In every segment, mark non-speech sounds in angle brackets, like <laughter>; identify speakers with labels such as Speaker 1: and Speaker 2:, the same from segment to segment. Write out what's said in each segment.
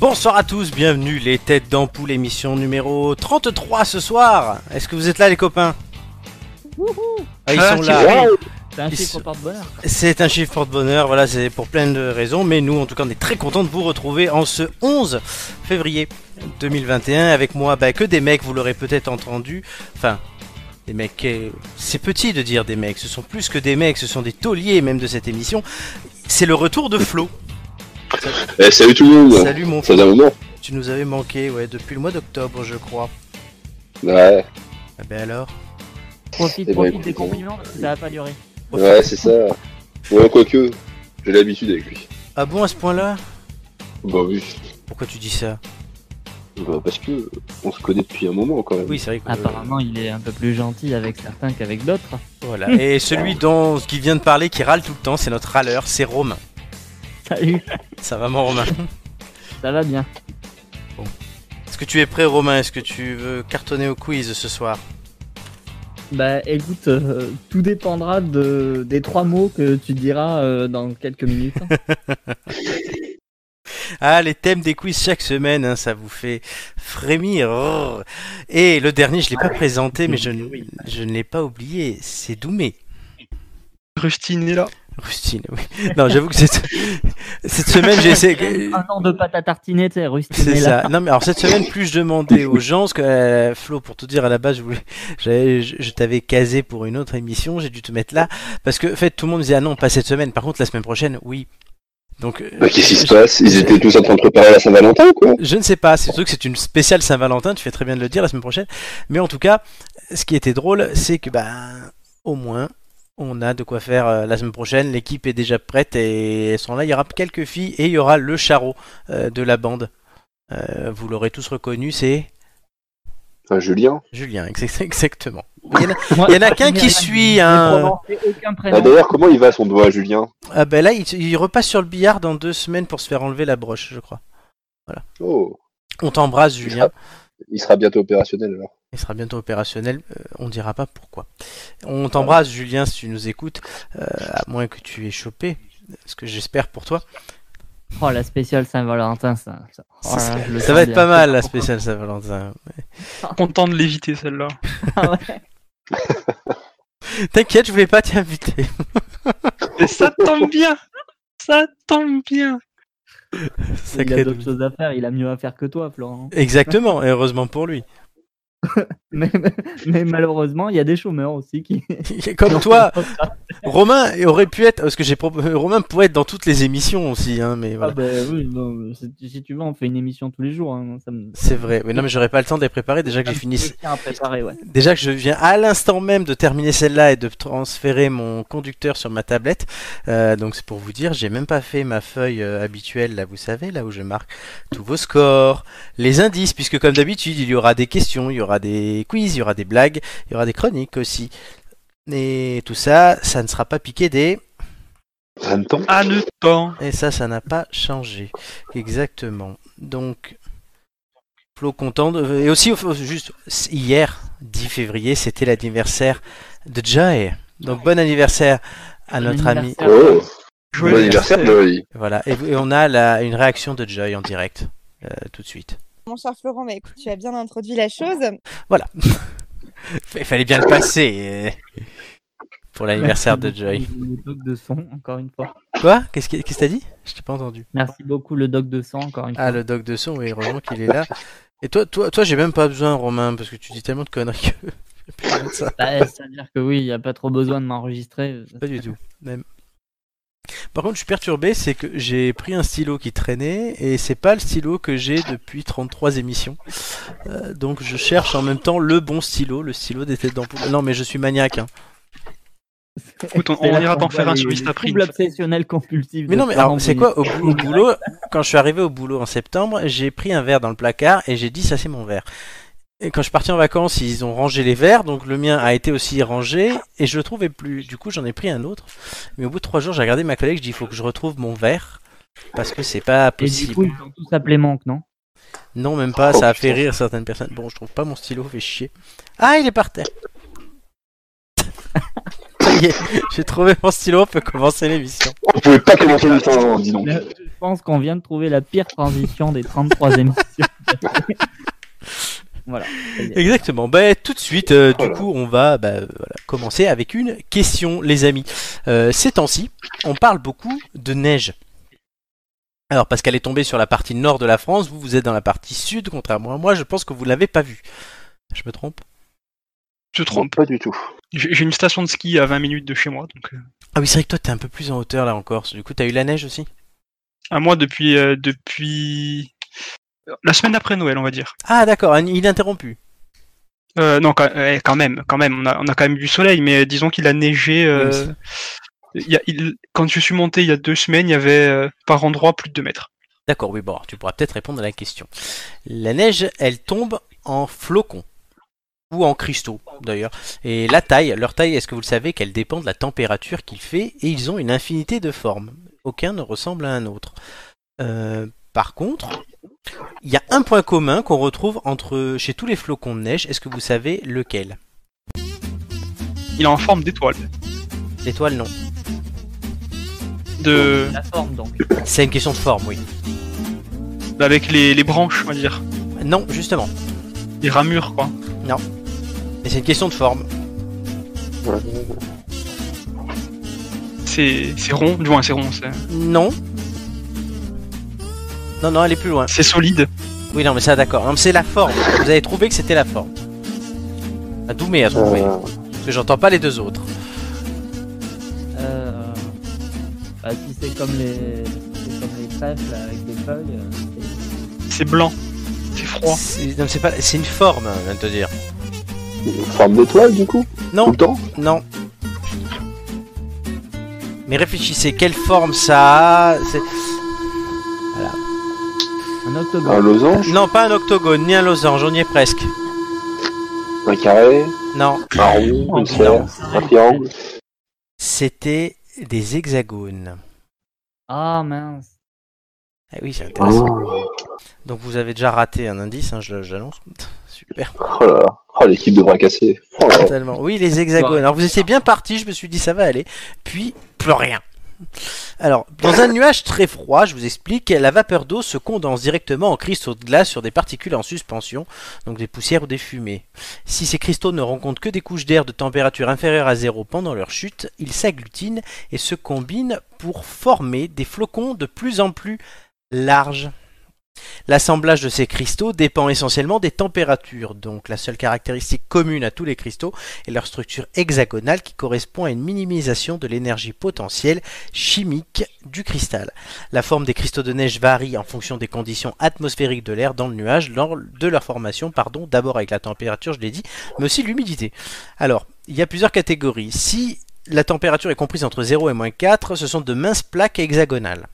Speaker 1: Bonsoir à tous, bienvenue les têtes d'ampoule, émission numéro 33 ce soir. Est-ce que vous êtes là les copains
Speaker 2: Wouhou
Speaker 1: Ah, Ils
Speaker 3: Ah,
Speaker 1: sont
Speaker 3: tu-
Speaker 1: là.
Speaker 3: ouais.
Speaker 2: C'est un
Speaker 1: Ils
Speaker 2: chiffre
Speaker 1: sont-
Speaker 2: porte-bonheur.
Speaker 1: C'est un chiffre porte-bonheur, voilà, c'est pour plein de raisons, mais nous en tout cas on est très contents de vous retrouver en ce 11 février 2021 avec moi, bah, que des mecs, vous l'aurez peut-être entendu, enfin, des mecs, euh, c'est petit de dire des mecs, ce sont plus que des mecs, ce sont des tauliers même de cette émission, c'est le retour de Flo.
Speaker 3: Eh, salut tout le monde
Speaker 1: Salut mon
Speaker 3: Ça faisait un moment
Speaker 1: tu nous avais manqué, ouais, depuis le mois d'octobre je crois.
Speaker 3: Ouais,
Speaker 1: Ah ben alors
Speaker 2: Profite,
Speaker 3: Eh ben,
Speaker 2: profite
Speaker 3: écoute,
Speaker 2: des compliments parce que ça va pas durer.
Speaker 3: ouais c'est ça. Ouais, quoique, j'ai l'habitude avec lui.
Speaker 1: Ah bon à ce point-là
Speaker 3: Bah oui,
Speaker 1: Pourquoi tu dis ça
Speaker 3: bah, parce que on se connaît depuis un moment quand même.
Speaker 1: Oui, c'est vrai que...
Speaker 2: Apparemment, il est un peu plus gentil avec certains qu'avec d'autres.
Speaker 1: Voilà. Oh Et celui dont, qui vient de parler, qui râle tout le temps, c'est notre râleur, c'est Romain.
Speaker 2: <laughs> Salut,
Speaker 1: Ça va mon
Speaker 3: <laughs>
Speaker 1: Romain
Speaker 2: ça va bien.
Speaker 1: Est-ce que tu es prêt, Romain Est-ce que tu veux cartonner au quiz ce soir
Speaker 2: Bah écoute, euh, tout dépendra de, des trois mots que tu diras euh, dans
Speaker 1: <laughs>
Speaker 2: quelques minutes.
Speaker 1: Ah, les thèmes des quiz chaque semaine, hein, ça vous fait frémir. Oh. Et le dernier, je l'ai pas présenté, mais je, ne- je ne l'ai pas oublié, c'est Doumé.
Speaker 4: Rustine est là.
Speaker 1: Rustine, oui. Non, j'avoue que cette, cette semaine, j'ai essayé...
Speaker 2: un an de pâte à tartiner, tu sais, Rusty.
Speaker 1: C'est
Speaker 2: mais là.
Speaker 1: ça. Non, mais alors cette semaine, plus je demandais aux gens, parce que euh, Flo, pour tout dire, à la base, je, voulais, j'avais- je, je t'avais casé pour une autre émission, j'ai dû te mettre là, parce que en fait, tout le monde me disait ah non, pas cette semaine. Par contre, la semaine prochaine, oui. Donc, euh,
Speaker 3: Bah, qu'est-ce qui se passe Ils étaient tous en train de préparer la Saint-Valentin ou quoi
Speaker 1: je ne sais pas. C'est surtout que c'est une spéciale Saint-Valentin. Tu fais très bien de le dire la semaine prochaine. Mais en tout cas, ce qui était drôle, c'est que ben, au moins. On a de quoi faire euh, la semaine prochaine. L'équipe est déjà prête et elles sont là. Il y aura quelques filles et il y aura le charot euh, de la bande. Euh, vous l'aurez tous reconnu, c'est
Speaker 3: Un Julien
Speaker 1: Julien, ex- exactement. Il y en a,
Speaker 2: <laughs> Moi,
Speaker 1: il y en a qu'un
Speaker 2: je
Speaker 1: qui
Speaker 2: n'ai
Speaker 1: suit,
Speaker 2: rien
Speaker 1: hein.
Speaker 2: prononcé aucun
Speaker 3: ah,
Speaker 2: prénom.
Speaker 3: D'ailleurs, comment il va son doigt, Julien
Speaker 1: Ah ben là, il, il repasse sur le billard dans deux semaines pour se faire enlever la broche, je crois.
Speaker 3: Oh,
Speaker 1: On t'embrasse,
Speaker 3: il
Speaker 1: Julien.
Speaker 3: sera, il sera bientôt opérationnel alors.
Speaker 1: Il sera bientôt opérationnel. euh, on dira pas pourquoi. On t'embrasse, Julien, si tu nous écoutes, euh, à moins que tu aies chopé. Ce que j'espère pour toi.
Speaker 2: Oh, la spéciale Saint-Valentin, ça. Ça, oh là là, je le
Speaker 1: Ça
Speaker 2: sens
Speaker 1: va être
Speaker 2: bien.
Speaker 1: pas mal la spéciale Saint-Valentin.
Speaker 4: Content de l'éviter celle-là.
Speaker 2: <laughs> Ah ouais.
Speaker 1: <laughs> T'inquiète, je voulais pas t'y <laughs> inviter.
Speaker 4: Et ça tombe bien Ça tombe bien
Speaker 2: Il
Speaker 1: Sacré
Speaker 2: a
Speaker 1: doute.
Speaker 2: d'autres choses à faire, il a mieux à faire que toi, Florent. <laughs>
Speaker 1: Exactement, et heureusement pour <laughs> lui.
Speaker 2: Mais, mais malheureusement, il y a des chômeurs
Speaker 1: <laughs>
Speaker 2: aussi qui. <laughs>
Speaker 1: Comme toi, Romain aurait pu être, parce que j'ai propo- euh, Romain pourrait être dans toutes les émissions aussi, hein, mais voilà.
Speaker 2: Ah bah oui, non, mais si, tu- si tu veux, on fait une émission tous les jours. hein, ça me... Ah,
Speaker 1: C'est vrai, mais non, mais j'aurais pas le temps de les préparer déjà que j'ai fini.
Speaker 2: Je tiens à préparer, ouais.
Speaker 1: Déjà que je viens à l'instant même de terminer celle-là et de transférer mon conducteur sur ma tablette. Euh, donc c'est pour vous dire, j'ai même pas fait ma feuille euh, habituelle, là vous savez, là où je marque tous vos scores, les indices, puisque comme d'habitude, il y aura des questions, il y aura des quiz, il y aura des blagues, il y aura des chroniques aussi. Et tout ça, ça ne sera pas piqué des...
Speaker 3: En même temps
Speaker 4: À le temps
Speaker 1: Et ça, ça n'a pas changé. Exactement. Donc, Flo content. de- Et aussi, au- au- juste hier, 10 février, c'était l'anniversaire de Jai. Donc, bon anniversaire à
Speaker 2: Bon
Speaker 1: notre ami.
Speaker 2: anniversaire.
Speaker 3: Oh,
Speaker 4: Joyeux
Speaker 3: bon anniversaire, Joy
Speaker 1: Voilà. Et, et on a la- une réaction de Jai en direct, euh, tout de suite.
Speaker 5: Mon cher Florent, bah, écoute, tu as bien introduit la chose.
Speaker 1: Voilà. <laughs> Il fallait bien le passer euh, pour l'anniversaire de Jai.
Speaker 2: Merci beaucoup, Le doc de son, encore une fois.
Speaker 1: Quoi Qu'est-ce que qu'est-ce que t'as dit Je t'ai pas entendu.
Speaker 2: Merci beaucoup, le doc de son, encore une
Speaker 1: Ah, le doc de son, oui, heureusement qu'il est là. Et toi, toi, toi j'ai même pas besoin, Romain, parce que tu dis tellement de conneries que. <laughs> j'ai pas besoin de ça.
Speaker 2: fois. Bah, C'est-à-dire que oui, il n'y a pas trop besoin de m'enregistrer.
Speaker 1: Pas du
Speaker 2: <laughs>
Speaker 1: tout. Même. Par contre, je suis perturbé, c'est que j'ai pris un stylo qui traînait et c'est pas le stylo que j'ai depuis 33 émissions. Euh, donc je cherche en même temps le bon stylo, le stylo des têtes d'ampoule. Non, mais je suis maniaque. hein.
Speaker 4: Écoute, on,
Speaker 2: C'est
Speaker 4: on
Speaker 2: là
Speaker 4: ira
Speaker 2: qu'on
Speaker 4: t'en
Speaker 2: voit
Speaker 4: faire un
Speaker 2: les-
Speaker 4: sur
Speaker 2: les
Speaker 4: Instaprint.
Speaker 2: troubles obsessionnels compulsifs
Speaker 1: Mais
Speaker 2: de
Speaker 1: non, mais
Speaker 2: Florent
Speaker 1: alors, c'est
Speaker 2: Bouillet.
Speaker 1: quoi au, bou- au boulot Quand je suis arrivé au boulot en septembre, j'ai pris un verre dans le placard et j'ai dit ça c'est mon verre. Et quand je suis parti en vacances, ils ont rangé les verres, donc le mien a été aussi rangé et je le trouvais plus. Du coup, j'en ai pris un autre. Mais au bout de trois jours, j'ai regardé ma collègue, je dis il faut que je retrouve mon verre parce que c'est pas
Speaker 2: Et du
Speaker 1: possible.
Speaker 2: coup, ils ont tous appelé Manque, non
Speaker 1: Non, même pas,
Speaker 3: Oh,
Speaker 1: ça a fait
Speaker 3: putain.
Speaker 1: rire certaines personnes. Bon, je trouve pas mon stylo, fait chier. Ah, il est par terre. <laughs> Ça y est, j'ai trouvé mon stylo, on peut commencer l'émission.
Speaker 3: On pouvait pas commencer le temps, dis donc.
Speaker 2: Le- pense qu'on vient de trouver la pire transition des 33
Speaker 1: <laughs>
Speaker 2: <laughs> émissions. voilà. ça y est.
Speaker 1: Exactement. Bah, tout de suite, euh, du
Speaker 3: Voilà.
Speaker 1: coup, on va bah, euh, voilà, commencer avec une question, les amis. Euh, ces temps-ci, on parle beaucoup de neige. Alors, parce qu'elle est tombée sur la partie nord de la France, vous, vous êtes dans la partie sud, contrairement à moi, je pense que vous ne l'avez pas vue. Je me trompe
Speaker 4: Tu te trompes.
Speaker 3: Pas du tout.
Speaker 4: J'ai j'ai une station de ski à 20 minutes de chez moi. Donc, euh,
Speaker 1: Ah oui, c'est vrai que toi, t'es un peu plus en hauteur là en Corse. Du coup, t'as eu la neige aussi
Speaker 4: à moi depuis, euh, depuis euh, la semaine après Noël, on va dire.
Speaker 1: Ah, d'accord, un ininterrompu.
Speaker 4: Euh, non, quand, ouais, quand même, quand même, on a, on a quand même du soleil, mais euh, disons qu'il a neigé. euh,
Speaker 1: Oui.
Speaker 4: il y a- il- quand je suis monté il y a deux semaines, il y avait euh, par endroit plus de 2 mètres.
Speaker 1: D'accord, oui, bon, alors, tu pourras peut-être répondre à la question. La neige, elle tombe en flocons ou en cristaux d'ailleurs. Et la taille, leur taille, est-ce que vous le savez qu'elle dépend de la température qu'il fait et ils ont une infinité de formes. Aucun ne ressemble à un autre. Euh, par contre, il y a un point commun qu'on retrouve entre chez tous les flocons de neige. Est-ce que vous savez lequel
Speaker 4: Il est en forme d'étoile.
Speaker 1: L'étoile, non.
Speaker 4: De,
Speaker 2: La forme donc.
Speaker 1: C'est une question de forme, oui.
Speaker 4: avec les, les branches, on va dire.
Speaker 1: Non, justement.
Speaker 4: Les ramures, quoi.
Speaker 1: Mais c'est une question de forme.
Speaker 4: C'est c'est rond, du moins c'est rond, c'est-
Speaker 1: Non. Non, non, elle est plus loin.
Speaker 4: c'est solide.
Speaker 1: Oui, non, mais ça, d'accord. Non, mais c'est la forme. Vous avez trouvé que c'était la forme. Ah, Doumé a trouvé.
Speaker 3: Euh,
Speaker 1: Parce que j'entends pas les deux autres.
Speaker 2: Euh... Bah, si c'est comme les, si c'est comme les trèfles avec des feuilles. euh, c'est-
Speaker 4: C'est blanc. C'est froid.
Speaker 1: C'est non, c'est pas... c'est une forme, je viens de te dire.
Speaker 3: Forme d'étoile, du coup Tout
Speaker 1: Non,
Speaker 3: le temps
Speaker 1: non. Mais réfléchissez, quelle forme ça a C'est-
Speaker 2: Un
Speaker 3: Un
Speaker 2: octogone.
Speaker 3: losange
Speaker 1: Non, pas un octogone, ni un losange, on y est presque.
Speaker 3: Un carré
Speaker 1: Non,
Speaker 3: Un rond
Speaker 4: Non.
Speaker 3: Une sphère Ah, Un triangle
Speaker 1: c'était des hexagones.
Speaker 2: Ah mince.
Speaker 1: Ah oui, c'est intéressant.
Speaker 3: Oh
Speaker 1: Donc vous avez déjà raté un indice, hein, je le- je l'annonce. Super.
Speaker 3: oh là là Oh, l'équipe de bras cassés Oh là là.
Speaker 1: Totalement. Oui, les hexagones. Alors vous étiez bien parti, je me suis dit ça va aller. Puis plus rien. Alors, dans un nuage très froid, je vous explique, la vapeur d'eau se condense directement en cristaux de glace sur des particules en suspension, donc des poussières ou des fumées. Si ces cristaux ne rencontrent que des couches d'air de température inférieure à zéro pendant leur chute, ils s'agglutinent et se combinent pour former des flocons de plus en plus larges. L'assemblage de ces cristaux dépend essentiellement des températures, donc la seule caractéristique commune à tous les cristaux est leur structure hexagonale qui correspond à une minimisation de l'énergie potentielle chimique du cristal. La forme des cristaux de neige varie en fonction des conditions atmosphériques de l'air dans le nuage, lors de leur formation, pardon, d'abord avec la température, je l'ai dit, mais aussi l'humidité. Alors, il y a plusieurs catégories. Si la température est comprise entre 0 et moins 4, ce sont de minces plaques hexagonales.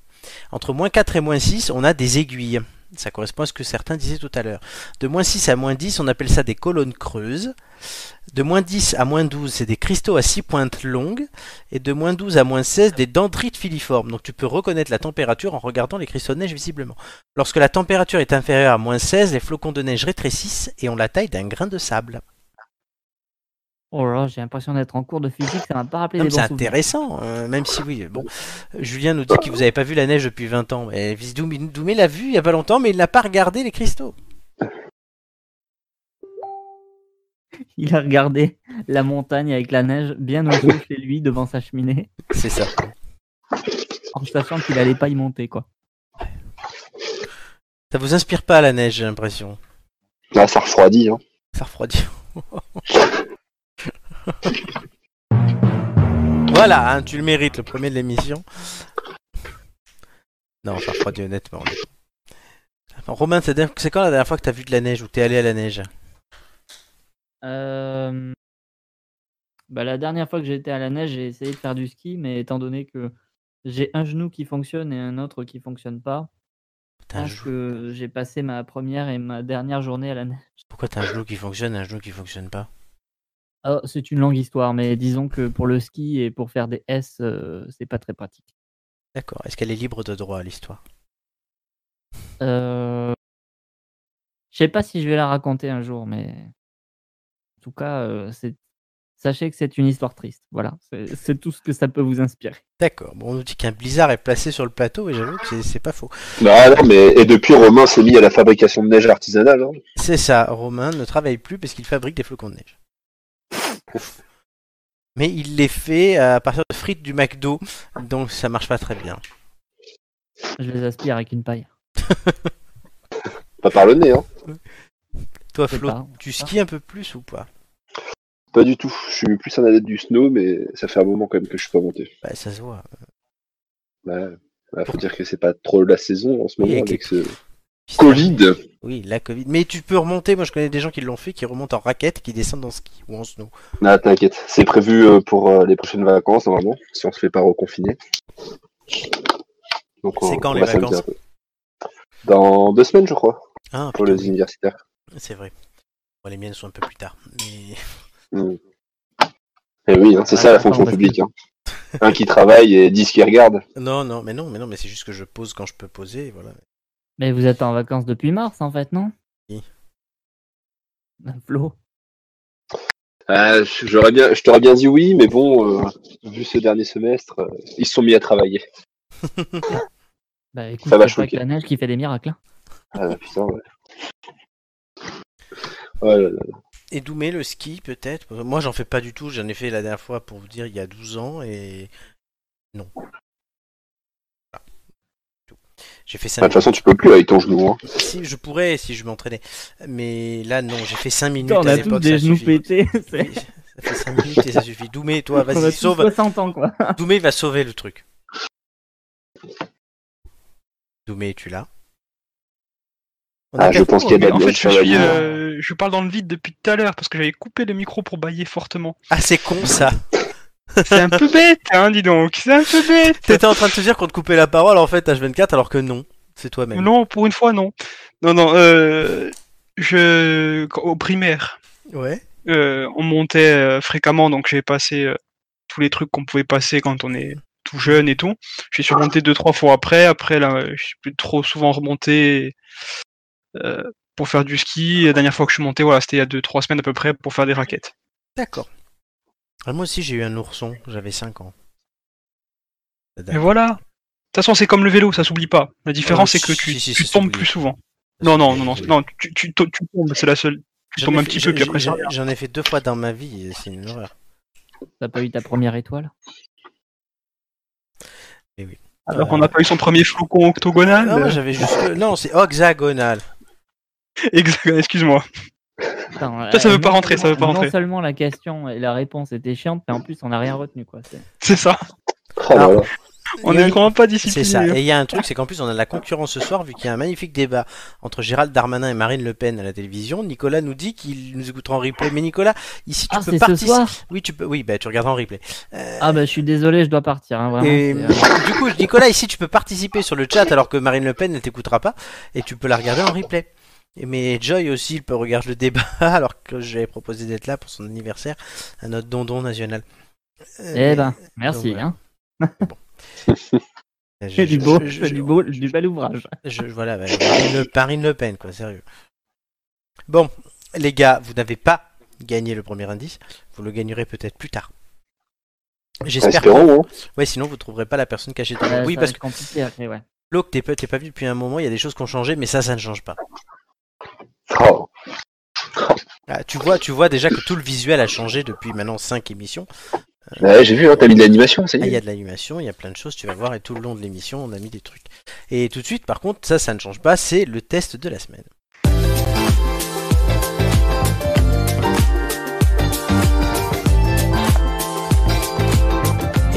Speaker 1: Entre moins 4 et moins 6, on a des aiguilles. Ça correspond à ce que certains disaient tout à l'heure. De moins 6 à moins 10, on appelle ça des colonnes creuses. De moins 10 à moins 12, c'est des cristaux à 6 pointes longues. Et de moins 12 à moins 16, des dendrites filiformes. Donc tu peux reconnaître la température en regardant les cristaux de neige visiblement. Lorsque la température est inférieure à moins 16, les flocons de neige rétrécissent et ont la taille d'un grain de sable.
Speaker 2: Oh là, j'ai l'impression d'être en cours de physique, ça m'a pas rappelé
Speaker 1: Non, mais
Speaker 2: des
Speaker 1: C'est
Speaker 2: bons souvenirs.
Speaker 1: intéressant, euh, même si oui. Bon, Julien nous dit que vous n'avez pas vu la neige depuis 20 ans. Mais Vis- Doumé Doumé l'a vu il y a pas longtemps, mais il n'a pas regardé les cristaux.
Speaker 2: Il a regardé la montagne avec la neige bien au
Speaker 3: <laughs>
Speaker 2: chaud chez lui devant sa cheminée,
Speaker 1: C'est ça.
Speaker 2: en sachant qu'il allait pas y monter quoi.
Speaker 1: Ça vous inspire pas la neige, j'ai l'impression.
Speaker 3: Là, ça refroidit, hein.
Speaker 1: Ça refroidit. <laughs> voilà, hein, tu le mérites, le premier de l'émission. Non, ça refroidit honnêtement. Attends, Romain, c'est c'est quand la dernière fois que t'as vu de la neige ou que t'es allé à la neige
Speaker 2: Euh, Bah, la dernière fois que j'étais à la neige, j'ai essayé de faire du ski, mais étant donné que j'ai un genou qui fonctionne et un autre qui fonctionne pas, Ah, je
Speaker 1: T'as un
Speaker 2: pense
Speaker 1: genou-
Speaker 2: que j'ai passé ma première et ma dernière journée à la neige.
Speaker 1: Pourquoi t'as un genou qui fonctionne et un genou qui fonctionne pas
Speaker 2: Ah, c'est une longue histoire, mais disons que pour le ski et pour faire des S, euh, c'est pas très pratique.
Speaker 1: D'accord, est-ce qu'elle est libre de droit l'histoire
Speaker 2: Euh... Je sais pas si je vais la raconter un jour, mais en tout cas, euh, c'est Sachez que c'est une histoire triste. Voilà, c'est c'est tout ce que ça peut vous inspirer.
Speaker 1: D'accord. Bon, on nous dit qu'un blizzard est placé sur le plateau et j'avoue que c'est- c'est pas faux.
Speaker 3: Bah non, mais et depuis Romain s'est mis à la fabrication de neige artisanale. hein.
Speaker 1: C'est ça, Romain ne travaille plus parce qu'il fabrique des flocons de neige. Mais il les fait à partir de frites du McDo, donc ça marche pas très bien.
Speaker 2: Je les aspire avec une paille.
Speaker 3: Pas par le nez, hein.
Speaker 1: Toi,
Speaker 2: C'est
Speaker 1: Flo,
Speaker 2: pas-
Speaker 1: tu skies un peu plus ou pas
Speaker 3: Pas du tout. Je suis plus un adepte du snow, mais ça fait un moment quand même que je suis pas monté.
Speaker 1: Bah, ça se voit.
Speaker 3: Ouais. Bah, faut dire que c'est pas trop la saison en ce
Speaker 1: Oui,
Speaker 3: moment
Speaker 1: avec
Speaker 3: avec ce Covid.
Speaker 1: Oui, la Covid. Mais tu peux remonter. Moi, je connais des gens qui l'ont fait, qui remontent en raquette, qui descendent en ski ou en snow.
Speaker 3: Ah, t'inquiète, c'est prévu euh, pour euh, les prochaines vacances normalement, si on se fait pas reconfiner. Donc, on-
Speaker 1: C'est quand,
Speaker 3: on
Speaker 1: les
Speaker 3: va s'amuser
Speaker 1: vacances
Speaker 3: un peu. Dans deux semaines, je crois,
Speaker 1: Ah,
Speaker 3: pour
Speaker 1: putain,
Speaker 3: les universitaires.
Speaker 1: oui, c'est vrai. Bon, les miennes sont un peu plus tard. Mais... <laughs>
Speaker 3: Et oui, hein, c'est
Speaker 2: Ah,
Speaker 3: ça la
Speaker 2: attends,
Speaker 3: fonction
Speaker 2: parce que-
Speaker 3: publique. hein. Un qui travaille et dix qui regardent.
Speaker 1: Non, non, mais non, mais non, mais c'est juste que je pose quand je peux poser. et Voilà.
Speaker 2: Mais vous êtes en vacances depuis mars en fait, non Bah,
Speaker 1: Oui.
Speaker 2: Flo
Speaker 3: Ah, je- j'aurais bien, je t'aurais bien dit oui, mais bon, euh, vu ce dernier semestre, euh, ils se sont mis à travailler.
Speaker 2: Bah écoute,
Speaker 3: Ça va
Speaker 2: c'est pas que
Speaker 3: choquer.
Speaker 2: la neige qui fait des miracles. hein.
Speaker 3: Ah, putain, ouais. Oh là là.
Speaker 1: Et Doumé, le ski, peut-être Moi, j'en fais pas du tout. J'en ai fait la dernière fois pour vous dire il y a 12 ans et. Non. Voilà. Tout. J'ai fait
Speaker 3: Ah, de
Speaker 1: 5
Speaker 3: toute façon, tu peux plus avec ton genou. Hein.
Speaker 1: Si je pourrais, si je m'entraînais. Mais là, non, j'ai fait 5 minutes.
Speaker 2: Putain, on
Speaker 1: à
Speaker 2: a tous
Speaker 1: l'époque,
Speaker 2: des
Speaker 1: ça
Speaker 2: genoux
Speaker 1: suffit.
Speaker 2: pétés. <laughs>
Speaker 1: Oui,
Speaker 2: c'est-
Speaker 1: Ça fait 5 minutes et ça suffit. Doumé, toi,
Speaker 2: on a
Speaker 1: vas-y,
Speaker 2: tous
Speaker 1: sauve.
Speaker 2: 60 ans quoi.
Speaker 1: Doumé va sauver le truc. Doumé, tu l'as On
Speaker 3: Ah, je
Speaker 1: perdu-
Speaker 3: pense qu'il y a de la
Speaker 4: en fait,
Speaker 3: neige
Speaker 4: je,
Speaker 3: sur la
Speaker 4: suis,
Speaker 3: lune.
Speaker 4: euh, je parle dans le vide depuis tout à l'heure parce que j'avais coupé le micro pour bailler fortement.
Speaker 1: Ah, c'est con ça
Speaker 4: C'est un peu bête, hein, dis donc. C'est un peu bête.
Speaker 1: T'étais en train de te dire qu'on te coupait la parole en fait H24 alors que non, c'est toi-même.
Speaker 4: Non, pour une fois, non. Non, non. Euh, je au primaire,
Speaker 1: Ouais.
Speaker 4: euh, on montait euh, fréquemment, donc j'ai passé euh, tous les trucs qu'on pouvait passer quand on est tout jeune et tout. J'ai surmonté deux trois fois après. Après, là, euh, je suis plus trop souvent remonté euh, pour faire du ski. La dernière fois que je suis monté, voilà, c'était il y a deux trois semaines à peu près pour faire des raquettes.
Speaker 1: D'accord. Ah, moi aussi j'ai eu un ourson, j'avais 5 ans. Ça date.
Speaker 4: Et voilà. De toute façon, c'est comme le vélo, ça s'oublie pas. La différence,
Speaker 1: Euh,
Speaker 4: c'est que tu,
Speaker 1: si, si,
Speaker 4: tu
Speaker 1: ça
Speaker 4: tombes
Speaker 1: s'oublie.
Speaker 4: plus souvent.
Speaker 1: Ça
Speaker 4: Non, non,
Speaker 1: s'oublie,
Speaker 4: non, non,
Speaker 1: oui.
Speaker 4: non, tu, tu, tu- tu tombes, c'est la seule. Tu
Speaker 1: J'en
Speaker 4: tombes
Speaker 1: ai
Speaker 4: un
Speaker 1: fait-
Speaker 4: petit
Speaker 1: j'en-
Speaker 4: peu, puis après, ça
Speaker 1: j'en- J'en ai fait deux fois dans ma vie, et c'est une horreur.
Speaker 2: T'as pas eu ta première étoile
Speaker 4: Alors qu'on n'a pas eu son premier flocon octogonal.
Speaker 1: Non, moi,
Speaker 4: <laughs> euh,
Speaker 1: j'avais juste. Non, c'est hexagonal.
Speaker 4: exa- Excuse-moi.
Speaker 2: Putain,
Speaker 4: Ça, ça
Speaker 2: euh,
Speaker 4: veut pas
Speaker 2: non
Speaker 4: rentrer, ça
Speaker 2: seulement-
Speaker 4: veut pas rentrer.
Speaker 2: Non seulement la question et la réponse étaient chiantes, mais en plus on n'a rien retenu quoi. c'est-
Speaker 4: C'est ça.
Speaker 3: Oh là
Speaker 1: Alors,
Speaker 3: là.
Speaker 4: On
Speaker 1: Et
Speaker 4: n'est vraiment pas
Speaker 1: C'est
Speaker 4: discipliné. hein.
Speaker 1: ça. Et il y a un truc, c'est qu'en plus, on a de la concurrence ce soir, vu qu'il y a un magnifique débat entre Gérald Darmanin et Marine Le Pen à la télévision. Nicolas nous dit qu'il nous écoutera en replay. Mais Nicolas, ici, tu
Speaker 2: Ah,
Speaker 1: peux
Speaker 2: c'est ce
Speaker 1: participer.
Speaker 2: soir
Speaker 1: Oui, tu peux. Oui, bah, tu regarderas en replay. Euh,
Speaker 2: Ah bah je suis désolé, je dois partir. hein, vraiment,
Speaker 1: et,
Speaker 2: c'est, euh,
Speaker 1: Du coup, Nicolas, ici, tu peux participer sur le chat, alors que Marine Le Pen, elle t'écoutera pas, et tu peux la regarder en replay. Et- Mais Joy aussi, il peut regarder le débat, <laughs> alors que j'avais proposé d'être là pour son anniversaire, à notre dondon national. Euh,
Speaker 2: Eh
Speaker 1: mais-
Speaker 2: ben,
Speaker 1: donc,
Speaker 2: merci.
Speaker 1: voilà.
Speaker 2: hein.
Speaker 1: je- je-
Speaker 2: Fais du beau,
Speaker 1: je-
Speaker 2: fais
Speaker 1: je-
Speaker 2: du beau, du bel ouvrage.
Speaker 1: Je, voilà, bah, Marine, le, Marine Le Pen, quoi, sérieux. Bon, les gars, vous n'avez pas gagné le premier indice. Vous le gagnerez peut-être plus tard. J'espère que.
Speaker 3: Espérons, hein.
Speaker 1: Ouais, sinon vous trouverez pas la personne cachée dans
Speaker 2: Euh,
Speaker 1: le- <laughs> Oui,
Speaker 2: ça va
Speaker 1: parce
Speaker 2: être
Speaker 1: que
Speaker 2: compliqué après, ouais.
Speaker 1: Flo, que t'es pas, t'es pas vu depuis un moment, il y a des choses qui ont changé, mais ça, ça ne change pas.
Speaker 3: Oh.
Speaker 1: Ah, tu, vois, tu vois déjà que tout le visuel a changé depuis maintenant 5 émissions.
Speaker 3: Ouais, j'ai vu, hein, t'as mis de l'animation, ça
Speaker 1: Ah,
Speaker 3: y
Speaker 1: Il y
Speaker 3: est.
Speaker 1: a de l'animation, il y a plein de choses, tu vas voir, et tout le long de l'émission, on a mis des trucs. Et tout de suite, par contre, ça, ça ne change pas, c'est le test de la semaine.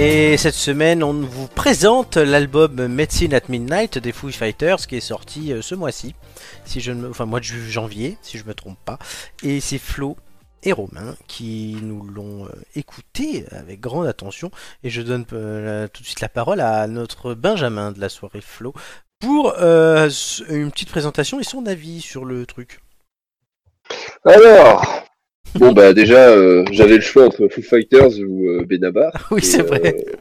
Speaker 1: Et cette semaine, on vous présente l'album Medicine at Midnight des Foo Fighters qui est sorti euh, ce mois-ci, si je ne me- enfin mois de ju- janvier, si je me trompe pas. Et c'est Flo et Romain qui nous l'ont euh, écouté avec grande attention. Et je donne euh, la- tout de suite la parole à notre Benjamin de la soirée Flo pour euh, s- une petite présentation et son avis sur le truc. <laughs>
Speaker 3: Alors, bon bah déjà, euh, j'avais le choix entre Foo Fighters ou euh, Benabar.
Speaker 1: Ah Oui,
Speaker 3: Et,
Speaker 1: c'est vrai.
Speaker 3: euh,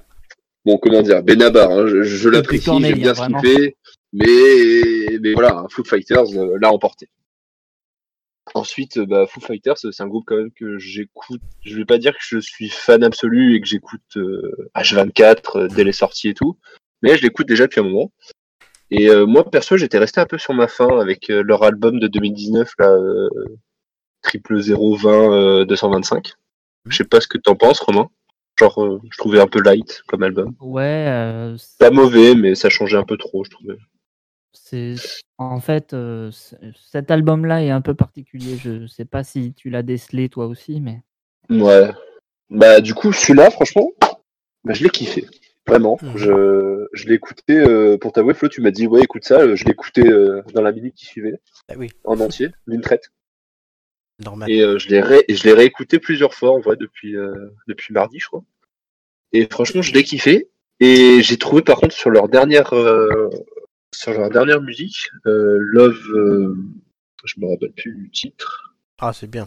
Speaker 3: bon, comment dire, Benabar, hein, je, je l'apprécie,
Speaker 2: Corneille,
Speaker 3: j'aime bien
Speaker 2: hein,
Speaker 3: ce
Speaker 2: vraiment.
Speaker 3: qu'il fait, mais, mais voilà, hein, Foo Fighters euh, l'a emporté. Ensuite, bah, Foo Fighters, c'est un groupe quand même que j'écoute. Je vais pas dire que je suis fan absolu et que j'écoute euh, H24 euh, dès les sorties et tout, mais je l'écoute déjà depuis un moment. Et euh, moi, perso, j'étais resté un peu sur ma faim avec euh, leur album de 2019, là, euh, triple 020 euh, 225. Je sais pas ce que t'en penses, Romain. Genre, euh, je trouvais un peu light comme album.
Speaker 2: Ouais, euh,
Speaker 3: Pas mauvais, mais ça changeait un peu trop, je trouvais.
Speaker 2: c'est en fait euh, c- cet album là est un peu particulier je sais pas si tu l'as décelé toi aussi mais
Speaker 3: Ouais. Bah du coup, celui-là, franchement, bah, je l'ai kiffé. Vraiment.
Speaker 1: Mhm.
Speaker 3: Je, je l'ai écouté, euh, pour t'avouer, Flo, tu m'as dit, ouais, écoute ça, euh, je l'ai écouté euh, dans la minute qui suivait,
Speaker 1: Ah oui,
Speaker 3: en entier, d'une traite.
Speaker 1: normal.
Speaker 3: Et euh, je l'ai ré- et je l'ai réécouté plusieurs fois, en vrai, depuis, euh, depuis mardi, je crois. Et franchement, je l'ai kiffé. Et j'ai trouvé, par contre, sur leur dernière, euh, sur leur dernière musique, euh, Love, euh, je me rappelle plus du titre.
Speaker 1: Ah, c'est bien.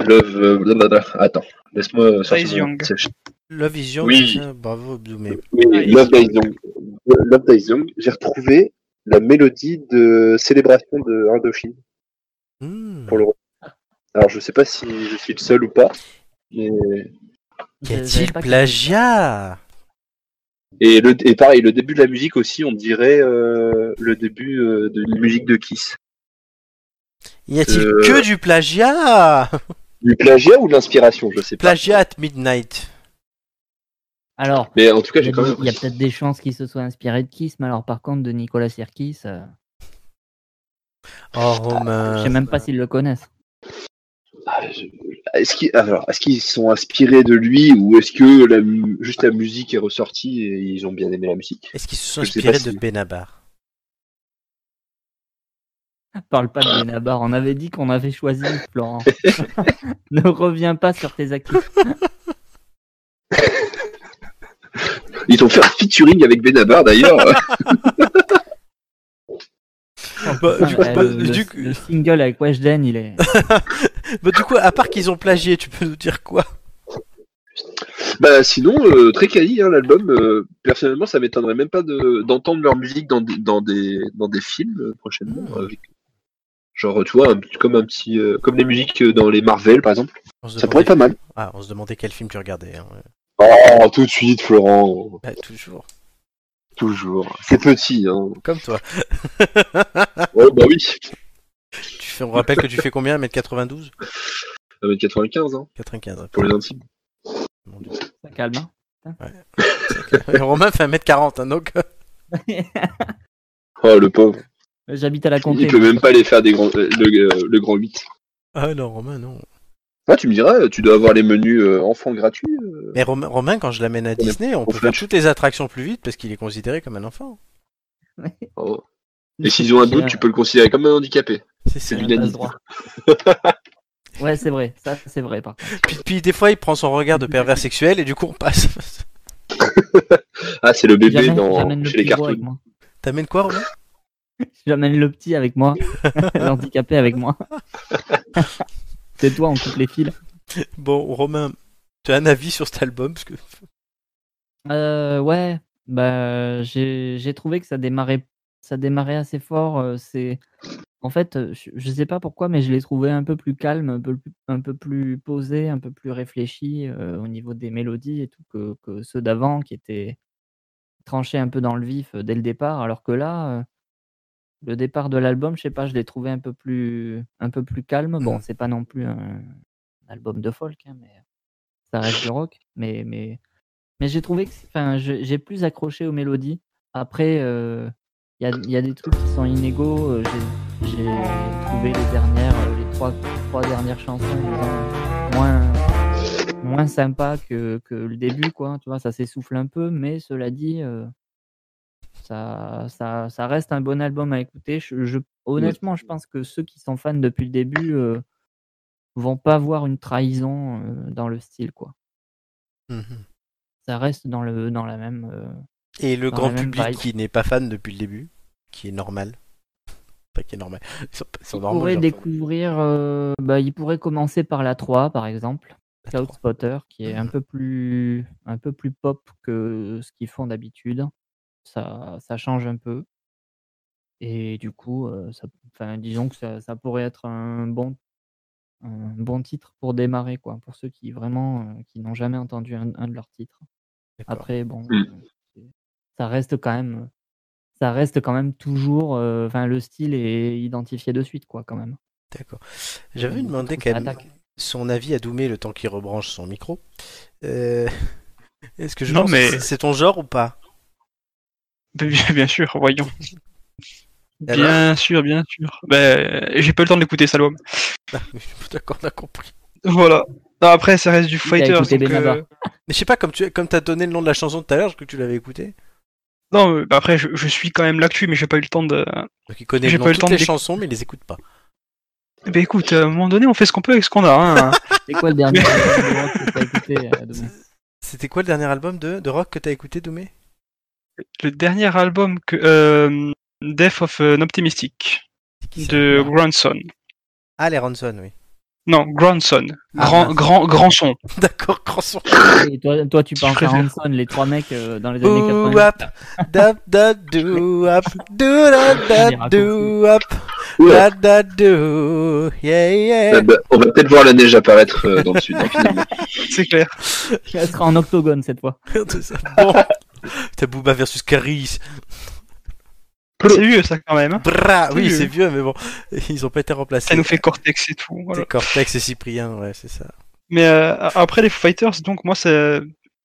Speaker 3: Love, euh, blablabla. Attends, laisse-moi sortir.
Speaker 4: Days
Speaker 3: mon-
Speaker 4: Young.
Speaker 3: c'est-
Speaker 1: Love is Young,
Speaker 3: Oui.
Speaker 1: c'est ça bravo Abdoumé.
Speaker 3: Oui,
Speaker 4: Ah, il-
Speaker 3: Love Dies Young. Love Dies Young, j'ai retrouvé la mélodie de célébration de Indochine
Speaker 1: Hmm.
Speaker 3: pour le Alors je sais pas si je suis le seul ou pas. mais-
Speaker 1: Qu'y
Speaker 2: j'avais
Speaker 1: a-t-il
Speaker 2: pas
Speaker 1: plagiat
Speaker 3: Et, le, et pareil, le début de la musique aussi, on dirait euh, le début euh, de la musique de Kiss.
Speaker 1: Y a-t-il
Speaker 3: Euh,
Speaker 1: que du plagiat
Speaker 3: Du plagiat ou de l'inspiration, je sais pas.
Speaker 1: Plagiat at midnight.
Speaker 2: alors
Speaker 3: Mais en tout cas,
Speaker 2: il y
Speaker 3: j'ai
Speaker 2: a,
Speaker 3: quand même.
Speaker 2: des- il y a peut-être des chances qu'il se soit inspiré de Kiss mais alors par contre de Nicolas Sirkis euh,
Speaker 1: Oh Romain.
Speaker 2: je sais même pas s'ils le connaissent <laughs>
Speaker 3: Ah, je- Est-ce qu'ils alors, est-ce qu'ils sont inspirés de lui ou est-ce que la mu- juste la musique est ressortie et ils ont bien aimé la musique
Speaker 1: Est-ce qu'ils se sont
Speaker 3: Je sais pas
Speaker 1: inspirés de
Speaker 3: si-
Speaker 1: Benabar
Speaker 2: parle pas
Speaker 3: <laughs>
Speaker 2: de Benabar on avait dit qu'on avait choisi Florent <laughs> ne reviens pas sur tes acquis
Speaker 3: Ils ont fait un featuring avec Benabar d'ailleurs.
Speaker 1: Bah,
Speaker 2: Putain,
Speaker 1: du coup-
Speaker 2: euh,
Speaker 1: bah,
Speaker 2: le,
Speaker 1: du coup-
Speaker 2: le single avec Weshden il est
Speaker 1: Bah, du coup, à part qu'ils ont plagié, tu peux nous dire quoi
Speaker 3: Bah sinon, euh, très quali hein, l'album. Euh, personnellement, ça m'étonnerait même pas de- d'entendre leur musique dans des, dans des, dans des films euh, prochainement.
Speaker 1: Mmh.
Speaker 3: euh, avec- genre, tu vois, un petit- comme un petit, euh, comme les musiques euh, dans les Marvel par exemple.
Speaker 1: on se,
Speaker 3: Ça pourrait être pas mal.
Speaker 1: Ah, on se demandait quel film tu regardais. hein.
Speaker 3: Oh, tout de suite, Florent.
Speaker 1: Bah, toujours.
Speaker 3: Toujours. C'est petit. <laughs> Hein.
Speaker 1: Comme toi.
Speaker 3: Ouais, bah oui.
Speaker 1: Tu fais, on rappelle que tu fais combien 1m92
Speaker 3: Ça va être 95 hein,
Speaker 1: 95.
Speaker 3: pour les intimes.
Speaker 1: Mon Dieu.
Speaker 2: ça calme hein.
Speaker 1: Romain fait 1m40, hein, donc.
Speaker 3: Oh le pauvre.
Speaker 2: j'habite à la
Speaker 3: Il
Speaker 2: comté
Speaker 3: peut même pas aller faire des grands, euh, le, euh, le grand 8.
Speaker 1: Ah non, Romain, non.
Speaker 3: Ah, tu me diras, tu dois avoir les menus euh, enfants gratuits. euh.
Speaker 1: Mais Romain, Romain, quand je l'amène à Disney, on peut faire
Speaker 3: Flash.
Speaker 1: toutes les attractions plus vite parce qu'il est considéré comme un enfant.
Speaker 3: Oh. Et s'ils ont un doute, tu peux le considérer comme un handicapé.
Speaker 1: ça.
Speaker 3: C'est
Speaker 2: On a pas le
Speaker 3: l'unanimité.
Speaker 2: droit. ouais, c'est vrai, ça c'est vrai par contre.
Speaker 1: Puis, puis des fois, il prend son regard de pervers sexuel et du coup, on passe. <laughs>
Speaker 3: Ah, c'est le bébé
Speaker 2: J'amène
Speaker 3: dans...
Speaker 2: j'amène le
Speaker 3: chez les
Speaker 2: petit gros
Speaker 3: cartons.
Speaker 2: avec moi. <laughs>
Speaker 1: T'amènes quoi, Romain
Speaker 2: J'amène le petit avec
Speaker 3: <laughs>
Speaker 2: moi, <laughs> l'handicapé avec moi. c'est toi, on coupe les fils.
Speaker 1: Bon, Romain, tu as un avis sur cet album parce que...
Speaker 2: Euh, ouais, bah j'ai j'ai trouvé que ça démarrait ça démarrait assez fort. euh, C'est en fait, euh, je, je sais pas pourquoi, mais je l'ai trouvé un peu plus calme, un peu plus, un peu plus posé, un peu plus réfléchi euh, au niveau des mélodies et tout que, que ceux d'avant qui étaient tranchés un peu dans le vif euh, dès le départ. Alors que là, euh, le départ de l'album, je sais pas, je l'ai trouvé un peu plus un peu plus calme. Bon,
Speaker 1: Mhm.
Speaker 2: c'est pas non plus un album de folk, hein, mais ça reste du rock. Mais mais mais j'ai trouvé que, enfin, je- j'ai plus accroché aux mélodies. Après, euh, il y, a, y a des trucs qui sont inégaux. euh, j'ai- J'ai trouvé les dernières, euh, les trois, trois dernières chansons euh, moins, moins sympas que, que le début, quoi. Tu vois, ça s'essouffle un peu, mais cela dit, euh, ça, ça, ça reste un bon album à écouter. Je, je- honnêtement, je pense que ceux qui sont fans depuis le début euh, vont pas voir une trahison euh, dans le style, quoi.
Speaker 1: Mhm.
Speaker 2: Ça reste dans le, dans la même. euh,
Speaker 1: Et le
Speaker 2: Dans
Speaker 1: grand
Speaker 2: la même
Speaker 1: public
Speaker 2: vibe.
Speaker 1: qui n'est pas fan depuis le début, qui est normal. Enfin, qui est normal. Ils sont, ils sont
Speaker 2: Il
Speaker 1: normaux,
Speaker 2: pourrait
Speaker 1: genre.
Speaker 2: découvrir, euh, bah, il pourrait commencer par la 3 par exemple,
Speaker 1: La
Speaker 2: Cloud
Speaker 1: trois. Mmh.
Speaker 2: Spotter, qui est un peu plus, un peu plus pop que ce qu'ils font d'habitude. Ça, ça change un peu. Et du coup, euh, ça, enfin, disons que ça, ça pourrait être un bon, un bon titre pour démarrer, quoi, pour ceux qui vraiment euh, qui n'ont jamais entendu un, un de leurs titres.
Speaker 1: D'accord.
Speaker 2: Après, bon,
Speaker 3: Mm.
Speaker 2: euh, c'est- ça reste quand même, ça reste quand même toujours, euh, enfin, le style est identifié de suite, quoi, quand même.
Speaker 1: D'accord. J'avais
Speaker 2: Et
Speaker 1: demandé
Speaker 2: du coup, ça
Speaker 1: quand même
Speaker 2: attaque.
Speaker 1: son avis à Doumé le temps qu'il rebranche son micro. Euh, <laughs> Est-ce que je
Speaker 4: Non,
Speaker 1: pense
Speaker 4: mais-
Speaker 1: que c'est- c'est ton genre ou pas <laughs>
Speaker 4: Ben, Bien, bien sûr, voyons.
Speaker 1: Et
Speaker 4: Bien sûr, bien sûr. Ben, j'ai pas le temps d'écouter ça, l'homme.
Speaker 1: D'accord, on a compris.
Speaker 4: Voilà. Non, après, ça reste du
Speaker 2: t'as
Speaker 4: fighter.
Speaker 2: écouté
Speaker 4: donc,
Speaker 2: Benabar.
Speaker 4: euh,
Speaker 1: Mais je sais pas, comme tu comme as donné le nom de la chanson tout à l'heure, je crois que tu l'avais écouté.
Speaker 4: Non, euh, ben après, je, je suis quand même l'actu, mais j'ai pas eu le temps de.
Speaker 1: Donc il connaît le
Speaker 4: J'ai
Speaker 1: nom
Speaker 4: pas
Speaker 1: de
Speaker 4: eu
Speaker 1: toutes
Speaker 4: le temps de
Speaker 1: les
Speaker 4: l'écouter.
Speaker 1: chansons, mais il les écoute pas.
Speaker 4: Ben écoute, à un moment donné, on fait ce qu'on peut avec ce qu'on a. Hein. <laughs>
Speaker 2: C'est quoi le
Speaker 1: <laughs>
Speaker 2: dernier album de rock que t'as écouté euh, Doumé
Speaker 1: C'était quoi le dernier album de, de rock que t'as écouté, Doumé
Speaker 4: le dernier album que euh, Death of an Optimistic
Speaker 1: Qui ça
Speaker 4: de Grandson.
Speaker 1: Ah, les Ronson, oui. <laughs>
Speaker 4: Non, Grandson.
Speaker 1: Ah,
Speaker 4: Grand,
Speaker 1: mince.
Speaker 4: grand, grand son.
Speaker 1: D'accord, grand son.
Speaker 2: Et toi, toi, tu penses à
Speaker 4: préfère.
Speaker 2: Hanson, les trois mecs euh, dans les années 80.
Speaker 1: Douap, dap, da, douap, douap,
Speaker 2: Les
Speaker 1: da,
Speaker 2: raccourcis.
Speaker 1: douap,
Speaker 3: Oula,
Speaker 1: da, da, dou, yeah, yeah. <laughs>
Speaker 3: bah, bah, on va peut-être voir la neige apparaître euh, dans le sud. hein, finalement.
Speaker 4: C'est clair.
Speaker 2: Elle sera en octogone cette fois.
Speaker 1: C'est ça. Bon. T'as Booba versus Caris.
Speaker 4: C'est vieux, ça, quand même. hein.
Speaker 1: Bra, oui,
Speaker 4: Oui,
Speaker 1: c'est
Speaker 4: oui.
Speaker 1: vieux, mais bon, <laughs> ils ont pas été remplacés.
Speaker 4: Ça nous fait Cortex et tout. Voilà.
Speaker 1: C'est Cortex et Cyprien, ouais, c'est ça.
Speaker 4: Mais euh, a- après les Foo Fighters, donc moi, ça-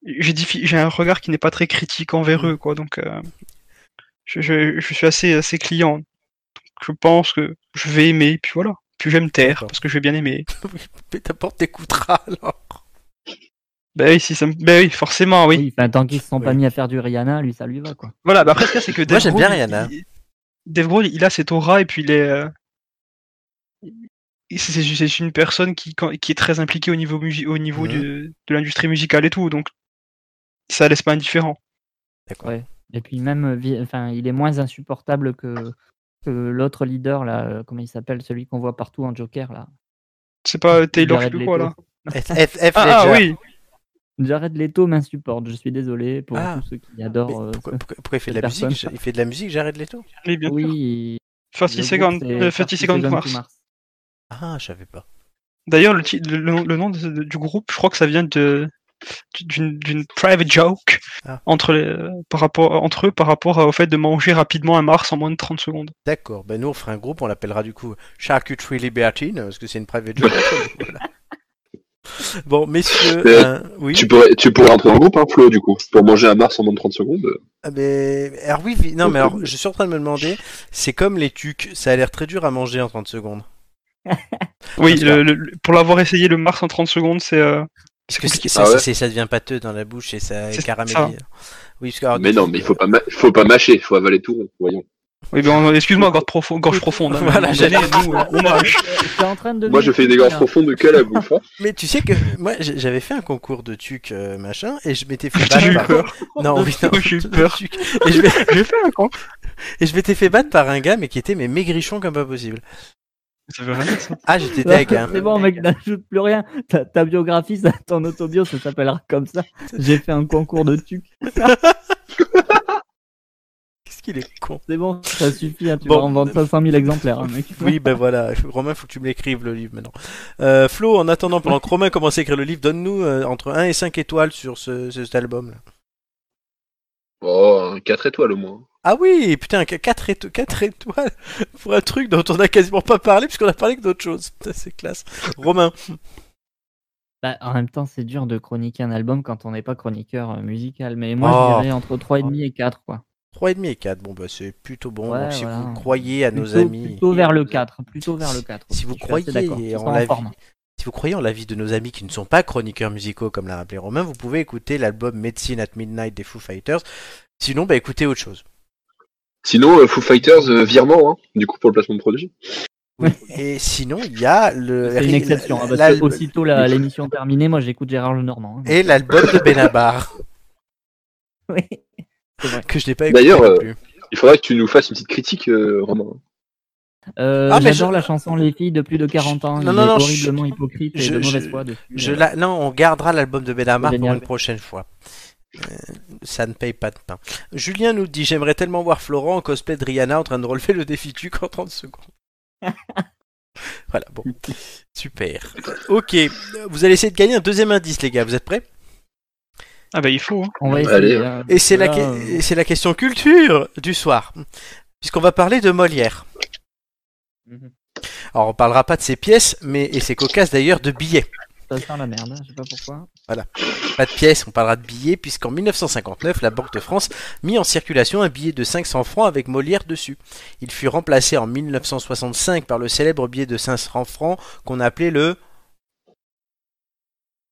Speaker 4: j'ai diffi- j'ai un regard qui n'est pas très critique
Speaker 1: Mm.
Speaker 4: envers eux, quoi. Donc, euh, je, je- je suis assez, assez client. Donc, je pense que je vais aimer, puis voilà. Puis je vais me taire,
Speaker 1: D'accord.
Speaker 4: parce que je vais bien aimer.
Speaker 1: Mais ta porte t'écoutera alors.
Speaker 4: Bah oui, si ça me- bah oui forcément, oui.
Speaker 2: Oui, enfin, tant qu'ils se sont pas
Speaker 1: Oui.
Speaker 2: mis à faire du Rihanna, lui, ça lui va quoi.
Speaker 4: Voilà, bah après, ce qu'il y a, c'est que Dave
Speaker 1: j'aime
Speaker 4: Grohl,
Speaker 1: bien Rihanna.
Speaker 4: il- Dave Grohl, il a cette aura, et puis il est. euh, il- C'est c'est une personne qui, quand- qui est très impliquée au niveau, musi- au niveau
Speaker 1: Mhm.
Speaker 4: de, de l'industrie musicale et tout, donc ça laisse pas indifférent.
Speaker 1: D'accord.
Speaker 2: Ouais. Et puis même, euh, vi- enfin, il est moins insupportable que, que l'autre leader là, euh, comment il s'appelle, celui qu'on voit partout en Joker là.
Speaker 4: C'est pas euh, Taylor, je sais
Speaker 2: Jared
Speaker 4: plus quoi là.
Speaker 2: Leto. <laughs>
Speaker 1: F, F, F
Speaker 4: Ah, ah,
Speaker 1: Ledger.
Speaker 4: oui,
Speaker 2: Jared Leto m'insupporte. Je suis désolé pour
Speaker 1: Ah.
Speaker 2: tous ceux qui
Speaker 1: Mais
Speaker 2: adorent. euh,
Speaker 1: pourquoi, pourquoi- pourquoi il fait de
Speaker 2: cette
Speaker 1: la musique
Speaker 2: personne.
Speaker 1: Il fait de la musique, j'arrête les taux.
Speaker 4: mais
Speaker 2: ce-
Speaker 4: bien sûr.
Speaker 2: Oui.
Speaker 4: 30
Speaker 2: le
Speaker 4: Second,
Speaker 2: groupe, c'est
Speaker 4: euh, 30 Second
Speaker 2: to
Speaker 4: Mars. <laughs>
Speaker 1: Ah, je savais pas.
Speaker 4: D'ailleurs, le, ti- le, nom- le nom de- de- du groupe, je crois que ça vient de d'une d'une private joke
Speaker 1: Ah.
Speaker 4: entre, les- euh, par rapport, entre eux par rapport au fait de manger rapidement un Mars en moins de 30 secondes.
Speaker 1: D'accord, ben nous on fera un groupe, on l'appellera du coup Charcuterie Libertine, parce que c'est une private
Speaker 4: <laughs>
Speaker 1: joke. Voilà. Bon, messieurs,
Speaker 3: Euh,
Speaker 1: euh, oui.
Speaker 3: tu, pourrais, tu pourrais entrer en groupe, hein, Flo, du coup, pour manger un Mars en moins de 30 secondes. euh,
Speaker 1: Ah, mais- Alors oui, vi- non mais alors je suis en train de me demander, c'est comme les tucs, ça a l'air très dur à manger en 30 secondes.
Speaker 4: Oui,
Speaker 1: J'espère.
Speaker 4: le- le- le- pour l'avoir essayé, le Mars en 30 secondes, c'est. euh,
Speaker 1: Parce que c'est-
Speaker 3: compliqué.
Speaker 1: ça,
Speaker 3: Ah ouais.
Speaker 1: c'est- ça devient pâteux dans la bouche et ça
Speaker 4: C'est
Speaker 1: caramélise. Oui, parce que, alors,
Speaker 3: Mais non, mais il faut pas, ma- faut pas mâcher, il faut avaler tout rond, voyons.
Speaker 4: Oui, ben, on- excuse-moi, gorge, profo- gorge
Speaker 2: <laughs>
Speaker 4: profonde. hein, mais à un
Speaker 1: Voilà,
Speaker 4: moment
Speaker 1: j'allais
Speaker 4: donné, nous, on mange.
Speaker 2: T'es en train de.
Speaker 3: Moi, je fais des gorges profondes de quelle à bouffe,
Speaker 2: <laughs>
Speaker 3: hein
Speaker 1: Mais tu sais que moi j- j'avais fait un concours de tuc euh, machin et je
Speaker 4: <laughs>
Speaker 1: m'étais
Speaker 2: Bah,
Speaker 1: fait
Speaker 4: J'ai eu
Speaker 1: battre. par-
Speaker 4: peur.
Speaker 1: Non, oui, non. <laughs>
Speaker 4: J'ai eu
Speaker 1: de
Speaker 4: peur.
Speaker 1: tuc. Et je m'ai-
Speaker 4: J'ai fait un con.
Speaker 1: et je m'étais fait battre par un gars mais qui était mais maigrichon comme pas possible.
Speaker 4: Ça veut rien dire, ça.
Speaker 1: Ah, j'étais
Speaker 2: <laughs>
Speaker 1: deg. hein.
Speaker 2: C'est bon, mec, n'ajoute plus rien. Ta, ta biographie, ça, ton autobio, ça s'appellera comme ça. J'ai fait un concours de tuc.
Speaker 1: Qu'est-ce qu'il est con.
Speaker 2: C'est bon, ça suffit. hein, tu
Speaker 1: Bon.
Speaker 2: vas en vendre 500 000 exemplaires, hein, mec.
Speaker 1: Oui, ben voilà. Romain, faut que tu me l'écrives le livre maintenant. Euh, Flo, en attendant, pendant que Romain commence à écrire le livre, donne-nous euh, entre 1 et 5 étoiles sur ce, ce- cet album. Là.
Speaker 3: Oh, 4 étoiles au moins.
Speaker 1: Ah oui, putain, 4, étoiles <laughs> pour un truc dont on a quasiment pas parlé puisqu'on a parlé que d'autres choses. <laughs> Putain, c'est classe. Romain,
Speaker 2: Bah, en même temps, c'est dur de chroniquer un album quand on n'est pas chroniqueur euh, musical. Mais moi,
Speaker 1: Oh.
Speaker 2: je dirais entre 3,5 et 4, quoi.
Speaker 1: 3,5 et 4. Bon, bah, c'est plutôt bon.
Speaker 2: Ouais,
Speaker 1: Donc, si
Speaker 2: voilà.
Speaker 1: vous croyez à nos
Speaker 2: Plutôt-
Speaker 1: amis,
Speaker 2: Plutôt vers le 4. Plutôt vers le 4.
Speaker 1: si vous
Speaker 2: je suis assez
Speaker 1: croyez
Speaker 2: d'accord,
Speaker 1: et
Speaker 2: qu'ils
Speaker 1: en
Speaker 2: sont en
Speaker 1: la
Speaker 2: forme.
Speaker 1: si vous croyez en l'avis de nos amis qui ne sont pas chroniqueurs musicaux, comme l'a rappelé Romain, vous pouvez écouter l'album Medicine at Midnight des Foo Fighters. Sinon, bah, écoutez autre chose.
Speaker 3: Sinon, euh, Foo Fighters, euh, virement, hein, du coup, pour le placement de produit.
Speaker 1: Oui, et sinon, il y a le.
Speaker 2: C'est une exception. hein, parce
Speaker 1: l'al-
Speaker 2: que aussitôt la- l'émission terminée, moi, j'écoute Gérard Lenormand. hein.
Speaker 1: Et l'album de Benabar,
Speaker 2: Oui.
Speaker 1: que je n'ai pas écouté.
Speaker 3: D'ailleurs,
Speaker 1: non
Speaker 3: euh,
Speaker 1: plus.
Speaker 3: Il faudrait que tu nous fasses une petite critique, euh, Romain.
Speaker 2: Euh,
Speaker 1: Ah, mais
Speaker 2: J'adore
Speaker 1: je-
Speaker 2: la chanson Les filles de plus de 40 ans.
Speaker 1: Non,
Speaker 2: il
Speaker 1: non,
Speaker 2: est
Speaker 1: non, je-
Speaker 2: horriblement hypocrite et
Speaker 1: je-
Speaker 2: de
Speaker 1: je-
Speaker 2: mauvaise foi dessus.
Speaker 1: Je
Speaker 2: Euh,
Speaker 1: la... Non, on gardera l'album de Benabar pour
Speaker 2: Génial.
Speaker 1: une prochaine fois. Euh, Ça ne paye pas de pain. Julien nous dit J'aimerais tellement voir Florent en cosplay de Rihanna en train de relever le défi Tuc en 30 secondes. voilà, bon. Super. Ok. Vous allez essayer de gagner un deuxième indice, les gars. Vous êtes prêts
Speaker 4: Ah bah il faut. hein.
Speaker 2: On va essayer.
Speaker 3: Allez,
Speaker 2: hein,
Speaker 1: Et c'est la,
Speaker 2: parce que là,
Speaker 1: que-
Speaker 2: euh,
Speaker 1: et c'est la question culture du soir. Puisqu'on va parler de Molière.
Speaker 2: mhm.
Speaker 1: Alors, on parlera pas de ses pièces, mais, et ses cocasses d'ailleurs, de billets.
Speaker 2: Ça sent la merde, hein, je sais pas pourquoi.
Speaker 1: Pas de pièces, on parlera de billets, puisqu'en 1959, la Banque de France mit en circulation un billet de 500 francs avec Molière dessus. Il fut remplacé en 1965 par le célèbre billet de 500 francs qu'on appelait le...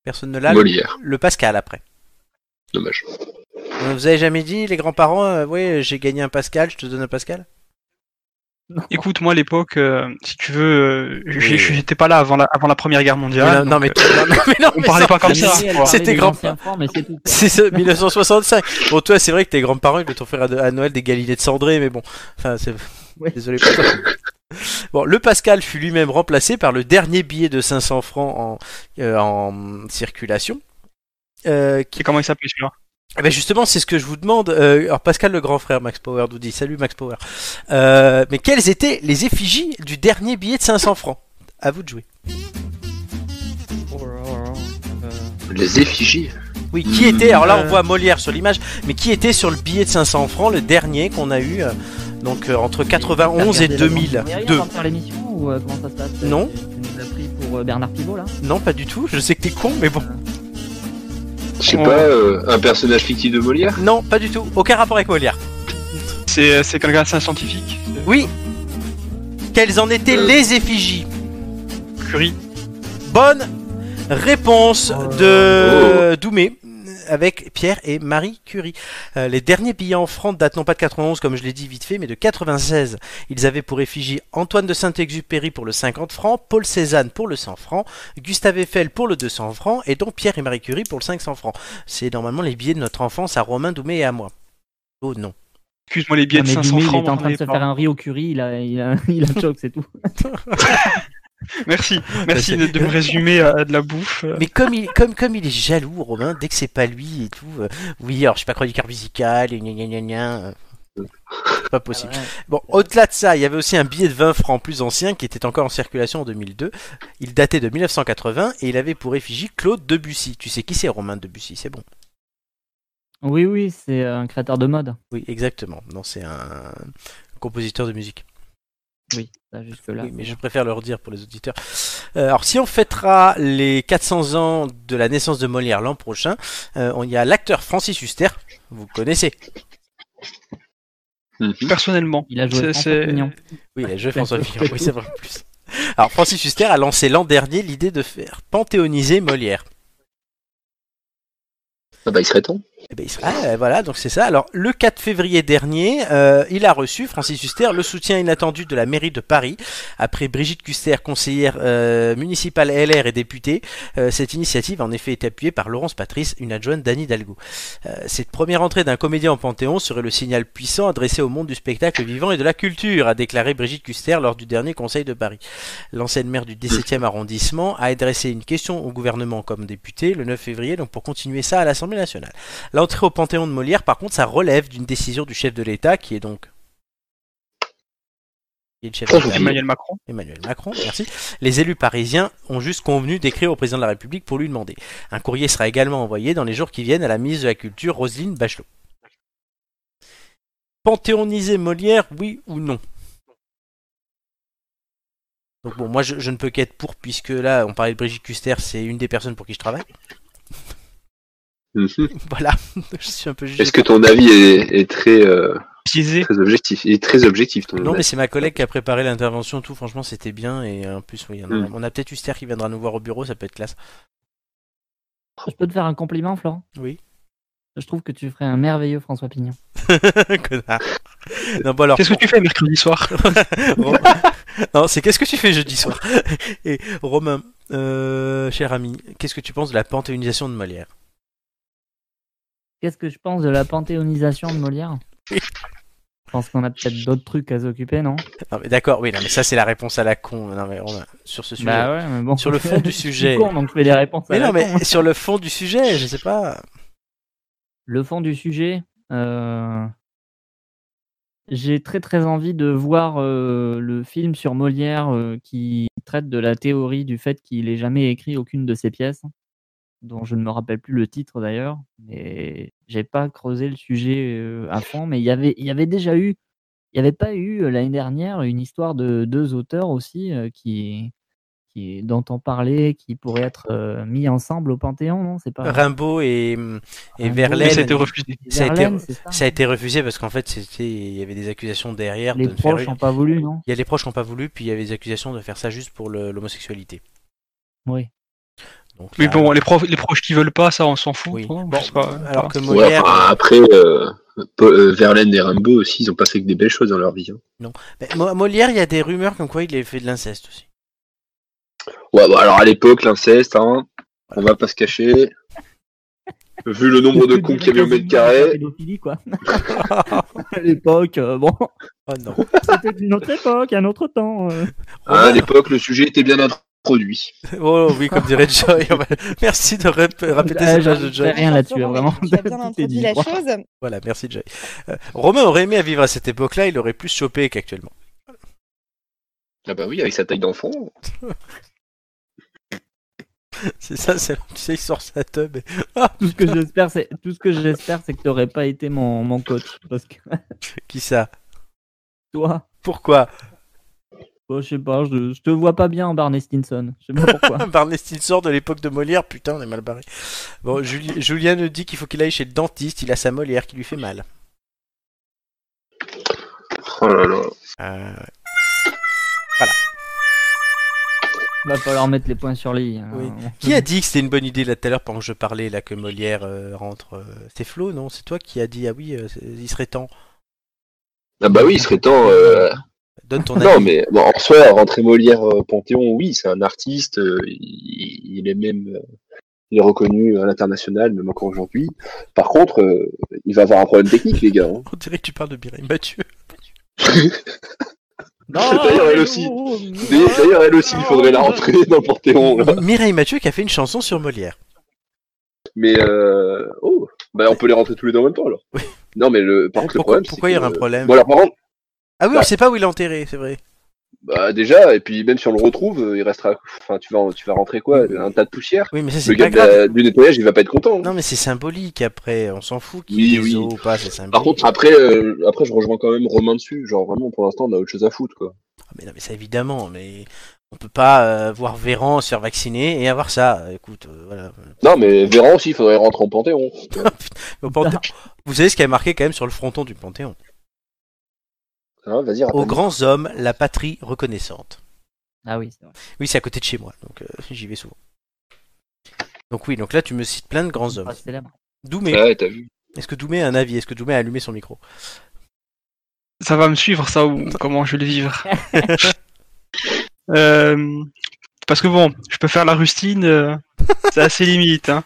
Speaker 1: Personne ne l'a le-
Speaker 3: Molière,
Speaker 1: Le Pascal après.
Speaker 3: dommage.
Speaker 1: Euh, Vous avez jamais dit, les grands-parents, euh, ouais, j'ai gagné un Pascal, je te donne un Pascal
Speaker 4: Écoute, moi à l'époque, euh, si tu veux, euh, j'ai-
Speaker 1: Oui.
Speaker 4: j'étais pas là avant la, avant la Première Guerre mondiale.
Speaker 1: Mais non, non,
Speaker 4: donc,
Speaker 1: mais,
Speaker 4: euh,
Speaker 1: non, mais- mais non,
Speaker 4: on
Speaker 1: mais
Speaker 4: parlait
Speaker 1: ça-
Speaker 4: pas comme ça.
Speaker 2: Amélie, elle
Speaker 4: quoi.
Speaker 1: C'était
Speaker 2: parlait des
Speaker 1: grand-
Speaker 2: anciens francs, mais c'est tout. quoi.
Speaker 1: C'est ça, 1965. Bon, toi, c'est vrai que tes grands-parents, ils t'ont fait à, à Noël des galilées de cendré, mais bon. Enfin, c'est.
Speaker 2: Ouais.
Speaker 1: Désolé pour toi. Bon, le Pascal fut lui-même remplacé par le dernier billet de 500 francs en, euh, en circulation. Euh, qui...
Speaker 4: Et comment il s'appelait celui-là
Speaker 1: Ah ben justement, c'est ce que je vous demande. Euh, alors Pascal le grand frère Max Power nous dit salut Max Power. Euh, mais quelles étaient les effigies du dernier billet de 500 francs À vous de jouer.
Speaker 2: Oh
Speaker 1: Euh.
Speaker 3: Les effigies.
Speaker 1: Oui, qui était Alors là, on voit Molière sur l'image, mais qui était sur le billet de 500 francs, le dernier qu'on a eu, euh, donc euh, entre 91 et
Speaker 2: Regardez la bande.
Speaker 1: 2000
Speaker 2: On est arrivé
Speaker 1: Deux.
Speaker 2: avant de faire l'émission ou euh, comment ça se passe
Speaker 1: Non.
Speaker 2: Tu tu nous as pris pour euh, Bernard Pivot là
Speaker 1: Non, pas du tout. Je sais que t'es con, mais bon.
Speaker 3: Je sais
Speaker 4: Ouais.
Speaker 3: pas, euh, un personnage fictif de Molière
Speaker 1: Non, pas du tout. Aucun rapport avec Molière.
Speaker 4: C'est euh, c'est quelqu'un, c'est un scientifique.
Speaker 1: Oui. Quelles en étaient
Speaker 3: Euh.
Speaker 1: les effigies
Speaker 4: Curie.
Speaker 1: Bonne réponse de Doumé avec Pierre et Marie Curie. Euh, les derniers billets en francs datent non pas de 91 comme je l'ai dit vite fait, mais de 96. Ils avaient pour effigie Antoine de Saint-Exupéry pour le 50 francs, Paul Cézanne pour le 100 francs, Gustave Eiffel pour le 200 francs et donc Pierre et Marie Curie pour le 500 francs. C'est normalement les billets de notre enfance à Romain Doumé et à moi. Oh non.
Speaker 4: Excuse-moi les billets
Speaker 2: Non,
Speaker 4: de
Speaker 2: mais
Speaker 4: 500
Speaker 2: Dumais,
Speaker 4: francs.
Speaker 2: Il est en
Speaker 4: on
Speaker 2: train de
Speaker 4: est
Speaker 2: se
Speaker 4: pas-
Speaker 2: faire un Rio Curie, il a, il a, <laughs> il a choc, c'est tout.
Speaker 4: Merci, merci de,
Speaker 2: <laughs>
Speaker 4: de me résumer à de la bouffe. euh,
Speaker 1: Mais comme il, comme, comme il est jaloux, Romain, dès que c'est pas lui et tout, euh, oui, alors je suis pas chroniqueur musical, et gna gna gna gna, euh, c'est pas possible. Bon, au-delà de ça, il y avait aussi un billet de 20 francs plus ancien qui était encore en circulation en 2002. Il datait de 1980 et il avait pour effigie Claude Debussy. Tu sais qui c'est Romain Debussy, c'est bon.
Speaker 2: Oui, oui, c'est euh, un créateur de mode.
Speaker 1: Oui, exactement. Non, c'est un compositeur de musique.
Speaker 2: Oui, ça jusque-là.
Speaker 1: Oui, mais je préfère le redire pour les auditeurs. Euh, alors, si on fêtera les 400 ans de la naissance de Molière l'an prochain, euh, on y a l'acteur Francis Huster. Vous connaissez.
Speaker 3: Mm-hmm.
Speaker 4: Personnellement,
Speaker 2: Il a joué
Speaker 4: C'est-
Speaker 2: François
Speaker 4: c'est-
Speaker 2: Pignon.
Speaker 1: Oui, il a joué François Fillon. Oui, c'est vrai. en Plus. Alors, Francis Huster a lancé l'an dernier l'idée de faire panthéoniser Molière.
Speaker 3: Ah bah il serait temps.
Speaker 1: Eh ben, il sera- ah, voilà, donc c'est ça. Alors, le 4 février dernier, euh, il a reçu, Francis Huster, le soutien inattendu de la mairie de Paris. Après Brigitte Custer, conseillère euh, municipale LR et députée, euh, cette initiative a en effet été appuyée par Laurence Patrice, une adjointe d'Anne Hidalgo. Euh, cette première entrée d'un comédien en Panthéon serait le signal puissant adressé au monde du spectacle vivant et de la culture, a déclaré Brigitte Custer lors du dernier Conseil de Paris. L'ancienne maire du 17e arrondissement a adressé une question au gouvernement comme députée le 9 février, donc pour continuer ça à l'Assemblée nationale. L'entrée au Panthéon de Molière, par contre, ça relève d'une décision du chef de l'État, qui est donc... qui est le chef de
Speaker 3: Ça, je
Speaker 1: l'État,
Speaker 3: vous
Speaker 4: Emmanuel Macron.
Speaker 1: Emmanuel Macron, merci. Les élus parisiens ont juste convenu d'écrire au président de la République pour lui demander. Un courrier sera également envoyé dans les jours qui viennent à la ministre de la Culture, Roselyne Bachelot. Panthéoniser Molière, oui ou non Donc bon, moi je, je ne peux qu'être pour, puisque là, on parlait de Brigitte Custer, c'est une des personnes pour qui je travaille. <laughs>
Speaker 3: Mhm.
Speaker 1: Voilà, <laughs> je suis un peu jugé.
Speaker 3: Est-ce que ton avis est, est très, euh,
Speaker 4: Biaisé.
Speaker 3: très objectif Il est très objectif ton
Speaker 1: Non, mais
Speaker 3: avis.
Speaker 1: c'est ma collègue qui a préparé l'intervention, tout. Franchement, c'était bien. Et en plus, oui, on a,
Speaker 3: Hmm.
Speaker 1: on a peut-être Huster qui viendra nous voir au bureau, ça peut être classe.
Speaker 2: Je peux te faire un compliment, Florent
Speaker 1: Oui.
Speaker 2: Je trouve que tu ferais un merveilleux François Pignon.
Speaker 1: <laughs> Connard. Non, bon alors.
Speaker 4: Qu'est-ce que tu fais
Speaker 1: <laughs>
Speaker 4: mercredi soir
Speaker 1: Ro- non, c'est qu'est-ce que tu fais jeudi soir <laughs> Et Romain, euh, cher ami, qu'est-ce que tu penses de la panthéonisation de Molière
Speaker 2: Qu'est-ce que je pense de la panthéonisation de Molière
Speaker 1: Oui.
Speaker 2: Je pense qu'on a peut-être d'autres trucs à s'occuper, non
Speaker 1: Non, mais d'accord, oui, non, mais ça c'est la réponse à la con. Non, mais Romain, sur ce sujet.
Speaker 2: Bah ouais, mais bon.
Speaker 1: Sur le
Speaker 2: <laughs>
Speaker 1: fond du
Speaker 2: Je suis
Speaker 1: sujet.
Speaker 2: con, donc je fais des réponses à
Speaker 1: mais
Speaker 2: la
Speaker 1: non, mais
Speaker 2: con.
Speaker 1: sur le fond du sujet, je sais pas.
Speaker 2: le fond du sujet, euh, j'ai très très envie de voir euh, le film sur Molière euh, qui traite de la théorie du fait qu'il n'ait jamais écrit aucune de ses pièces, dont je ne me rappelle plus le titre d'ailleurs, mais j'ai pas creusé le sujet euh, à fond, mais il y avait, il y avait déjà eu, il n'y avait pas eu euh, l'année dernière une histoire de deux auteurs aussi euh, qui, qui, dont on parlait, qui pourraient être euh, mis ensemble au Panthéon, non C'est pas
Speaker 1: Rimbaud et, et
Speaker 2: Ah. Rimbaud,
Speaker 1: Verlaine.
Speaker 4: Mais ça a été refusé.
Speaker 1: ça a été-
Speaker 2: Verlaine, c'est Ah, ça
Speaker 1: Ça a été refusé parce qu'en fait, c'était, il y avait des accusations derrière.
Speaker 2: Les
Speaker 1: de faire
Speaker 2: proches n'ont pas voulu, non
Speaker 1: Il y a les proches qui n'ont pas voulu, puis il y avait des accusations de faire ça juste pour le- l'homosexualité.
Speaker 2: Oui.
Speaker 1: Donc,
Speaker 4: Mais
Speaker 1: là-
Speaker 4: bon, les, profs, les proches qui veulent pas, ça, on s'en fout.
Speaker 1: Oui.
Speaker 4: quoi,
Speaker 1: Bon,
Speaker 4: je sais pas. hein.
Speaker 1: alors que
Speaker 3: Ouais,
Speaker 1: Molière,
Speaker 3: enfin, après, euh, Paul- euh, Verlaine et Rimbaud aussi, ils ont pas fait que des belles choses dans leur vie. hein.
Speaker 1: Mais Mo- Molière, il y a des rumeurs comme quoi il avait fait de l'inceste aussi.
Speaker 3: Ouais, bah, alors à l'époque, l'inceste, hein, on va pas se cacher. Vu le nombre de cons qu'il y avait au mètre carré,
Speaker 2: Pédophilie, quoi. <laughs> à l'époque, euh, bon, <laughs>
Speaker 1: Oh non.
Speaker 2: c'était une autre époque, un autre temps. euh.
Speaker 3: hein, à l'époque, le sujet était bien introduit.
Speaker 1: Oh oui, comme dirait Joy. merci de rép- répéter
Speaker 2: Ah,
Speaker 1: cette
Speaker 2: je-
Speaker 1: page de
Speaker 2: je-
Speaker 1: Joy.
Speaker 2: rien là-dessus,
Speaker 5: Florent,
Speaker 2: vraiment. <laughs>
Speaker 5: Tu as bien
Speaker 2: Tout est
Speaker 5: introduit
Speaker 2: dit,
Speaker 5: la
Speaker 2: quoi.
Speaker 5: chose.
Speaker 1: Voilà, merci Joy. Euh, Romain aurait aimé à vivre à cette époque-là, il aurait plus chopé qu'actuellement. <laughs>
Speaker 3: Ah bah oui, avec sa taille d'enfant.
Speaker 1: C'est ça, c'est tu sais, il sort sa teub. et- Ah,
Speaker 2: <laughs> Tout ce que j'espère, c'est tout ce que j'espère, c'est que t'aurais pas été mon, mon coach, parce que <laughs>
Speaker 1: qui ça
Speaker 2: toi,
Speaker 1: Pourquoi <laughs>
Speaker 2: bon, je sais pas, je, je te vois pas bien en Barney Stinson. Je sais pas pourquoi.
Speaker 1: Barney sort de l'époque de Molière, putain, on est mal barré. Bon, Juli- Julien nous dit qu'il faut qu'il aille chez le dentiste, il a sa Molière qui lui fait mal.
Speaker 3: Oh là là.
Speaker 1: Euh,
Speaker 2: <laughs> Va falloir mettre les points sur les i. hein.
Speaker 1: Oui. Qui a dit que c'était une bonne idée là tout à l'heure pendant que je parlais là que Molière euh, rentre euh, C'est Flo, non C'est toi qui a dit ah oui, euh, c'est- il serait temps.
Speaker 3: Ah bah oui, il serait temps. euh,
Speaker 1: Donne ton avis.
Speaker 3: Non, mais bon, en soi, rentrer Molière euh, Panthéon, oui, c'est un artiste. euh, il, il est même, euh, il est reconnu à l'international, même encore aujourd'hui. Par contre, euh, il va avoir un problème technique, les gars. hein.
Speaker 1: <laughs> <laughs> On dirait que tu parles de Mireille Mathieu. <laughs>
Speaker 2: Non,
Speaker 3: D'ailleurs, elle
Speaker 2: mais
Speaker 3: aussi.
Speaker 2: non,
Speaker 3: D'ailleurs, d'ailleurs, elle aussi, il faudrait la rentrer
Speaker 1: Ah,
Speaker 3: dans le Panthéon. là.
Speaker 1: Mireille Mathieu qui a fait une chanson sur Molière.
Speaker 3: Mais euh, oh, bah on peut les rentrer tous les deux en même temps alors.
Speaker 1: Oui.
Speaker 3: Non, mais le par contre,
Speaker 1: pourquoi
Speaker 3: le problème,
Speaker 1: pourquoi il
Speaker 3: c'est
Speaker 1: y aurait un
Speaker 3: que- euh,
Speaker 1: problème
Speaker 3: Bon alors par contre,
Speaker 1: Ah oui, on
Speaker 3: bah-
Speaker 1: sait pas où il est enterré, c'est vrai.
Speaker 3: bah, déjà, et puis même si on le retrouve, euh, il restera. Enfin, tu vas, tu vas rentrer quoi Un tas de poussière.
Speaker 1: Oui, mais ça
Speaker 3: Le
Speaker 1: c'est
Speaker 3: gars bah,
Speaker 1: pas
Speaker 3: de la-
Speaker 1: grave.
Speaker 3: du nettoyage, il va pas être content. hein.
Speaker 1: Non, mais c'est symbolique après, on s'en fout qu'il
Speaker 3: Oui,
Speaker 1: y ait des
Speaker 3: oui.
Speaker 1: os ou pas, c'est symbolique.
Speaker 3: Par contre, après, euh, après, je rejoins quand même Romain dessus. Genre, vraiment, pour l'instant, on a autre chose à foutre, quoi.
Speaker 1: Ah, mais non, mais ça évidemment, mais on peut pas euh, voir Véran se faire vacciner et avoir ça. Écoute, euh, voilà.
Speaker 3: Non, mais Véran aussi, il faudrait rentrer en Panthéon.
Speaker 1: Au Panthéon- Vous savez ce qui a marqué quand même sur le fronton du Panthéon
Speaker 3: Hein, Vas-y,
Speaker 1: Aux
Speaker 3: rappelle.
Speaker 1: grands hommes, la patrie reconnaissante.
Speaker 2: Ah oui, c'est vrai.
Speaker 1: Oui, c'est à côté de chez moi, donc euh, j'y vais souvent. Donc oui, donc là tu me cites plein de grands hommes.
Speaker 2: Ah, célèbre.
Speaker 1: Doumé,
Speaker 3: Ouais, t'as vu.
Speaker 1: est-ce que Doumé a un avis Est-ce que Doumé a allumé son micro
Speaker 4: Ça va me suivre, ça, ou comment je vais le vivre <laughs> Euh, Parce que bon, je peux faire la rustine, euh, c'est assez limite. Hein.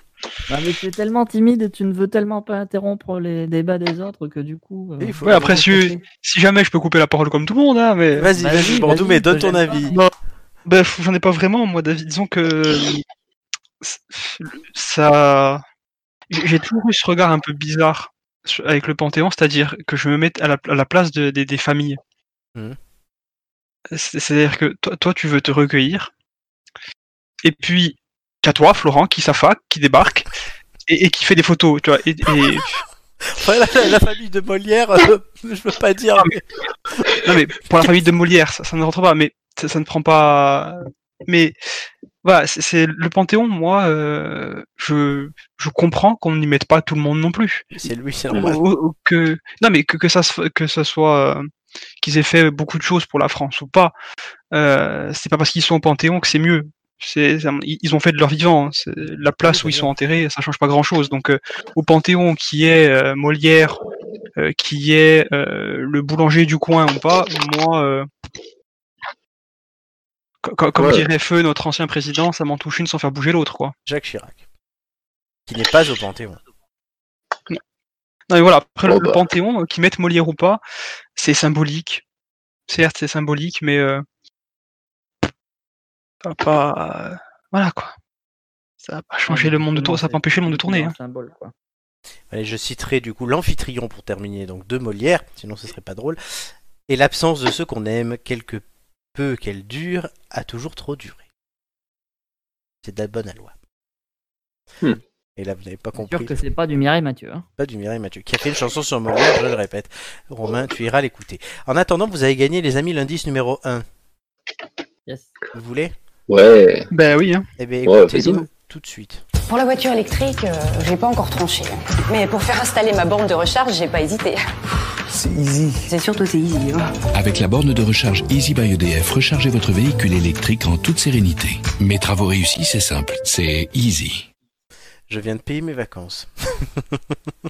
Speaker 2: Non, Ah, mais tu es tellement timide et tu ne veux tellement pas interrompre les débats des autres que du coup. euh,
Speaker 1: Il faut-
Speaker 4: Ouais, après, si,
Speaker 2: Vas-y,
Speaker 4: si jamais je peux couper la parole comme tout le monde, hein, mais.
Speaker 1: Vas-y, vas-y, bon,
Speaker 2: vas-y,
Speaker 1: Doumé,
Speaker 2: je
Speaker 1: donne
Speaker 2: te
Speaker 1: ton
Speaker 2: gêne
Speaker 1: avis.
Speaker 2: pas.
Speaker 4: Non, bah, f- j'en ai pas vraiment, moi, David. Disons que c'est- ça. J'ai j'ai toujours eu ce regard un peu bizarre sur- avec le Panthéon, c'est-à-dire que je me mets à la, à la place de- des- des familles.
Speaker 1: Mhm.
Speaker 4: C'est- C'est-à-dire que toi, toi, tu veux te recueillir, et puis t'as toi, Florent, qui s'affaque, qui débarque, et, et qui fait des photos, tu vois. Et, et-
Speaker 1: Enfin, la, la famille de Molière, euh, <laughs> je veux pas dire. mais-
Speaker 4: Non mais pour la famille de Molière, ça, ça ne rentre pas, mais ça, ça ne prend pas. Mais voilà, c'est- c'est le Panthéon. Moi, euh, je je comprends qu'on n'y mette pas tout le monde non plus.
Speaker 1: C'est lui, c'est
Speaker 4: Ou-
Speaker 1: normal.
Speaker 4: ou- ou que non mais que, que ça se fa- que ça soit euh, qu'ils aient fait beaucoup de choses pour la France ou pas. Euh, c'est pas parce qu'ils sont au Panthéon que c'est mieux. C'est c'est un- ils ils ont fait de leur vivant. hein. C'est- La place où ils sont enterrés, ça change pas grand chose. Donc euh, au Panthéon qui est euh, Molière, euh, qui est euh, le boulanger du coin ou pas, moi. euh, co- co- Comme
Speaker 3: Ouais.
Speaker 4: dirait Feu, notre ancien président, ça m'en touche une sans faire bouger l'autre, quoi.
Speaker 1: Jacques Chirac. Qui n'est pas au Panthéon.
Speaker 4: Non, mais voilà, après
Speaker 3: Bon,
Speaker 4: le
Speaker 3: bah.
Speaker 4: Panthéon, euh, qu'ils mettent Molière ou pas, c'est symbolique. Certes, c'est symbolique, mais. Euh, ça va pas. euh, voilà, quoi. Ça va pas changer le monde de tour, ça va pas empêcher le monde de tourner. hein.
Speaker 2: symbole, quoi.
Speaker 1: Allez, je citerai du coup l'Amphitryon pour terminer, donc de Molière, sinon ce serait pas drôle. Et l'absence de ceux qu'on aime, quelque peu qu'elle dure, a toujours trop duré. C'est de la bonne loi.
Speaker 3: Hmm.
Speaker 1: Et là, vous n'avez pas
Speaker 2: sûr
Speaker 1: compris.
Speaker 2: que c'est pas du Mireille Mathieu. hein.
Speaker 1: Pas du Mireille Mathieu, qui a fait une chanson sur Molière, je le répète. Romain, tu iras l'écouter. En attendant, vous avez gagné, les amis, l'indice numéro 1.
Speaker 2: Yes.
Speaker 1: Vous voulez
Speaker 3: Ouais.
Speaker 4: Ben oui, hein.
Speaker 1: Eh bien,
Speaker 3: Ouais,
Speaker 1: écoutez-le
Speaker 3: vas-y.
Speaker 1: tout de suite.
Speaker 6: Pour la voiture électrique, euh, j'ai pas encore tranché. Mais pour faire installer ma borne de recharge, j'ai pas hésité.
Speaker 7: C'est easy.
Speaker 6: C'est surtout c'est easy. hein.
Speaker 8: Avec la borne de recharge Easy by EDF, rechargez votre véhicule électrique en toute sérénité. Mes travaux réussis, c'est simple, c'est easy.
Speaker 1: Je viens de payer mes vacances.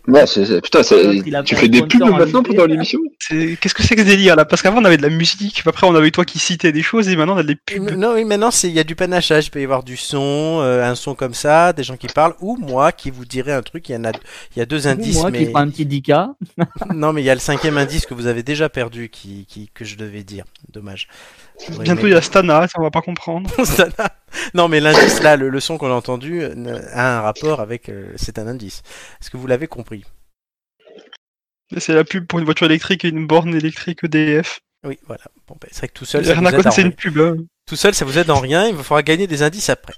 Speaker 3: Ouais, c'est- c'est- putain, ça-
Speaker 2: Il a
Speaker 3: tu
Speaker 2: pas
Speaker 3: fais
Speaker 2: de
Speaker 3: des pubs
Speaker 2: sponsor en
Speaker 3: maintenant
Speaker 2: invité.
Speaker 3: pendant l'émission
Speaker 4: C'est- Qu'est-ce que c'est que ce délire là Parce qu'avant on avait de la musique, après on avait toi qui citais des choses et maintenant on a des pubs.
Speaker 1: Non, oui, maintenant, c'est- il y a du panachage. Il peut y avoir du son, euh, un son comme ça, des gens qui parlent, ou moi qui vous dirai un truc. Il y en a, il y a deux indices,
Speaker 2: Moi
Speaker 1: mais
Speaker 2: qui prends un petit 10K.
Speaker 1: <laughs> non, mais il y a le cinquième indice que vous avez déjà perdu, qui, qui- que je devais dire. Dommage. J'aurais
Speaker 4: Bientôt
Speaker 1: aimé-
Speaker 4: il y a Stana, ça on va pas comprendre.
Speaker 1: Ça n'a- <laughs> non, mais l'indice là, le, le son qu'on a entendu euh, n'a- a un rapport avec. euh, c'est un indice. Est-ce que vous l'avez compris
Speaker 4: C'est la pub pour une voiture électrique et une borne électrique E EDF.
Speaker 1: Oui, voilà. Bon, ben, c'est vrai que tout seul, ça vous
Speaker 4: Rien à
Speaker 1: aide
Speaker 4: côté,
Speaker 1: en
Speaker 4: c'est
Speaker 1: rien.
Speaker 4: une pub. hein.
Speaker 1: Tout seul, ça vous aide en rien. Il vous faudra gagner des indices après.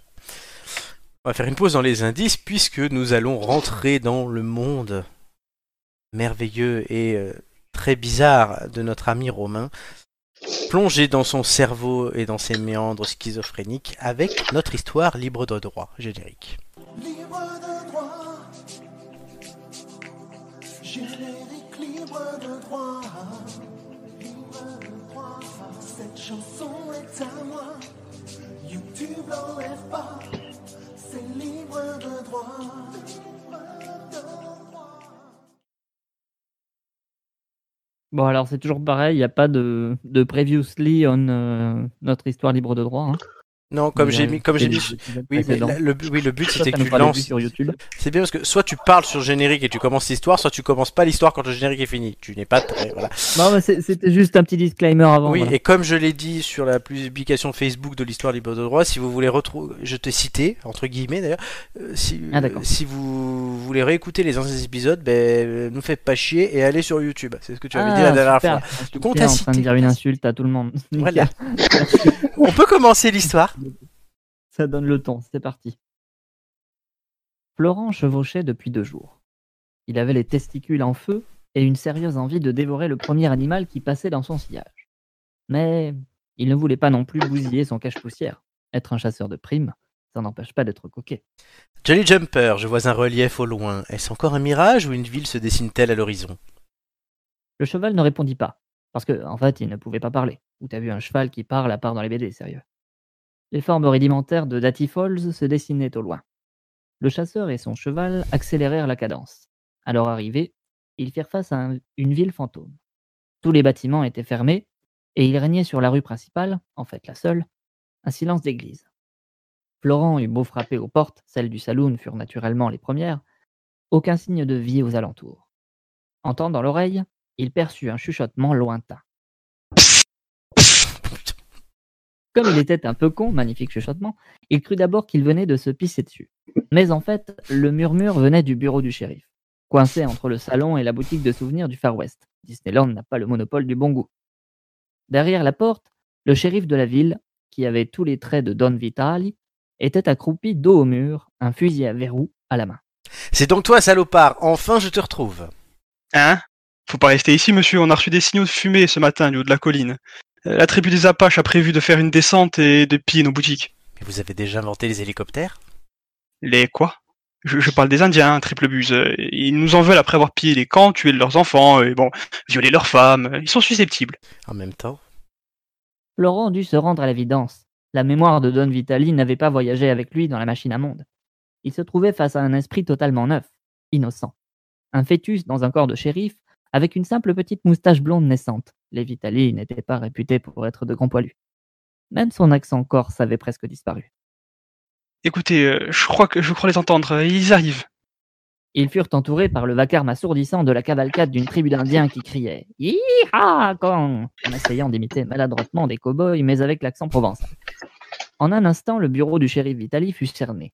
Speaker 1: On va faire une pause dans les indices puisque nous allons rentrer dans le monde merveilleux et euh, très bizarre de notre ami Romain, plonger dans son cerveau et dans ses méandres schizophréniques avec notre histoire libre de droit, générique.
Speaker 7: Libre de droit. Générique libre de droit. Libre de droit. Cette chanson est à moi. YouTube l'enlève pas. C'est libre de droit. Libre de droit.
Speaker 2: Bon, alors c'est toujours pareil, il n'y a pas de, de previously on euh, notre histoire libre de droit. hein.
Speaker 1: Non, comme j'ai
Speaker 2: Euh,
Speaker 1: mis, comme j'ai
Speaker 2: et
Speaker 1: mis.
Speaker 2: les épisodes
Speaker 1: Oui, mais
Speaker 2: précédents.
Speaker 1: la- le, bu- oui, le but
Speaker 2: Ça,
Speaker 1: c'était
Speaker 2: ça
Speaker 1: que
Speaker 2: nous
Speaker 1: tu
Speaker 2: fera des vues
Speaker 1: lances.
Speaker 2: sur YouTube.
Speaker 1: C'est bien parce que soit tu parles sur le générique et tu commences l'histoire, soit tu commences pas l'histoire quand le générique est fini. Tu n'es pas très. Voilà.
Speaker 2: Non, mais c'est- c'était juste un petit disclaimer avant.
Speaker 1: Oui,
Speaker 2: voilà.
Speaker 1: et comme je l'ai dit sur la publication Facebook de l'histoire libre de droit, si vous voulez retrouver, je t'ai cité, entre guillemets d'ailleurs, euh, si,
Speaker 2: Ah, d'accord.
Speaker 1: si vous voulez réécouter les anciens épisodes, ben, euh, nous faites pas chier et allez sur YouTube. C'est ce que tu avais dit la
Speaker 2: Ah,
Speaker 1: dernière
Speaker 2: super.
Speaker 1: fois.
Speaker 2: Je
Speaker 1: compte
Speaker 2: suis
Speaker 1: à
Speaker 2: en train de
Speaker 1: citer.
Speaker 2: dire une insulte à tout le monde. Nickel. <laughs>
Speaker 1: Voilà. On peut commencer l'histoire.
Speaker 2: Ça donne le temps, c'est parti. Florent chevauchait depuis deux jours. Il avait les testicules en feu et une sérieuse envie de dévorer le premier animal qui passait dans son sillage. Mais il ne voulait pas non plus bousiller son cache-poussière. Être un chasseur de primes, ça n'empêche pas d'être coquet.
Speaker 1: Jolly Jumper, je vois un relief au loin. Est-ce encore un mirage ou une ville se dessine-t-elle à l'horizon
Speaker 2: Le cheval ne répondit pas, parce que, en fait, il ne pouvait pas parler. Où t'as vu un cheval qui parle à part dans les BD, sérieux Les formes rudimentaires de Datty Falls se dessinaient au loin. Le chasseur et son cheval accélérèrent la cadence. À leur arrivée, ils firent face à un- une ville fantôme. Tous les bâtiments étaient fermés, et il régnait sur la rue principale, en fait la seule, un silence d'église. Florent eut beau frapper aux portes, celles du saloon furent naturellement les premières, aucun signe de vie aux alentours. En tendant l'oreille, il perçut un chuchotement lointain. Comme il était un peu con, magnifique chuchotement, il crut d'abord qu'il venait de se pisser dessus. Mais en fait, le murmure venait du bureau du shérif, coincé entre le salon et la boutique de souvenirs du Far West. Disneyland n'a pas le monopole du bon goût. Derrière la porte, le shérif de la ville, qui avait tous les traits de Don Vitali, était accroupi dos au mur, un fusil à verrou à la main.
Speaker 1: C'est donc toi, salopard. Enfin, je te retrouve.
Speaker 4: Hein Faut pas rester ici, monsieur, on a reçu des signaux de fumée ce matin du haut de la colline. Euh, La tribu des Apaches a prévu de faire une descente et de piller nos boutiques.
Speaker 1: Mais vous avez déjà inventé les hélicoptères
Speaker 4: Les quoi je, je parle des Indiens, hein, triple buse. Euh, Ils nous en veulent après avoir pillé les camps, tué leurs enfants, et bon, violé leurs femmes. Ils sont susceptibles.
Speaker 1: En même temps.
Speaker 2: Laurent dut se rendre à l'évidence. La mémoire de Don Vitali n'avait pas voyagé avec lui dans la machine à monde. Il se trouvait face à un esprit totalement neuf, innocent. Un fœtus dans un corps de shérif, avec une simple petite moustache blonde naissante. Les Vitali n'étaient pas réputés pour être de grands poilus. Même son accent corse avait presque disparu.
Speaker 4: Écoutez, euh, je crois que je crois les entendre. euh, Ils arrivent.
Speaker 2: Ils furent entourés par le vacarme assourdissant de la cavalcade d'une tribu d'Indiens qui criait « Yeehaw Kong !» en essayant d'imiter maladroitement des cow-boys, mais avec l'accent provençal. En un instant, le bureau du shérif Vitali fut cerné.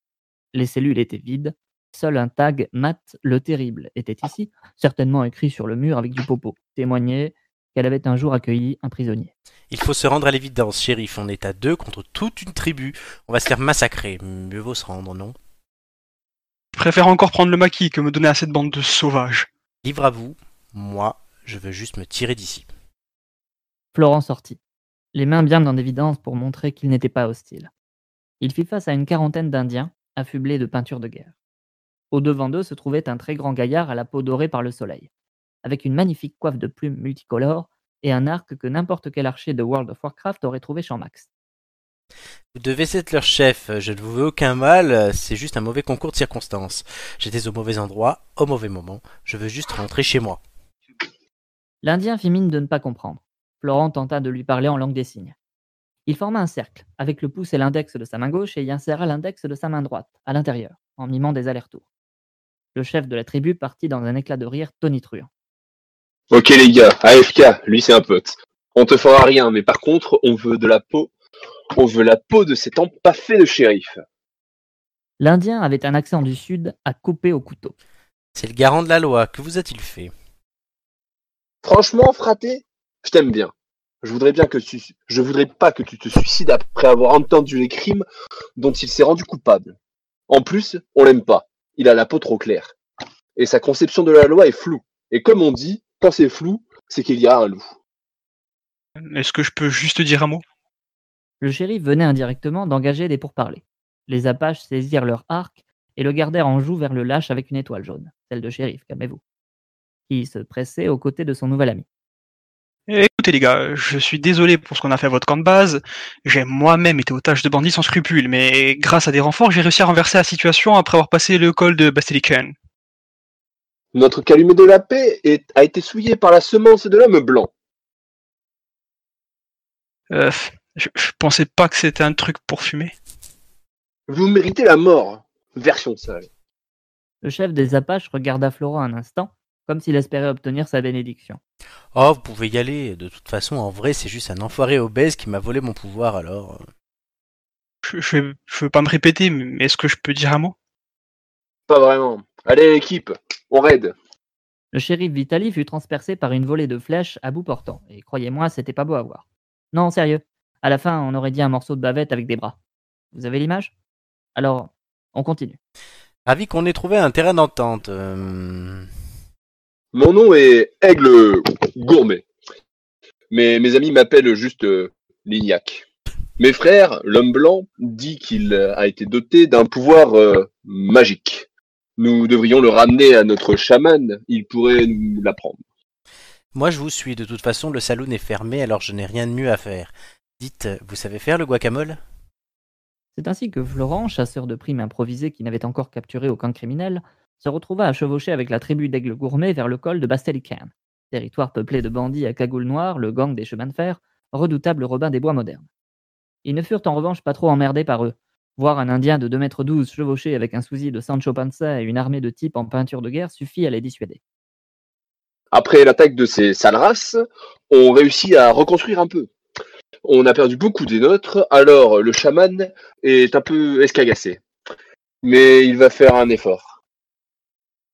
Speaker 2: Les cellules étaient vides, Seul un tag Matt le Terrible était ici, certainement écrit sur le mur avec du popo. Témoignait qu'elle avait un jour accueilli un prisonnier.
Speaker 1: Il faut se rendre à l'évidence, shérif. On est à deux contre toute une tribu. On va se faire massacrer. Mieux vaut se rendre, non
Speaker 4: Je préfère encore prendre le maquis que me donner à cette bande de sauvages.
Speaker 1: Livre à vous. Moi, je veux juste me tirer d'ici.
Speaker 2: Florent sortit, les mains bien en évidence pour montrer qu'il n'était pas hostile. Il fit face à une quarantaine d'Indiens, affublés de peintures de guerre. Au-devant d'eux se trouvait un très grand gaillard à la peau dorée par le soleil, avec une magnifique coiffe de plumes multicolores et un arc que n'importe quel archer de World of Warcraft aurait trouvé champ max.
Speaker 1: Vous devez être leur chef. Je ne vous veux aucun mal. C'est juste un mauvais concours de circonstances. J'étais au mauvais endroit, au mauvais moment. Je veux juste rentrer chez moi.
Speaker 2: L'Indien fit mine de ne pas comprendre. Florent tenta de lui parler en langue des signes. Il forma un cercle, avec le pouce et l'index de sa main gauche, et y inséra l'index de sa main droite, à l'intérieur, en mimant des allers-retours. Le chef de la tribu partit dans un éclat de rire tonitruant.
Speaker 3: Ok les gars, AFK, lui c'est un pote. On te fera rien, mais par contre, on veut de la peau. On veut la peau de cet empaffé de shérif.
Speaker 2: L'Indien avait un accent du sud à couper au couteau.
Speaker 1: C'est le garant de la loi. Que vous a-t-il fait
Speaker 3: Franchement, fraté, je t'aime bien. Je voudrais bien que tu, je voudrais pas que tu te suicides après avoir entendu les crimes dont il s'est rendu coupable. En plus, on l'aime pas. Il a la peau trop claire. Et sa conception de la loi est floue. Et comme on dit, quand c'est flou, c'est qu'il y a un loup.
Speaker 4: Euh, Est-ce que je peux juste dire un mot
Speaker 2: Le shérif venait indirectement d'engager des pourparlers. Les Apaches saisirent leur arc et le gardèrent en joue vers le lâche avec une étoile jaune, celle de shérif, calmez-vous, qui se pressait aux côtés de son nouvel ami.
Speaker 4: Écoutez les gars, je suis désolé pour ce qu'on a fait à votre camp de base. J'ai moi-même été otage de bandits sans scrupules, mais grâce à des renforts, j'ai réussi à renverser la situation après avoir passé le col de Bastilican.
Speaker 3: Notre calumet de la paix est- a été souillé par la semence de l'homme blanc.
Speaker 4: Euh, je, je pensais pas que c'était un truc pour fumer.
Speaker 3: Vous méritez la mort. Version sale.
Speaker 2: Le chef des Apaches regarda Florent un instant, comme s'il espérait obtenir sa bénédiction.
Speaker 1: Oh, vous pouvez y aller. De toute façon, en vrai, c'est juste un enfoiré obèse qui m'a volé mon pouvoir. Alors, euh,
Speaker 4: Je, je, je veux pas me répéter, mais est-ce que je peux dire un mot
Speaker 3: Pas vraiment. Allez l'équipe, on raid.
Speaker 2: Le shérif Vitali fut transpercé par une volée de flèches à bout portant, et croyez-moi, c'était pas beau à voir. Non, sérieux, à la fin, on aurait dit un morceau de bavette avec des bras. Vous avez l'image Alors, on continue.
Speaker 1: ravi qu'on ait trouvé un terrain d'entente. Euh,
Speaker 3: Mon nom est Aigle Gourmet. Mais mes amis m'appellent juste euh, Lignac. Mes frères, l'homme blanc, dit qu'il euh, a été doté d'un pouvoir euh, magique. Nous devrions le ramener à notre chaman, il pourrait nous l'apprendre.
Speaker 1: Moi, je vous suis. De toute façon, le saloon est fermé, alors je n'ai rien de mieux à faire. Dites, vous savez faire le guacamole
Speaker 2: C'est ainsi que Florent, chasseur de primes improvisé qui n'avait encore capturé aucun criminel, se retrouva à chevaucher avec la tribu d'aigles gourmets vers le col de Bastelican, territoire peuplé de bandits à cagoule noire, le gang des chemins de fer, redoutable Robin des Bois modernes. Ils ne furent en revanche pas trop emmerdés par eux. Voir un Indien de 2,12 m chevaucher avec un souci de Sancho Panza et une armée de types en peinture de guerre suffit à les dissuader.
Speaker 3: Après l'attaque de ces sales races, on réussit à reconstruire un peu. On a perdu beaucoup des nôtres, alors le chaman est un peu escagassé. Mais il va faire un effort.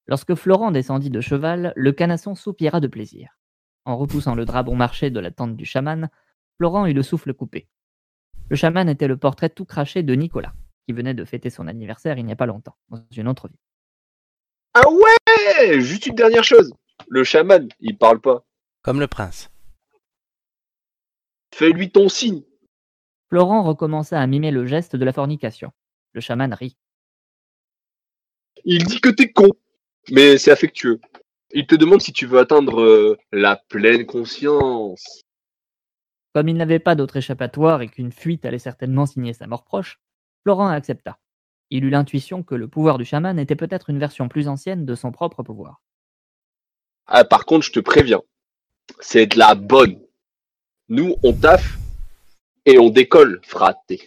Speaker 2: Lorsque Florent descendit de cheval, le canasson soupira de plaisir. En repoussant le drap bon marché de la tente du chaman, Florent eut le souffle coupé. Le chaman était le portrait tout craché de Nicolas, qui venait de fêter son anniversaire il n'y a pas longtemps, dans une autre vie.
Speaker 3: Ah ouais Juste une dernière chose. Le chaman, il parle pas.
Speaker 1: Comme le prince.
Speaker 3: Fais-lui ton signe.
Speaker 2: Florent recommença à mimer le geste de la fornication. Le chaman rit.
Speaker 3: Il dit que t'es con. Mais c'est affectueux. Il te demande si tu veux atteindre euh, la pleine conscience.
Speaker 2: Comme il n'avait pas d'autre échappatoire et qu'une fuite allait certainement signer sa mort proche, Florent accepta. Il eut l'intuition que le pouvoir du chaman était peut-être une version plus ancienne de son propre pouvoir.
Speaker 3: Ah, par contre, je te préviens. C'est de la bonne. Nous, on taffe et on décolle, fraté.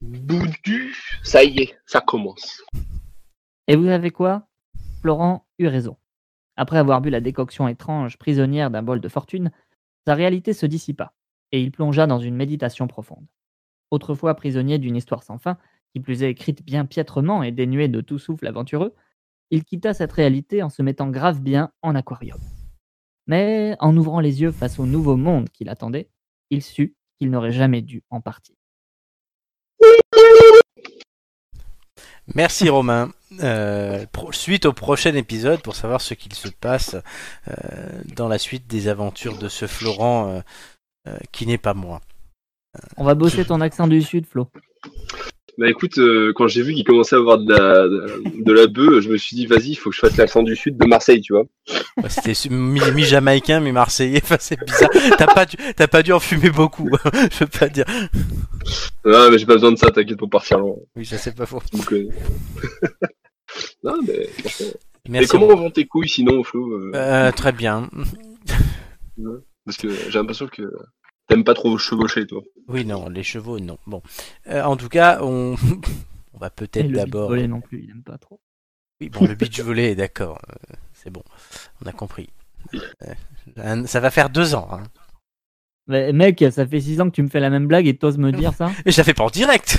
Speaker 3: Boudu, ça y est, ça commence.
Speaker 2: Et vous savez quoi Florent eut raison. Après avoir bu la décoction étrange prisonnière d'un bol de fortune, sa réalité se dissipa, et il plongea dans une méditation profonde. Autrefois prisonnier d'une histoire sans fin, qui plus est écrite bien piètrement et dénuée de tout souffle aventureux, il quitta cette réalité en se mettant grave bien en aquarium. Mais en ouvrant les yeux face au nouveau monde qui l'attendait, il sut qu'il n'aurait jamais dû en partir.
Speaker 1: <laughs> Merci Romain. Euh, pro- suite au prochain épisode pour savoir ce qu'il se passe euh, dans la suite des aventures de ce Florent euh, euh, qui n'est pas moi.
Speaker 2: On va bosser ton accent du sud, Flo.
Speaker 3: Bah écoute, euh, quand j'ai vu qu'il commençait à avoir de la, de la bœuf, je me suis dit, vas-y, il faut que je fasse l'accent du sud de Marseille, tu vois.
Speaker 1: Ouais, C'était su- mi- mi-jamaïcain, mi-marseillais. <laughs> Enfin, c'est bizarre. T'as pas, dû- t'as pas dû en fumer beaucoup. <laughs> Je peux pas dire.
Speaker 3: Ah, mais j'ai pas besoin de ça, t'inquiète pour partir loin.
Speaker 1: Oui, je sais pas faux.
Speaker 3: tu me
Speaker 1: <laughs>
Speaker 3: connais. non, mais. franchement. Mais
Speaker 1: Merci.
Speaker 3: comment
Speaker 1: Romain.
Speaker 3: vont tes couilles sinon, Flo euh,
Speaker 1: Euh, très bien.
Speaker 3: Parce que j'ai l'impression que t'aimes pas trop chevaucher, toi.
Speaker 1: Oui, non, les chevaux, non. Bon. Euh, en tout cas, on, <laughs> on va
Speaker 2: Et
Speaker 1: peut-être
Speaker 2: le
Speaker 1: d'abord.
Speaker 2: pistolet non plus, il aime pas trop.
Speaker 1: Oui, bon, le beach volley, d'accord. euh, C'est bon. On a compris. Euh, un- Ça va faire deux ans. Hein.
Speaker 2: Mais Bah, mec, ça fait 6 ans que tu me fais la même blague et t'oses me dire ça
Speaker 1: Et je la fais pas en direct.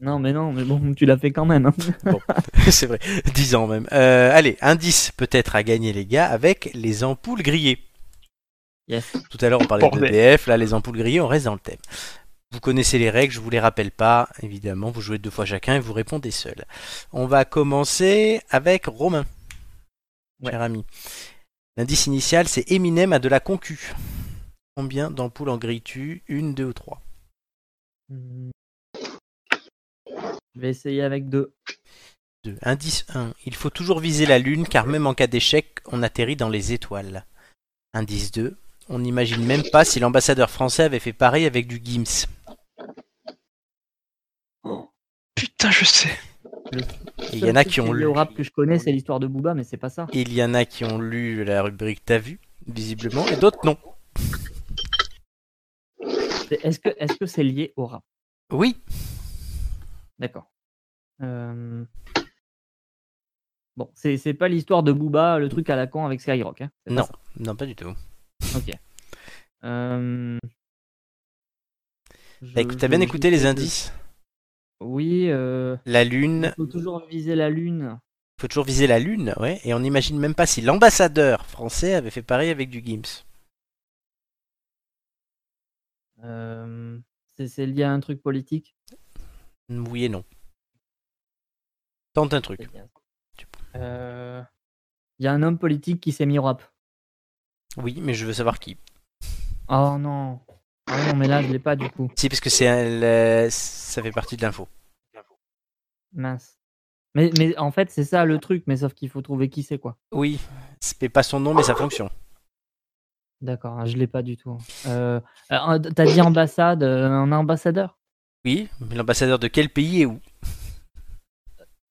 Speaker 2: Non, mais non, mais bon, tu l'as fait quand même. hein.
Speaker 1: <laughs> C'est vrai, 10 ans même. Euh, allez, indice peut-être à gagner les gars avec les ampoules grillées.
Speaker 2: Yes.
Speaker 1: Tout à l'heure on parlait de
Speaker 4: Bordel.
Speaker 1: EDF, là les ampoules grillées, on reste dans le thème. Vous connaissez les règles, je vous les rappelle pas, évidemment, vous jouez deux fois chacun et vous répondez seul. On va commencer avec Romain,
Speaker 2: Ouais.
Speaker 1: cher ami. L'indice initial c'est Eminem à de la concu. Combien d'ampoules en grilles-tu Une, deux ou trois
Speaker 2: Hmm. <laughs> Je vais essayer avec deux.
Speaker 1: Deux. Indice 1. Il faut toujours viser la Lune car même en cas d'échec, on atterrit dans les étoiles. Indice 2. On n'imagine même pas si l'ambassadeur français avait fait pareil avec du Gims.
Speaker 4: Putain, je sais.
Speaker 1: Et il
Speaker 2: seul
Speaker 1: y en a
Speaker 2: truc
Speaker 1: qui ont
Speaker 2: lié
Speaker 1: lu.
Speaker 2: au rap que je connais, c'est l'histoire de Booba, mais c'est pas ça.
Speaker 1: Il y en a qui ont lu la rubrique T'as vu, visiblement, et d'autres non.
Speaker 2: C'est- Est-ce que est-ce que c'est lié au rap
Speaker 1: Oui.
Speaker 2: D'accord. Euh, Bon, c'est c'est pas l'histoire de Booba, le truc à la con avec Skyrock. hein. C'est pas
Speaker 1: Non.
Speaker 2: ça.
Speaker 1: Non, pas du tout.
Speaker 2: Euh, je-
Speaker 1: T'as écou- Bah, T'as
Speaker 2: je-
Speaker 1: bien
Speaker 2: je-
Speaker 1: écouté les indices
Speaker 2: Oui. euh,
Speaker 1: La
Speaker 2: Il
Speaker 1: Lune.
Speaker 2: faut toujours viser la lune.
Speaker 1: Il faut toujours viser la Lune, ouais. Et on n'imagine même pas si l'ambassadeur français avait fait pareil avec du Gims.
Speaker 2: Euh, C'est c'est lié à un truc politique.
Speaker 1: Oui et non. Tente un truc.
Speaker 2: C'est bien. Euh, Il y a un homme politique qui s'est mis au rap.
Speaker 1: Oui, mais je veux savoir qui.
Speaker 2: Oh non. Ah non, mais là, je l'ai pas du coup.
Speaker 1: Si, parce que c'est un- le- ça fait partie de l'info.
Speaker 2: Mince. Mais, mais en fait, c'est ça le truc, mais sauf qu'il faut trouver qui c'est quoi.
Speaker 1: Oui, c'est pas son nom, mais sa fonction.
Speaker 2: D'accord, hein, je l'ai pas du tout. Euh, euh, T'as dit ambassade, euh, un ambassadeur
Speaker 1: Oui, mais l'ambassadeur de quel pays et où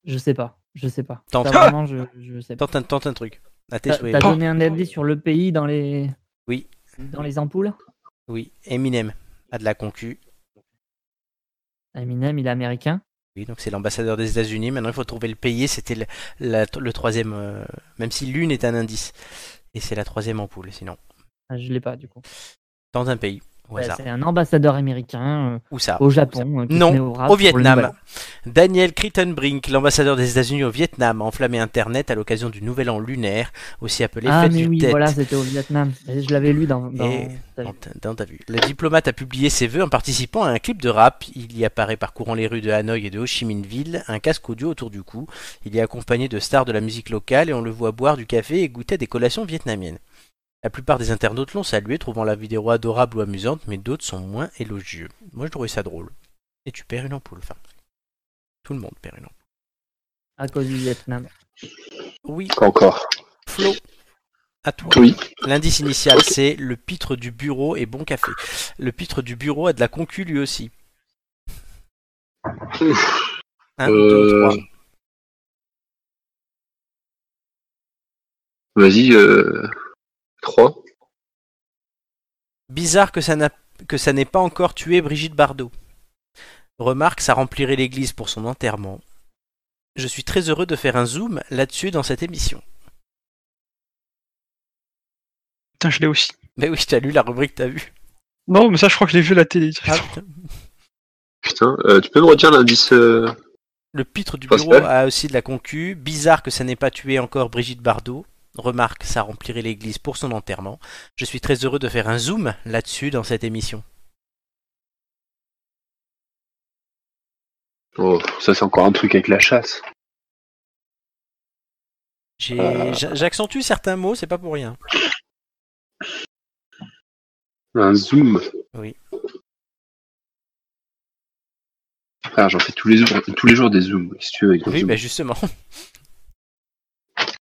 Speaker 2: Je sais pas, je sais pas.
Speaker 1: Tente.
Speaker 2: Ça, vraiment, je, je sais pas.
Speaker 1: tente un, tente un truc. À tes
Speaker 2: T'as
Speaker 1: souhaits.
Speaker 2: t'as donné un avis sur le pays dans les.
Speaker 1: Oui.
Speaker 2: Dans les ampoules
Speaker 1: Oui, Eminem a de la concu.
Speaker 2: Eminem, il est américain.
Speaker 1: Oui, donc c'est l'ambassadeur des États-Unis. Maintenant, il faut trouver le pays. et C'était le, la- le troisième, euh, même si l'une est un indice. Et c'est la troisième ampoule, sinon.
Speaker 2: Ah, je l'ai pas du coup.
Speaker 1: Tente un pays, au
Speaker 2: Ouais,
Speaker 1: hasard.
Speaker 2: c'est un ambassadeur américain euh,
Speaker 1: Ou ça.
Speaker 2: au Japon. euh, qui se
Speaker 1: Non,
Speaker 2: met au, rap
Speaker 1: Au
Speaker 2: pour le Nouvel
Speaker 1: Vietnam,
Speaker 2: An.
Speaker 1: Daniel Crittenbrink, l'ambassadeur des États-Unis au Vietnam, a enflammé Internet à l'occasion du Nouvel An lunaire, aussi appelé
Speaker 2: Ah,
Speaker 1: Fête
Speaker 2: mais
Speaker 1: du
Speaker 2: oui,
Speaker 1: Tête.
Speaker 2: voilà, c'était au Vietnam. Et Je l'avais lu dans. dans-
Speaker 1: Et- Dans ta- dans ta vue. Le diplomate a publié ses vœux en participant à un clip de rap. Il y apparaît parcourant les rues de Hanoï et de Ho Chi Minh Ville, un casque audio autour du cou. Il est accompagné de stars de la musique locale et on le voit boire du café et goûter à des collations vietnamiennes. La plupart des internautes l'ont salué, trouvant la vidéo adorable ou amusante, mais d'autres sont moins élogieux. Moi, je trouvais ça drôle. Et tu perds une ampoule, enfin. Tout le monde perd une ampoule.
Speaker 2: à cause du Vietnam. <laughs>
Speaker 1: Oui,
Speaker 3: Encore.
Speaker 1: Flo, à toi.
Speaker 3: Oui.
Speaker 1: L'indice initial, c'est le pitre du bureau et bon café. Le pitre du bureau a de la concu lui aussi. Un, deux,
Speaker 3: Euh,
Speaker 1: trois.
Speaker 3: Vas-y, euh... 3.
Speaker 1: Bizarre que ça n'a- que ça n'ait pas encore tué Brigitte Bardot. Remarque, ça remplirait l'église pour son enterrement. Je suis très heureux de faire un zoom là-dessus dans cette émission.
Speaker 4: Putain, je l'ai aussi.
Speaker 1: Ben Mais oui, t'as lu la rubrique, t'as vu. Ah,
Speaker 4: Non, mais ça, je crois que je l'ai vu à la télé. directement.
Speaker 1: putain.
Speaker 3: Putain, euh, tu peux me redire l'indice euh,
Speaker 1: Le pitre du
Speaker 3: Principal.
Speaker 1: bureau a aussi de la concu. Bizarre que ça n'ait pas tué encore Brigitte Bardot. Remarque, ça remplirait l'église pour son enterrement. Je suis très heureux de faire un zoom là-dessus dans cette émission.
Speaker 3: Oh, ça c'est encore un truc avec la chasse.
Speaker 1: J'ai-
Speaker 3: Euh.
Speaker 1: j'a- J'accentue certains mots, c'est pas pour rien.
Speaker 3: Un zoom.
Speaker 1: Oui.
Speaker 3: Ah, j'en fais tous les jours, tous les jours des zooms, si tu veux. avec un
Speaker 1: Oui,
Speaker 3: zoom.
Speaker 1: bah justement. <laughs>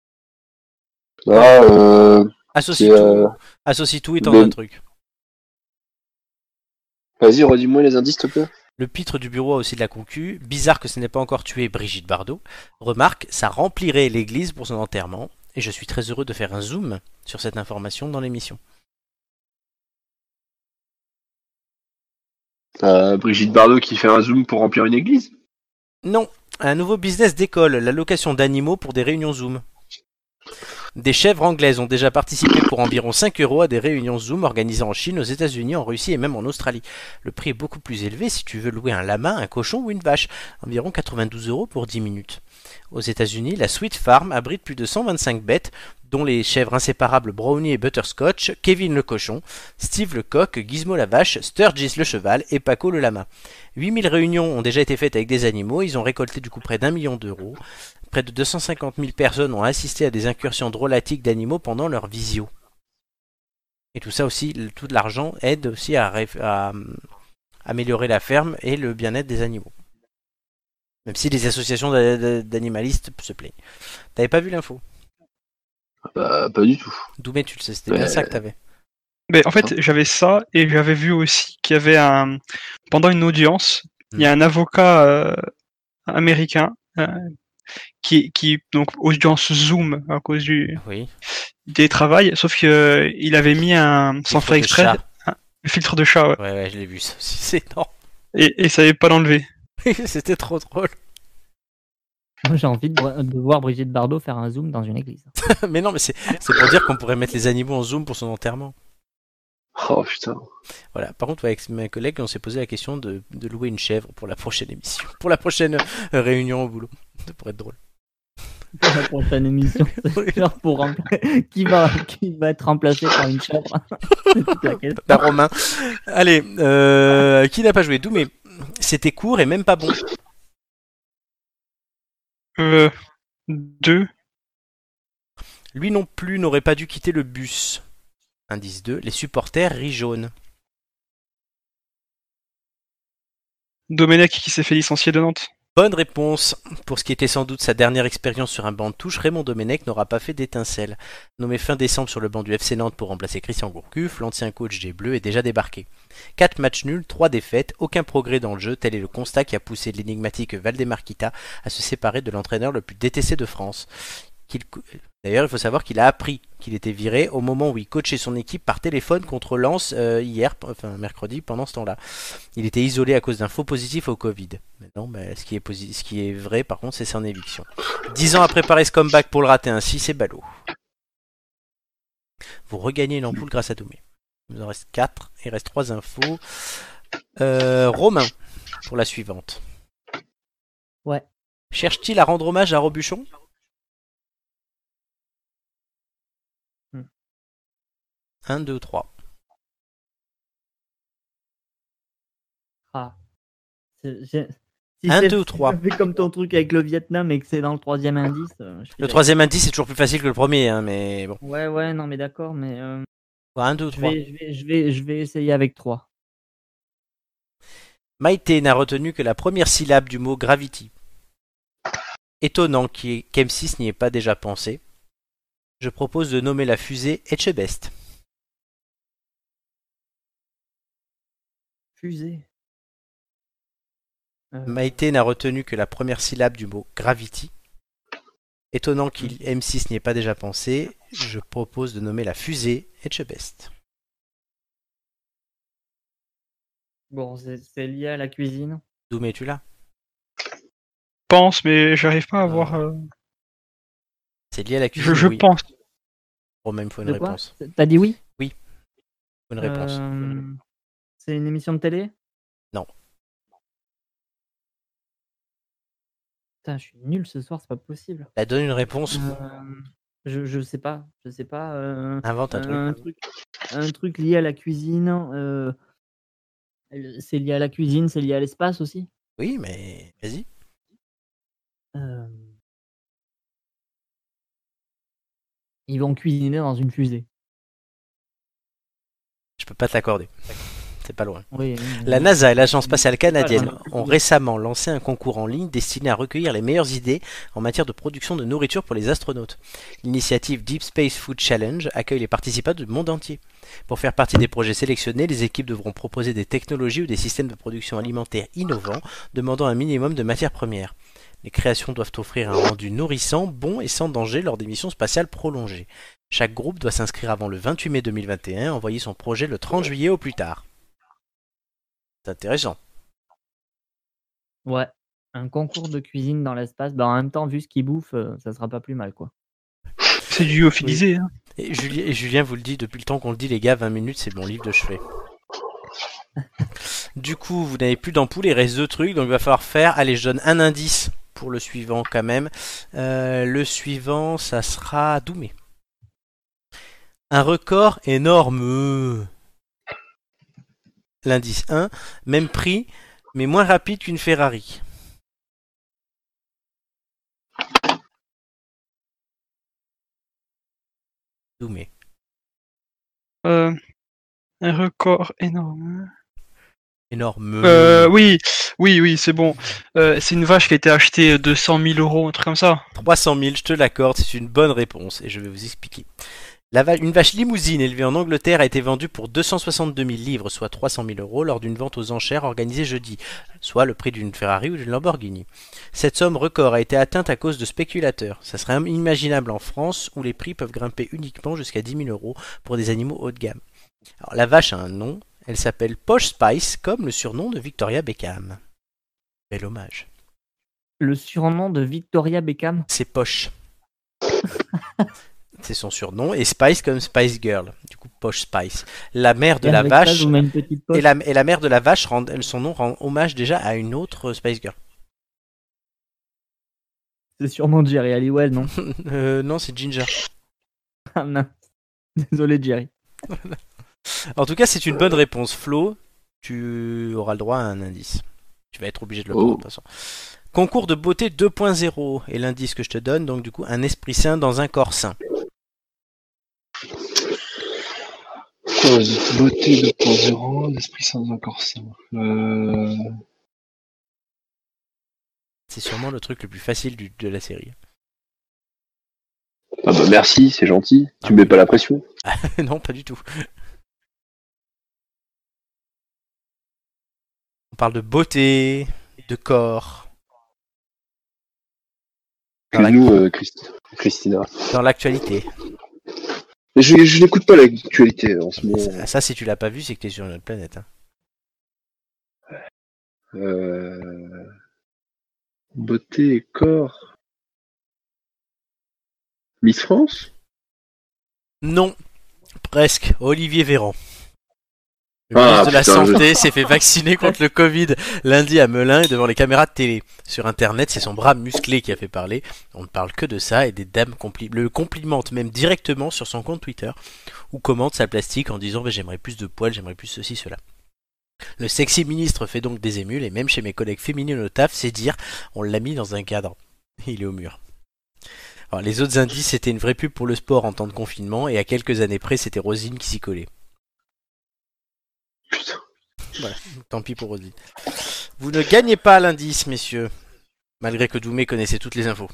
Speaker 3: Ah, euh,
Speaker 1: Associe
Speaker 3: Et,
Speaker 1: tout,
Speaker 3: euh,
Speaker 1: associe tout étant
Speaker 3: le-
Speaker 1: un truc.
Speaker 3: vas-y, redis-moi les indices, s'il te plaît.
Speaker 1: Le pitre du bureau a aussi de la concu. Bizarre que ce n'ait pas encore tué Brigitte Bardot. Remarque, ça remplirait l'église pour son enterrement. Et je suis très heureux de faire un zoom sur cette information dans l'émission.
Speaker 3: Euh, Brigitte Bardot qui fait un zoom pour remplir une église.
Speaker 1: Non, un nouveau business d'école, la location d'animaux pour des réunions Zoom. Des chèvres anglaises ont déjà participé pour environ 5 euros à des réunions Zoom organisées en Chine, aux États-Unis, en Russie et même en Australie. Le prix est beaucoup plus élevé si tu veux louer un lama, un cochon ou une vache, environ 92 euros pour 10 minutes. Aux États-Unis, la Sweet Farm abrite plus de 125 bêtes, dont les chèvres inséparables Brownie et Butterscotch, Kevin le cochon, Steve le coq, Gizmo la vache, Sturgis le cheval et Paco le lama. 8000 réunions ont déjà été faites avec des animaux, ils ont récolté du coup près d'un million d'euros. Près de 250 000 personnes ont assisté à des incursions drôlatiques d'animaux pendant leur visio. Et tout ça aussi, le- tout l'argent aide aussi à, ré- à, hum, améliorer la ferme et le bien-être des animaux. Même si les associations d'a- d'a- d'animalistes se plaignent. T'avais pas vu l'info
Speaker 3: Bah, pas du tout.
Speaker 1: Doumé, tu le sais, c'était bien
Speaker 3: Ouais.
Speaker 1: ça que t'avais.
Speaker 4: Mais en fait, j'avais ça et j'avais vu aussi qu'il y avait un pendant une audience, il
Speaker 1: Hmm.
Speaker 4: y a un avocat euh, américain euh, qui qui donc audience Zoom à cause du
Speaker 1: Oui.
Speaker 4: télétravail, sauf que euh, il avait mis un sans
Speaker 1: Filtre
Speaker 4: faire
Speaker 1: de
Speaker 4: exprès
Speaker 1: chat.
Speaker 4: le filtre de chat ouais,
Speaker 1: Ouais, ouais, je l'ai vu, ça aussi, c'est énorme. <laughs>
Speaker 4: et, et ça avait pas l'enlever.
Speaker 1: c'était trop drôle.
Speaker 2: Moi, J'ai envie de, voir- de voir Brigitte Bardot faire un zoom dans une église. <laughs>
Speaker 1: <laughs> mais non, mais c'est c'est pour dire qu'on pourrait mettre les animaux en zoom pour son enterrement.
Speaker 3: Oh putain.
Speaker 1: Voilà. Par contre, avec mes collègues, on s'est posé la question de, de louer une chèvre pour la prochaine émission, pour la prochaine euh, réunion au boulot. Ça pourrait être drôle.
Speaker 2: Pour la
Speaker 1: <laughs>
Speaker 2: prochaine émission, c'est genre pour rempla- <laughs> qui, va, qui va être remplacé par une chèvre. <laughs> C'est toute la question.
Speaker 1: La Romain. Allez, euh, qui n'a pas joué Doumé. C'était court et même pas bon.
Speaker 4: Euh, deux.
Speaker 1: Lui non plus n'aurait pas dû quitter le bus. Indice 2, les supporters rient jaune.
Speaker 4: Domenech qui s'est fait licencier de Nantes.
Speaker 1: Bonne réponse. Pour ce qui était sans doute sa dernière expérience sur un banc de touche, Raymond Domenech n'aura pas fait d'étincelle. Nommé fin décembre sur le banc du FC Nantes pour remplacer Christian Gourcuff, l'ancien coach des Bleus est déjà débarqué. Quatre matchs nuls, trois défaites, aucun progrès dans le jeu, tel est le constat qui a poussé l'énigmatique Valdemar Kita à se séparer de l'entraîneur le plus détesté de France. Qu'il co- D'ailleurs, il faut savoir qu'il a appris qu'il était viré au moment où il coachait son équipe par téléphone contre Lens euh, hier, p- enfin mercredi, pendant ce temps-là. Il était isolé à cause d'un faux positif au Covid. Maintenant, bah, ce, qui est posi- ce qui est vrai, par contre, c'est son éviction. 10 ans à préparer ce comeback pour le rater ainsi, c'est ballot. Vous regagnez une ampoule grâce à Doumé. Il nous en reste 4, il reste 3 infos. Euh, Romain, pour la suivante.
Speaker 2: Ouais.
Speaker 1: Cherche-t-il à rendre hommage à Robuchon
Speaker 2: Hmm.
Speaker 1: 1, 2, 3.
Speaker 2: Ah. C'est- j'ai- Si
Speaker 1: Un,
Speaker 2: c'est-
Speaker 1: deux ou trois.
Speaker 2: si ça fait comme ton truc avec le Vietnam et que c'est dans le troisième indice. euh, je suis
Speaker 1: Le
Speaker 2: d'accord.
Speaker 1: troisième indice, c'est toujours plus facile que le premier, hein, mais bon.
Speaker 2: Ouais, ouais, non, mais d'accord, mais euh,
Speaker 1: 1, 2,
Speaker 2: je,
Speaker 1: 3.
Speaker 2: vais, je, vais, je, vais, je vais essayer avec trois.
Speaker 1: Maïté n'a retenu que la première syllabe du mot gravity. Étonnant qu'il- qu'M6 n'y ait pas déjà pensé. Je propose de nommer la fusée Etchebest.
Speaker 2: Fusée. Euh,
Speaker 1: Maïté n'a retenu que la première syllabe du mot gravity. Étonnant qu'il M6 n'y ait pas déjà pensé. Je propose de nommer la fusée Etchebest.
Speaker 2: Bon, c'est c'est lié à la cuisine.
Speaker 1: Doumé, tu l'as
Speaker 4: Pense, mais j'arrive pas à voir. euh,
Speaker 1: C'est lié à la
Speaker 4: je
Speaker 1: cuisine
Speaker 4: je
Speaker 1: Ah, oui.
Speaker 4: pense.
Speaker 1: Romain, il me faut une
Speaker 2: De quoi
Speaker 1: réponse.
Speaker 2: T'as dit oui
Speaker 1: Une réponse.
Speaker 2: Euh, C'est une émission de télé
Speaker 1: Non.
Speaker 2: Putain, je suis nul ce soir, c'est pas possible.
Speaker 1: Elle donne une réponse.
Speaker 2: Euh, je, je sais pas, je sais pas. euh,
Speaker 1: Invente un truc.
Speaker 2: un truc, un truc lié à la cuisine. euh, le- c'est lié à la cuisine, c'est lié à l'espace aussi.
Speaker 1: Oui, mais vas-y.
Speaker 2: Euh, Ils vont cuisiner dans une fusée.
Speaker 1: Je peux pas te l'accorder. C'est pas loin.
Speaker 2: Oui, oui,
Speaker 1: La
Speaker 2: oui.
Speaker 1: NASA et l'Agence spatiale canadienne
Speaker 2: Voilà.
Speaker 1: ont récemment lancé un concours en ligne destiné à recueillir les meilleures idées en matière de production de nourriture pour les astronautes. L'initiative Deep Space Food Challenge accueille les participants du monde entier. Pour faire partie des projets sélectionnés, les équipes devront proposer des technologies ou des systèmes de production alimentaire innovants, demandant un minimum de matières premières. Les créations doivent offrir un rendu nourrissant, bon et sans danger lors des missions spatiales prolongées. Chaque groupe doit s'inscrire avant le 28 mai 2021, envoyer son projet le 30 juillet au plus tard. C'est intéressant.
Speaker 2: Ouais. Un concours de cuisine dans l'espace. Bah, en même temps, vu ce qu'ils bouffent, euh, ça sera pas plus mal, quoi.
Speaker 4: C'est du lyophilisé. hein.
Speaker 1: Et Julien, et Julien vous le dit depuis le temps qu'on le dit, les gars, 20 minutes, c'est mon livre de chevet. du coup, vous n'avez plus d'ampoules, il reste deux trucs, donc il va falloir faire. Allez, je donne un indice pour le suivant quand même. Euh, le suivant, ça sera Doumé. Un record énorme. L'indice 1, même prix, mais moins rapide qu'une Ferrari. Doumé.
Speaker 4: Euh, un record énorme.
Speaker 1: Énorme.
Speaker 4: Euh, oui, oui, oui, c'est bon. Euh, c'est une vache qui a été achetée 200 000 euros, un truc comme ça.
Speaker 1: 300 000, je te l'accorde, c'est une bonne réponse et je vais vous expliquer. La va- une vache limousine élevée en Angleterre a été vendue pour 262 000 livres, soit 300 000 euros, lors d'une vente aux enchères organisée jeudi, soit le prix d'une Ferrari ou d'une Lamborghini. Cette somme record a été atteinte à cause de spéculateurs. Ça serait inimaginable en France où les prix peuvent grimper uniquement jusqu'à 10 000 euros pour des animaux haut de gamme. Alors la vache a un nom, elle s'appelle Posh Spice, comme le surnom de Victoria Beckham. Bel hommage.
Speaker 2: Le surnom de Victoria Beckham.
Speaker 1: C'est
Speaker 2: <laughs>
Speaker 1: Poche. C'est son surnom. Et Spice comme Spice Girl. Du coup, Poche Spice. La mère de la
Speaker 2: Avec ça,
Speaker 1: vache.
Speaker 2: je vous mets une petite poche.
Speaker 1: Et la, et la mère de la vache, rend, elle- son nom rend hommage déjà à une autre euh, Spice
Speaker 2: <laughs>
Speaker 1: Girl.
Speaker 2: C'est sûrement Jerry Halliwell, non <laughs>
Speaker 1: Euh, non, c'est Ginger.
Speaker 2: Ah, mince. Désolé, Jerry.
Speaker 1: En tout cas, c'est une bonne réponse. Flo, tu auras le droit à un indice. Tu vas être obligé de le
Speaker 3: Oh.
Speaker 1: prendre de toute façon. Concours de beauté 2.0. Et l'indice que je te donne, donc du coup, un esprit sain dans un corps sain.
Speaker 3: Cause beauté de Panzeran, l'esprit sans encore ça. Euh...
Speaker 1: C'est sûrement le truc le plus facile du- de la série.
Speaker 3: Ah bah merci, c'est gentil. Tu me mets pas la pression.
Speaker 1: <laughs> non, pas du tout. On parle de beauté, de corps.
Speaker 3: Que nous, euh, Christ- Christina.
Speaker 1: Dans l'actualité.
Speaker 3: Mais Je, je n'écoute pas l'actualité en ce moment.
Speaker 1: Ça, ça, si tu l'as pas vu, c'est que t'es sur une autre planète. hein.
Speaker 3: Euh... Beauté et corps. Miss France
Speaker 1: Non, presque. Olivier Véran. Le
Speaker 3: Ah,
Speaker 1: ministre de la
Speaker 3: putain, je-
Speaker 1: Santé s'est fait vacciner contre le Covid lundi à Melun et devant les caméras de télé. Sur Internet, c'est son bras musclé qui a fait parler. On ne parle que de ça et des dames compli- le complimentent même directement sur son compte Twitter ou commente sa plastique en disant Bah, j'aimerais plus de poils, j'aimerais plus ceci, cela. Le sexy ministre fait donc des émules et même chez mes collègues féminines au taf, c'est dire on l'a mis dans un cadre. Il est au mur. Alors, les autres indices, c'était une vraie pub pour le sport en temps de confinement et à quelques années près, c'était Rosine qui s'y collait.
Speaker 3: Putain.
Speaker 1: Voilà, tant pis pour Rosine. Vous ne gagnez pas l'indice, messieurs, malgré que Doumé connaissait toutes les infos.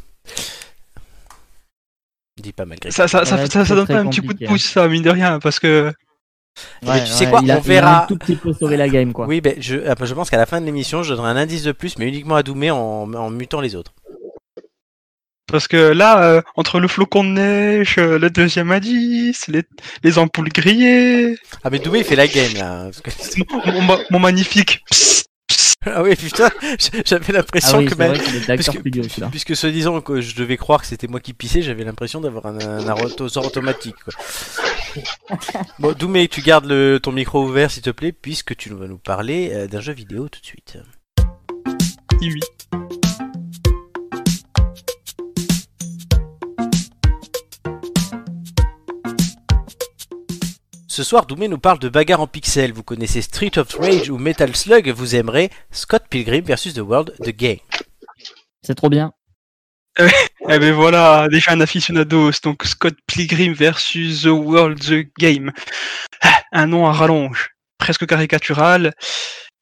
Speaker 1: Dis pas malgré.
Speaker 4: Ça, ça, ça,
Speaker 2: Ouais,
Speaker 4: ça- ça
Speaker 2: très,
Speaker 4: donne
Speaker 2: très
Speaker 4: quand même un petit coup de
Speaker 2: compliqué, hein.
Speaker 4: pouce, ça, mine de rien, parce que
Speaker 1: Mais tu sais quoi,
Speaker 2: il a,
Speaker 1: on
Speaker 2: il a
Speaker 1: verra.
Speaker 2: un tout petit peu sauvé la game, quoi.
Speaker 1: Oui, ben, je, euh, je pense qu'à la fin de l'émission, je donnerai un indice de plus, mais uniquement à Doumé en, en mutant les autres.
Speaker 4: Parce que là, euh, entre le flocon de neige, euh, le deuxième indice, les, les ampoules grillées,
Speaker 1: Ah, mais Doumé, il fait la game, là. hein, parce que-
Speaker 2: <laughs>
Speaker 4: mon, ma- mon magnifique. Psst, psst.
Speaker 1: ah oui, putain, j'avais l'impression
Speaker 2: Ah oui,
Speaker 1: que...
Speaker 2: c'est
Speaker 1: ma-
Speaker 2: vrai qu'il est d'acteur
Speaker 1: Puisque, <laughs>
Speaker 2: studio, celui-là.
Speaker 1: puisque soi-disant que je devais croire que c'était moi qui pissais, j'avais l'impression d'avoir un, un arrosoir automatique. quoi. Bon, Doumé, tu gardes le, ton micro ouvert s'il te plaît, puisque tu vas nous parler euh, d'un jeu vidéo tout de suite.
Speaker 4: Oui, oui.
Speaker 1: Ce soir, Doumé nous parle de bagarre en pixels. Vous connaissez Street of Rage ou Metal Slug, vous aimerez Scott Pilgrim versus The World, The Game.
Speaker 2: C'est trop bien.
Speaker 4: Eh ben voilà, déjà un aficionado, donc Scott Pilgrim versus The World, The Game. Ah, Un nom à rallonge, presque caricatural.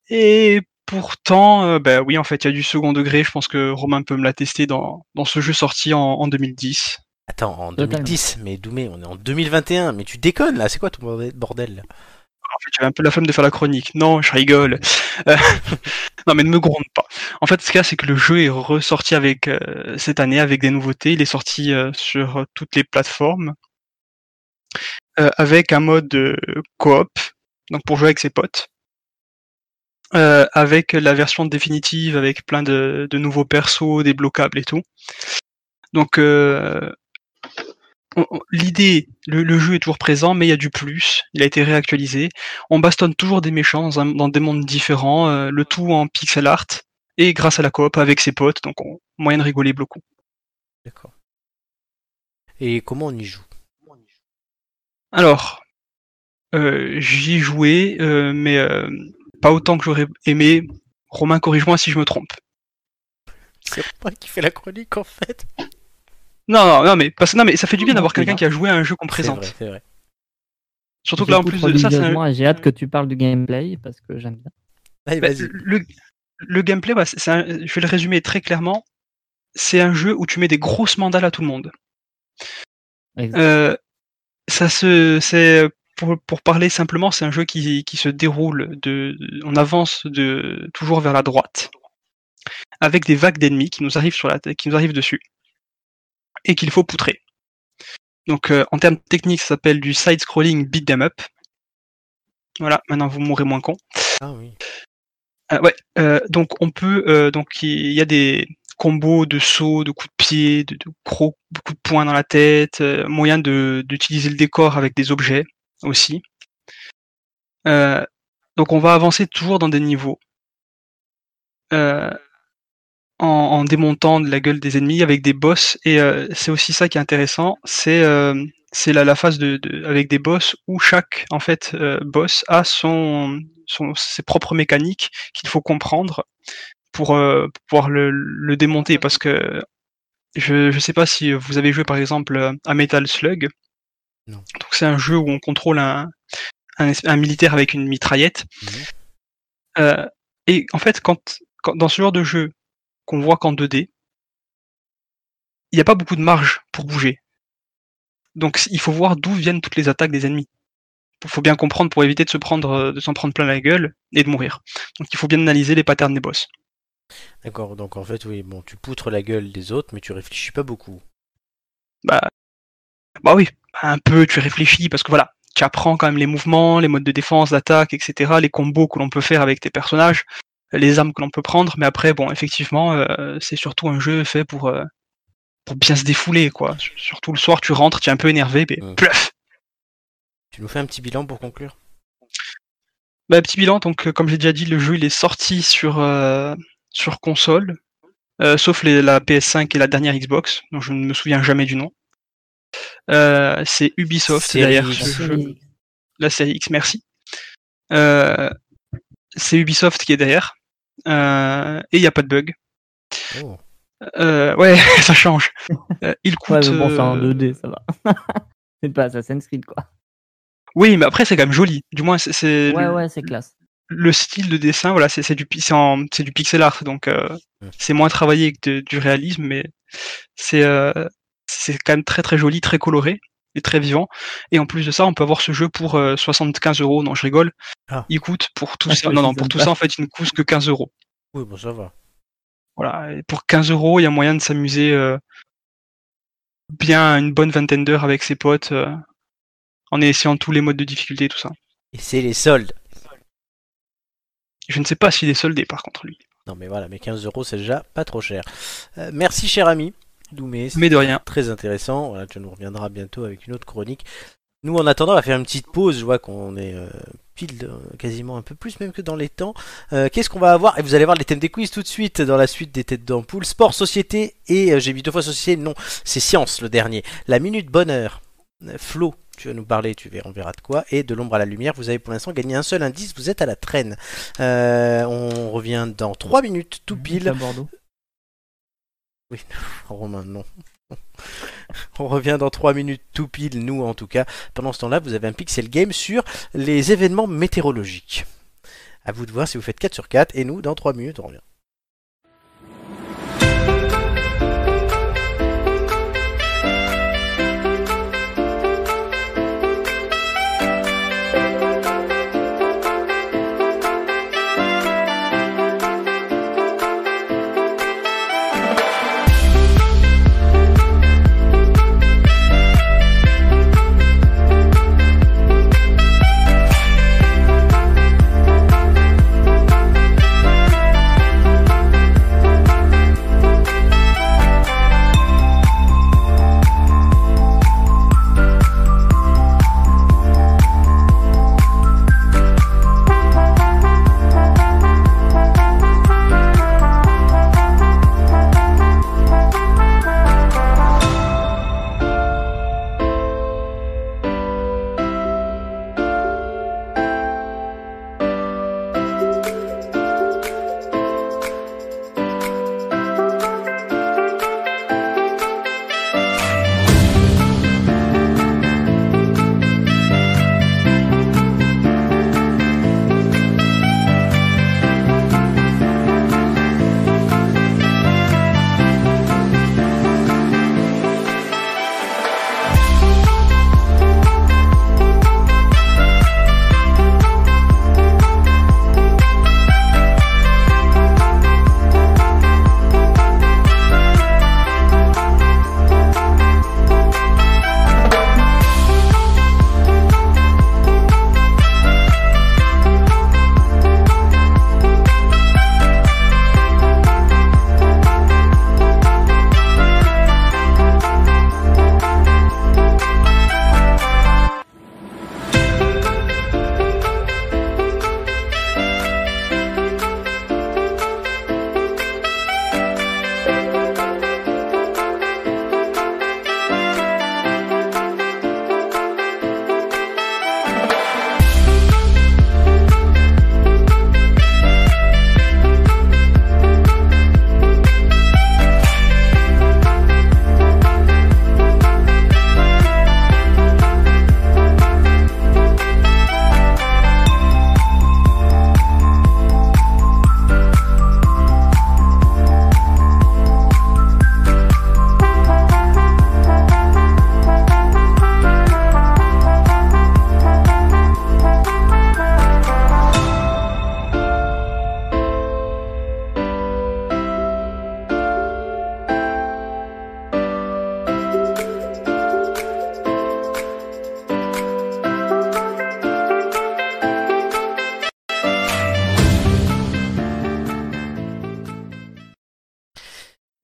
Speaker 4: Et pourtant, euh, ben oui, en fait, il y a du second degré. Je pense que Romain peut me l'attester dans, dans ce jeu sorti en, en 2010.
Speaker 1: Attends, en
Speaker 2: Totalement.
Speaker 1: 2010, mais Doumé, on est en 2021, mais tu déconnes là, c'est quoi ton bordel- bordel là
Speaker 4: En fait, j'avais un peu la flemme de faire la chronique. Non, je rigole. Euh, <laughs> non, mais ne me gronde pas. En fait, ce qu'il y a, c'est que le jeu est ressorti avec euh, cette année avec des nouveautés. Il est sorti euh, sur euh, toutes les plateformes euh, avec un mode euh, coop, donc pour jouer avec ses potes. Euh, avec la version définitive, avec plein de, de nouveaux persos, débloquables et tout. Donc, euh, on- on- l'idée, le- le jeu est toujours présent, mais il y a du plus. Il a été réactualisé on bastonne toujours des méchants dans, un- dans des mondes différents, euh, le tout en pixel art et grâce à la coop avec ses potes, donc on, moyen de rigoler beaucoup.
Speaker 1: D'accord. Et comment on y joue
Speaker 4: Alors, euh, j'y ai joué, euh, mais euh, pas autant que j'aurais aimé. Romain, corrige-moi si je me trompe.
Speaker 1: C'est moi qui fait la chronique en fait.
Speaker 4: Non, non, non, mais, parce, non, mais ça fait du bien
Speaker 2: Non,
Speaker 4: d'avoir
Speaker 2: c'est
Speaker 4: quelqu'un
Speaker 2: bien.
Speaker 4: qui a joué à un jeu qu'on
Speaker 1: C'est
Speaker 4: présente.
Speaker 1: vrai, c'est vrai.
Speaker 4: Surtout que là, en
Speaker 2: J'écoute
Speaker 4: plus de ça, c'est un,
Speaker 2: religieusement et
Speaker 1: <laughs>
Speaker 2: J'ai hâte que tu parles du gameplay parce que j'aime bien.
Speaker 1: Allez,
Speaker 4: Bah,
Speaker 1: vas-y.
Speaker 4: le, le gameplay, bah, c'est- c'est un- je vais le résumer très clairement. C'est un jeu où tu mets des grosses mandales à tout le monde.
Speaker 2: Exact.
Speaker 4: Euh, ça se, c'est pour, pour parler simplement, c'est un jeu qui, qui se déroule de, on avance de toujours vers la droite, avec des vagues d'ennemis qui nous arrivent sur la, qui nous arrivent dessus et qu'il faut poutrer. Donc, euh, en termes techniques, ça s'appelle du side-scrolling beat them up. Voilà, maintenant vous mourrez moins con.
Speaker 1: Ah oui.
Speaker 4: Ah ouais, euh, donc on peut, euh, donc il y a des combos de sauts, de coups de pied, de, de gros coups de poing dans la tête, euh, moyen de d'utiliser le décor avec des objets aussi. Euh, donc on va avancer toujours dans des niveaux euh, en, en démontant de la gueule des ennemis avec des boss et euh, c'est aussi ça qui est intéressant, c'est euh, c'est la, la phase de, de- avec des boss où chaque en fait euh, boss a son, son ses propres mécaniques qu'il faut comprendre pour, euh, pour pouvoir le, le démonter. Parce que je ne sais pas si vous avez joué par exemple euh, à Metal Slug.
Speaker 1: Non.
Speaker 4: Donc c'est un jeu où on contrôle un, un, es- un militaire avec une mitraillette.
Speaker 1: Mhm.
Speaker 4: Euh, et en fait, quand, quand dans ce genre de jeu qu'on voit qu'en 2D, il n'y a pas beaucoup de marge pour bouger. Donc il faut voir d'où viennent toutes les attaques des ennemis. Il faut bien comprendre pour éviter de se prendre, euh, de s'en prendre plein la gueule et de mourir. Donc il faut bien analyser les patterns des boss.
Speaker 1: D'accord, donc en fait, oui, bon, tu poutres la gueule des autres, mais tu réfléchis pas beaucoup.
Speaker 4: Bah, bah oui, un peu tu réfléchis parce que voilà, tu apprends quand même les mouvements, les modes de défense, d'attaque, etc., les combos que l'on peut faire avec tes personnages, les armes que l'on peut prendre. Mais après, bon, effectivement, euh, c'est surtout un jeu fait pour euh, pour bien se défouler, quoi. S- Surtout le soir, tu rentres, tu es un peu énervé, mais
Speaker 1: Mm.
Speaker 4: plaf.
Speaker 1: Tu nous fais un petit bilan pour conclure
Speaker 4: Bah, petit bilan. Donc, euh, comme j'ai déjà dit, le jeu il est sorti sur euh, sur console, euh, sauf les- la PS5 et la dernière Xbox, dont je ne me souviens jamais du nom. Euh, c'est Ubisoft
Speaker 1: Série
Speaker 4: derrière
Speaker 1: X.
Speaker 4: ce jeu. la série X, merci. Euh, c'est Ubisoft qui est derrière. Euh, et il n'y a pas de bug.
Speaker 1: Oh.
Speaker 4: Euh, ouais, <laughs> ça change. Euh, il
Speaker 2: Ouais,
Speaker 4: coûte.
Speaker 2: mais bon, c'est en
Speaker 4: euh,
Speaker 2: 2D, ça va. <laughs> c'est pas Assassin's Creed, quoi.
Speaker 4: Oui, mais après, c'est quand même joli. Du moins, c'est- c'est
Speaker 2: Ouais,
Speaker 4: le-
Speaker 2: ouais, c'est classe.
Speaker 4: le style de dessin. Voilà, c'est c'est du, pi- c'est en- c'est du pixel art. Donc, euh,
Speaker 1: Mm.
Speaker 4: c'est moins travaillé que de- du réalisme, mais c'est euh, c'est quand même très, très joli, très coloré et très vivant. Et en plus de ça, on peut avoir ce jeu pour euh, 75 euros. Non, je rigole.
Speaker 1: Ah.
Speaker 4: Il coûte pour tout
Speaker 2: Ah,
Speaker 4: ça.
Speaker 2: je
Speaker 4: Non, non,
Speaker 2: sais
Speaker 4: pour tout
Speaker 2: pas.
Speaker 4: ça, en fait, il ne coûte que 15 euros.
Speaker 1: Oui, bon, ça va.
Speaker 4: Voilà, et pour 15 euros, il y a moyen de s'amuser euh, bien une bonne vingtaine d'heures avec ses potes euh, en essayant tous les modes de difficulté et tout ça.
Speaker 1: Et c'est les soldes.
Speaker 4: Je ne sais pas s'il est soldé par contre lui.
Speaker 1: Non, mais voilà, mais 15 euros, c'est déjà pas trop cher. Euh, merci, cher ami. Doumé,
Speaker 4: Mais de rien.
Speaker 1: très intéressant. Voilà, tu nous reviendras bientôt avec une autre chronique. Nous, en attendant, on va faire une petite pause. Je vois qu'on est euh, pile, euh, quasiment un peu plus même que dans les temps. Euh, Qu'est-ce qu'on va avoir Et vous allez voir les thèmes des quiz tout de suite dans la suite des têtes d'ampoule. Sport, société et euh, j'ai mis deux fois société. Non, c'est science le dernier. La minute bonheur. Euh, Flo, tu vas nous parler, tu verras, on verra de quoi. Et de l'ombre à la lumière, vous avez pour l'instant gagné un seul indice, vous êtes à la traîne. Euh, on revient dans 3 minutes, tout pile.
Speaker 2: à Bordeaux.
Speaker 1: Romain, non. <laughs> On revient dans 3 minutes tout pile, nous en tout cas. Pendant ce temps-là, vous avez un pixel game sur les événements météorologiques. À vous de voir si vous faites 4 sur 4 et nous, dans 3 minutes, on revient.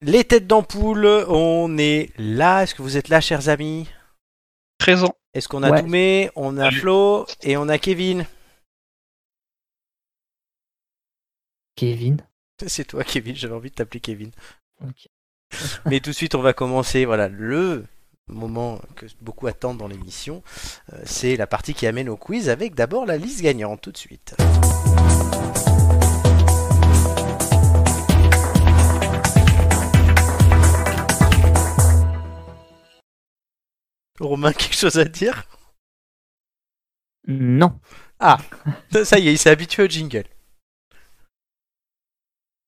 Speaker 1: Les têtes d'ampoule, on est là. Est-ce que vous êtes là, chers amis
Speaker 4: Présent.
Speaker 1: Est-ce qu'on a
Speaker 2: Ouais.
Speaker 1: Doumé, on a
Speaker 4: Salut.
Speaker 1: Flo et on a Kevin <laughs>
Speaker 2: Kevin.
Speaker 1: C'est toi, Kevin. J'avais envie de t'appeler Kevin.
Speaker 2: Ok.
Speaker 1: Mais tout de suite, on va commencer. Voilà, le moment que beaucoup attendent dans l'émission, Euh, c'est la partie qui amène au quiz avec d'abord la liste gagnante tout de suite. Romain, quelque chose à dire
Speaker 2: Non.
Speaker 1: Ça y est, il s'est habitué au jingle.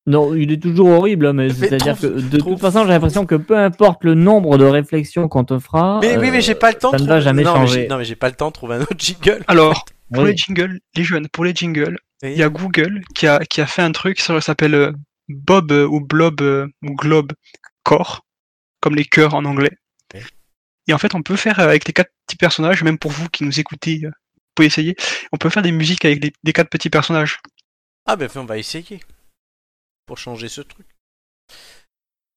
Speaker 2: Non, il est toujours horrible, hein, mais
Speaker 1: Mais
Speaker 2: c'est-à-dire que
Speaker 1: trouve-
Speaker 2: de
Speaker 1: trouve-
Speaker 2: toute façon, j'ai l'impression que peu importe le nombre de réflexions qu'on te fera. euh,
Speaker 1: Mais oui, mais j'ai pas le temps.
Speaker 2: ça
Speaker 1: de
Speaker 2: ne
Speaker 1: trouver-
Speaker 2: va jamais
Speaker 1: non, mais
Speaker 2: changer.
Speaker 1: j'ai- non, mais j'ai pas le temps de trouver un autre jingle.
Speaker 4: Alors, pour
Speaker 2: Oui.
Speaker 4: les jingles, les jeunes, pour les jingles,
Speaker 1: Oui.
Speaker 4: il y a Google qui a, qui a fait un truc, ça s'appelle euh, Bob euh, ou Blob euh, ou Globe Core, comme les cœurs en anglais.
Speaker 1: Ouais.
Speaker 4: Et en fait, on peut faire euh, avec les quatre petits personnages, même pour vous qui nous écoutez, euh, vous pouvez essayer, on peut faire des musiques avec les, les quatre petits personnages.
Speaker 1: Ah ben on va essayer pour changer ce truc.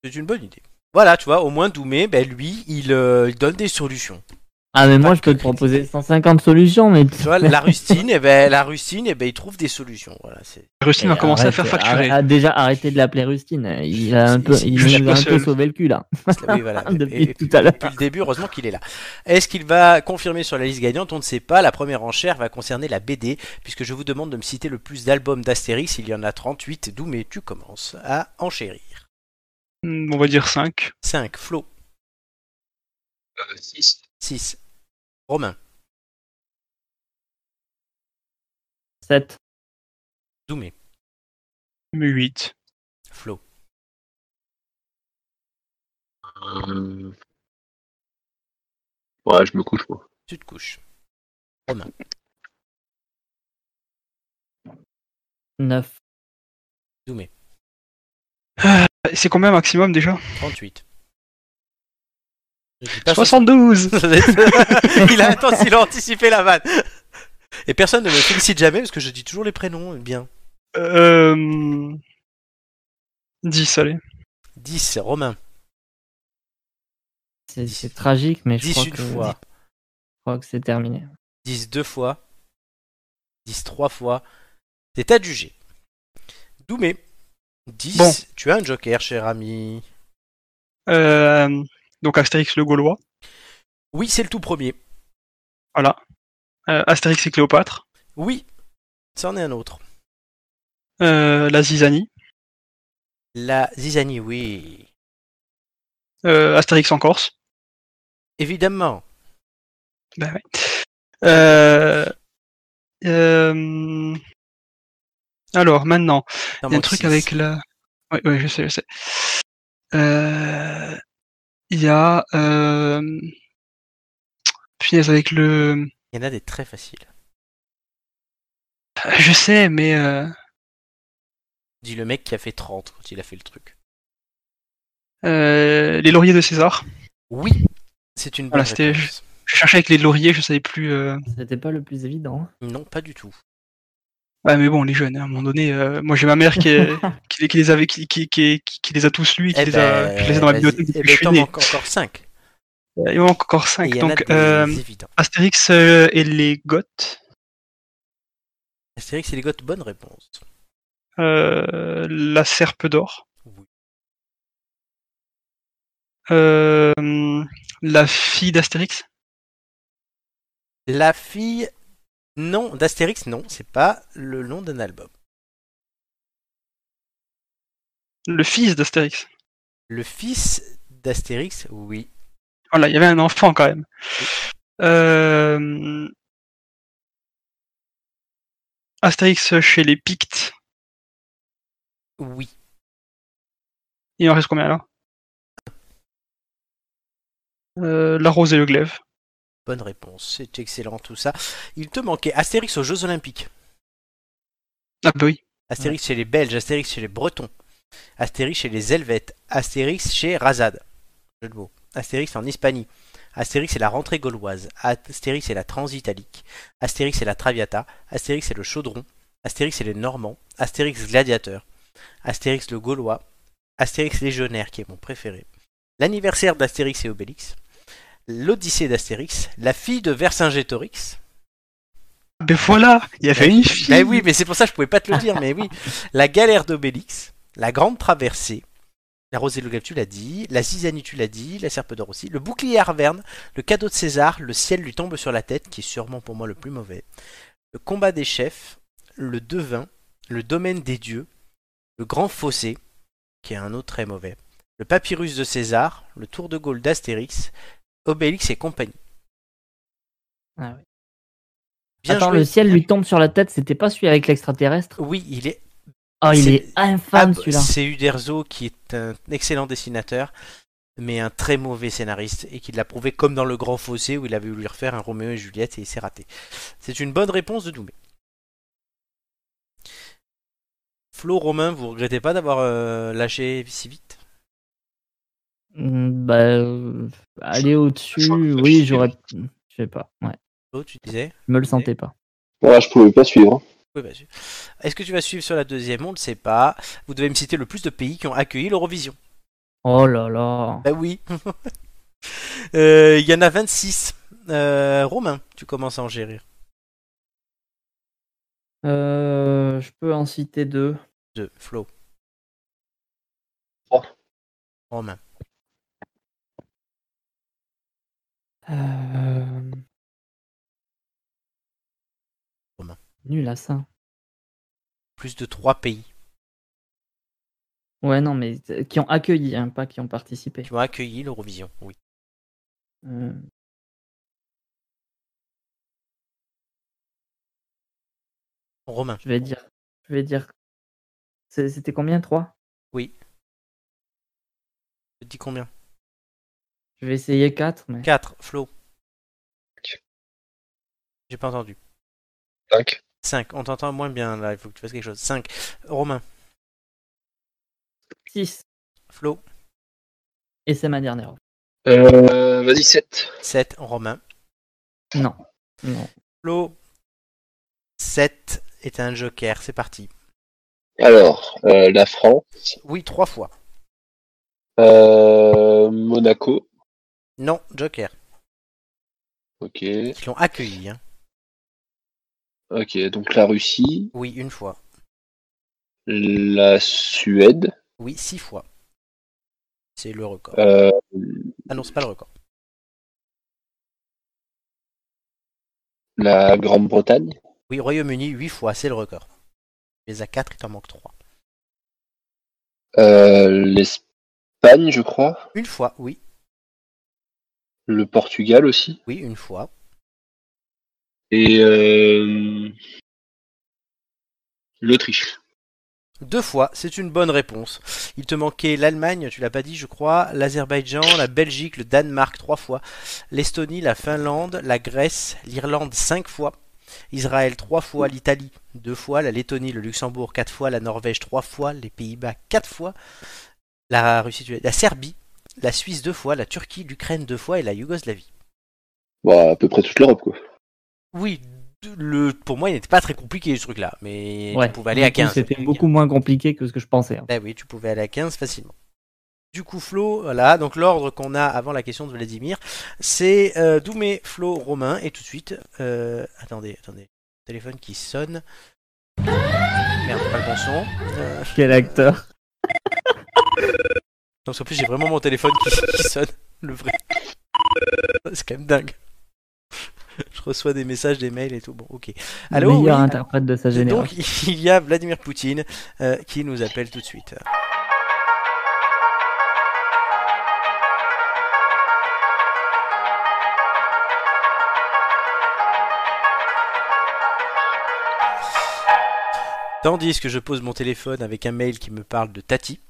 Speaker 1: C'est une bonne idée. Voilà, tu vois, au moins Doumé, ben lui, il, euh, il donne des solutions.
Speaker 2: Ah, mais moi,
Speaker 1: Pas
Speaker 2: je peux
Speaker 1: que
Speaker 2: te proposer 150 solutions, mais.
Speaker 1: Tu vois,
Speaker 2: <laughs>
Speaker 1: la rustine, eh ben, la rustine, eh ben, il trouve des solutions. Voilà, c'est.
Speaker 4: Rustine a commencé à
Speaker 2: Arrête,
Speaker 4: faire facturer.
Speaker 2: arrête- ah, déjà, arrêtez de l'appeler Rustine. Il, a un peu,
Speaker 1: C'est-
Speaker 2: il
Speaker 4: je suis
Speaker 2: nous a
Speaker 4: pas
Speaker 2: un peu
Speaker 4: seul.
Speaker 2: sauvé le cul, là.
Speaker 1: Parce que- oui, voilà.
Speaker 2: <laughs> Depuis tout à l'heure.
Speaker 1: Depuis le début, heureusement qu'il est là. Est-ce qu'il va confirmer sur la liste gagnante On ne sait pas. La première enchère va concerner la BD, puisque je vous demande de me citer le plus d'albums d'Astérix. Il y en a 38. D'où mais tu commences à enchérir.
Speaker 4: Hmm, On va dire 5.
Speaker 1: 5. Flo.
Speaker 3: Euh, six.
Speaker 1: 6. Romain.
Speaker 2: 7.
Speaker 1: Doumé.
Speaker 4: 8.
Speaker 1: Flo.
Speaker 3: Euh, Ouais, je me couche, moi.
Speaker 1: Tu te couches.
Speaker 2: 9.
Speaker 4: C'est combien maximum déjà
Speaker 1: 38. Je dis pas <laughs>
Speaker 4: 72
Speaker 1: il a attends, il a anticipé la vanne. Et personne ne me félicite jamais parce que je dis toujours les prénoms. Eh Bien.
Speaker 4: euh... 10, allez.
Speaker 1: 10, Romain.
Speaker 2: C'est c'est tragique, mais je
Speaker 1: 10
Speaker 2: crois
Speaker 1: une
Speaker 2: que,
Speaker 1: fois.
Speaker 2: je crois que c'est terminé.
Speaker 1: 10 deux fois. 10 trois fois. C'est adjugé. Doumé. 10.
Speaker 4: Bon.
Speaker 1: Tu as un joker, cher ami.
Speaker 4: Euh... Donc Astérix le Gaulois.
Speaker 1: Oui, c'est le tout premier.
Speaker 4: Voilà. Euh, Astérix et Cléopâtre.
Speaker 1: Oui. C'en est un autre.
Speaker 4: Euh, la Zizanie.
Speaker 1: La zizanie, oui.
Speaker 4: Euh, Astérix en Corse.
Speaker 1: Évidemment.
Speaker 4: Ben ouais. Euh... Euh... Alors, maintenant,
Speaker 1: T'en
Speaker 4: il y a un
Speaker 1: manques
Speaker 4: truc
Speaker 1: six.
Speaker 4: avec la... Ouais, ouais, je sais, je sais. Euh... Il y a... Euh... Punaise, avec le...
Speaker 1: Il y en a des très faciles.
Speaker 4: Je sais, mais... Euh...
Speaker 1: Dit le mec qui a fait 30 quand il a fait le truc.
Speaker 4: euh, Les lauriers de César.
Speaker 1: Oui. C'est une bonne
Speaker 4: Voilà, c'était-
Speaker 1: réponse.
Speaker 4: Je cherchais avec les lauriers, je savais plus... euh,
Speaker 2: C'était pas le plus évident. hein.
Speaker 1: Non, pas du tout.
Speaker 4: Ouais, mais bon, les jeunes, à un moment donné, euh, moi j'ai ma mère
Speaker 1: <laughs>
Speaker 4: qui, est- qui, qui les avait, qui, qui, qui, qui- qui les a tous lus, qui,
Speaker 1: Eh
Speaker 4: les,
Speaker 1: ben,
Speaker 4: a, qui les a dans la
Speaker 1: vas-y.
Speaker 4: bibliothèque
Speaker 1: Eh
Speaker 4: depuis
Speaker 1: ben,
Speaker 4: que je suis
Speaker 1: t'en
Speaker 4: né.
Speaker 1: manques encore 5.
Speaker 4: Il en manque encore
Speaker 1: Et
Speaker 4: 5.
Speaker 1: il y en a
Speaker 4: Donc,
Speaker 1: des
Speaker 4: euh,
Speaker 1: évidents.
Speaker 4: Astérix euh, et les Goths,
Speaker 1: Astérix et les Goths, bonne réponse.
Speaker 4: euh, la Serpe d'Or,
Speaker 1: Oui.
Speaker 4: euh, la fille d'Astérix,
Speaker 1: La fille. Non, d'Astérix, non, c'est pas le nom d'un album.
Speaker 4: le fils d'Astérix.
Speaker 1: Le fils d'Astérix, oui.
Speaker 4: Voilà, il y avait un enfant quand même. Euh, Astérix chez les Pictes.
Speaker 1: Oui.
Speaker 4: Il en reste combien là Euh, La rose et le glaive.
Speaker 1: Bonne réponse, c'est excellent tout ça. Il te manquait Astérix aux Jeux Olympiques.
Speaker 4: Ah bah oui.
Speaker 1: Astérix chez les Belges, Astérix chez les Bretons. Astérix chez les Helvètes. Astérix chez Razad. Jeu de mots. Astérix en Hispanie. Astérix et la rentrée gauloise. Astérix et la transitalique. Astérix et la traviata. Astérix et le chaudron. Astérix et les Normands. Astérix gladiateur. Astérix le gaulois. Astérix légionnaire qui est mon préféré. L'anniversaire d'Astérix et Obélix. L'Odyssée d'Astérix. La fille de Vercingétorix.
Speaker 4: Mais Ben voilà, il y avait une fille.
Speaker 1: Ben oui, <laughs> mais c'est pour ça que je pouvais pas te le dire, mais oui. La galère d'Obélix, la grande traversée, la rosée de Lugaf, tu l'as dit, la zizanie, tu l'as dit, la serpe d'or aussi, le bouclier Arverne, le cadeau de César, le ciel lui tombe sur la tête, qui est sûrement pour moi le plus mauvais, le combat des chefs, le devin, le domaine des dieux, le grand fossé, qui est un autre très mauvais, le papyrus de César, le tour de Gaulle d'Astérix, Obélix et compagnie.
Speaker 2: Ah oui.
Speaker 1: Bien
Speaker 2: Attends,
Speaker 1: joué.
Speaker 2: le ciel lui tombe sur la tête, c'était pas celui avec l'extraterrestre
Speaker 1: Oui, il est
Speaker 2: Oh, il
Speaker 1: C'est-
Speaker 2: est infâme
Speaker 1: Ab-
Speaker 2: celui-là.
Speaker 1: Ah, bah, C'est Uderzo qui est un excellent dessinateur, mais un très mauvais scénariste, et qui l'a prouvé comme dans Le Grand Fossé où il avait voulu refaire un Roméo et Juliette et il s'est raté. C'est une bonne réponse de Doumé. Flo, Romain, vous regrettez pas d'avoir euh, lâché si vite
Speaker 2: Mm, Bah, euh, aller au-dessus,
Speaker 3: crois que ça
Speaker 2: oui,
Speaker 3: suffit.
Speaker 2: j'aurais. Je sais pas, ouais.
Speaker 1: Flo, tu disais
Speaker 2: Je me le sentais pas.
Speaker 3: Ouais, je pouvais pas suivre. hein.
Speaker 1: Oui, bien sûr. Est-ce que tu vas suivre sur la deuxième On ne sait pas. Vous devez me citer le plus de pays qui ont accueilli l'Eurovision.
Speaker 2: Oh là là.
Speaker 1: <laughs> Bah oui Euh, Il y en a 26. Euh, Romain, tu commences à en gérer.
Speaker 2: Euh, je peux en citer deux.
Speaker 1: Deux. Flo.
Speaker 3: Trois.
Speaker 1: Romain.
Speaker 2: Euh...
Speaker 1: Romain.
Speaker 2: Nul à ça.
Speaker 1: Plus de trois pays
Speaker 2: Ouais, non, mais euh, qui ont accueilli, hein, pas qui ont participé.
Speaker 1: qui ont accueilli l'Eurovision. Oui.
Speaker 2: Euh.
Speaker 1: Romain.
Speaker 2: Je vais dire. Je vais dire. c'est- C'était combien 3
Speaker 1: Je te dis combien
Speaker 2: Je vais essayer 4, mais.
Speaker 1: 4. Flo. J'ai pas entendu.
Speaker 3: 5.
Speaker 1: 5. On t'entend moins bien là, il faut que tu fasses quelque chose. 5. Romain.
Speaker 2: 6.
Speaker 1: Flo.
Speaker 2: Et c'est ma dernière.
Speaker 3: Euh, vas-y, 7.
Speaker 1: 7. Romain.
Speaker 2: Non. Non.
Speaker 1: Flo. 7 est un joker, c'est parti.
Speaker 3: Alors, euh, la France,
Speaker 1: Oui, trois fois.
Speaker 3: euh, Monaco,
Speaker 1: Non, joker.
Speaker 3: ok,
Speaker 1: Qui l'ont accueilli. hein.
Speaker 3: ok, donc la Russie,
Speaker 1: Oui, une fois.
Speaker 3: la Suède,
Speaker 1: Oui, six fois. C'est le record.
Speaker 3: euh,
Speaker 1: Ah non, c'est pas le record.
Speaker 3: la Grande-Bretagne,
Speaker 1: Oui, Royaume-Uni, 8 fois, c'est le record. Les à 4, il t'en manque 3.
Speaker 3: euh, l'Espagne, je crois,
Speaker 1: Une fois, oui,
Speaker 3: le Portugal aussi,
Speaker 1: oui, une fois.
Speaker 3: et euh, l'Autriche.
Speaker 1: Deux fois, c'est une bonne réponse. Il te manquait l'Allemagne, tu l'as pas dit, je crois, l'Azerbaïdjan, la Belgique, le Danemark, trois fois, l'Estonie, la Finlande, la Grèce, l'Irlande, cinq fois, Israël, trois fois, l'Italie, deux fois, la Lettonie, le Luxembourg, quatre fois, la Norvège, trois fois, les Pays-Bas, quatre fois, la Russie, tu l'as- la Serbie, la Suisse, deux fois, la Turquie, l'Ukraine, deux fois et la Yougoslavie.
Speaker 3: Bon, Bah, à peu près toute l'Europe, quoi.
Speaker 1: Oui, de- le, pour moi, il n'était pas très compliqué ce truc-là, mais
Speaker 2: Ouais.
Speaker 1: tu pouvais aller
Speaker 2: Du
Speaker 1: à
Speaker 2: coup,
Speaker 1: 15.
Speaker 2: C'était beaucoup moins compliqué que ce que je pensais. hein.
Speaker 1: Ben oui, tu pouvais aller à 15 facilement. Du coup, Flo, voilà, donc l'ordre qu'on a avant la question de Vladimir, c'est euh, Doumé, Flo, Romain, et tout de suite, euh, attendez, attendez, téléphone qui sonne. Merde, pas le bon son. Euh,
Speaker 2: Quel acteur
Speaker 1: non, parce qu'en plus, j'ai vraiment mon téléphone qui, qui sonne, le vrai. C'est quand même dingue. <laughs> Je reçois des messages, des mails et tout. Bon, ok. Allô,
Speaker 2: Le meilleur
Speaker 1: oui.
Speaker 2: interprète de sa
Speaker 1: Et
Speaker 2: génération.
Speaker 1: donc <laughs> il y a Vladimir Poutine euh, qui nous appelle tout de suite. Tandis que je pose mon téléphone avec un mail qui me parle de Tati,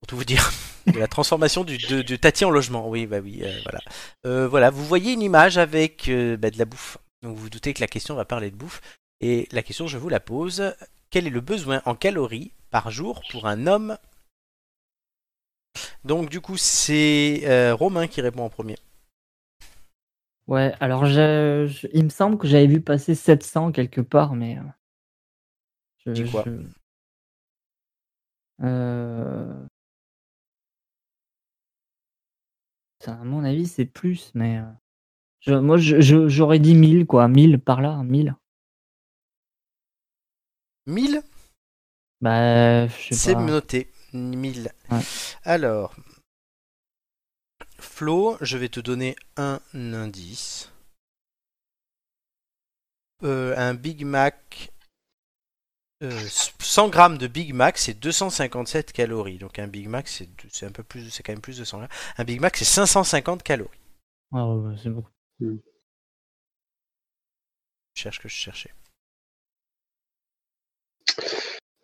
Speaker 1: pour tout vous dire, <laughs> de la transformation du, de, de Tati en logement. Oui, bah oui, euh, voilà. Euh, voilà, vous voyez une image avec euh, bah, de la bouffe. Donc vous vous doutez que la question va parler de bouffe. Et la question, je vous la pose. Quel est le besoin en calories par jour pour un homme Donc, du coup, c'est euh, Romain qui répond en premier.
Speaker 2: Ouais, alors je- je- il me semble que j'avais vu passer 700 quelque part, mais. euh, Je,
Speaker 1: Dis quoi
Speaker 2: je- Euh, putain, à mon avis, c'est plus, mais. euh, je- moi, je- je- j'aurais dit 1000, quoi. 1000 par là, 1000.
Speaker 1: 1000
Speaker 2: Bah, je sais
Speaker 1: C'est
Speaker 2: pas.
Speaker 1: noté. 1000.
Speaker 2: Ouais.
Speaker 1: Alors, Flo, je vais te donner un indice. Euh, un Big Mac. euh, 100 grammes de Big Mac, c'est 257 calories. Donc un Big Mac, c'est c'est un peu plus, c'est quand même plus de 100 grammes. Un Big Mac, c'est 550 calories.
Speaker 2: Ouais, Ah ouais, ouais, c'est bon.
Speaker 1: Je cherche que je cherchais.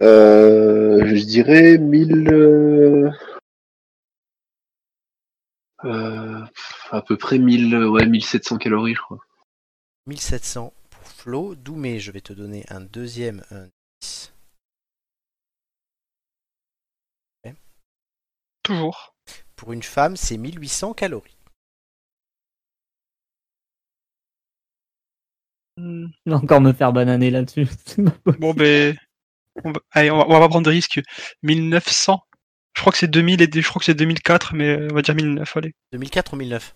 Speaker 3: Euh, je dirais 1000. euh, euh, à peu près 1000, euh, ouais, 1700 calories, je crois.
Speaker 1: 1700 pour Flo. Doumé, je vais te donner un deuxième indice.
Speaker 4: Toujours.
Speaker 1: Pour une femme, c'est 1800 calories.
Speaker 2: Il va encore me faire bananer là-dessus. <laughs> C'est pas possible.
Speaker 4: Hmm. Bon, ben. On va, allez, on va, on va pas prendre de risques. 1900. euh, Je crois que c'est 2000 et des- je crois que c'est 2004, mais on va dire 1900, allez.
Speaker 1: 2004 ou 2009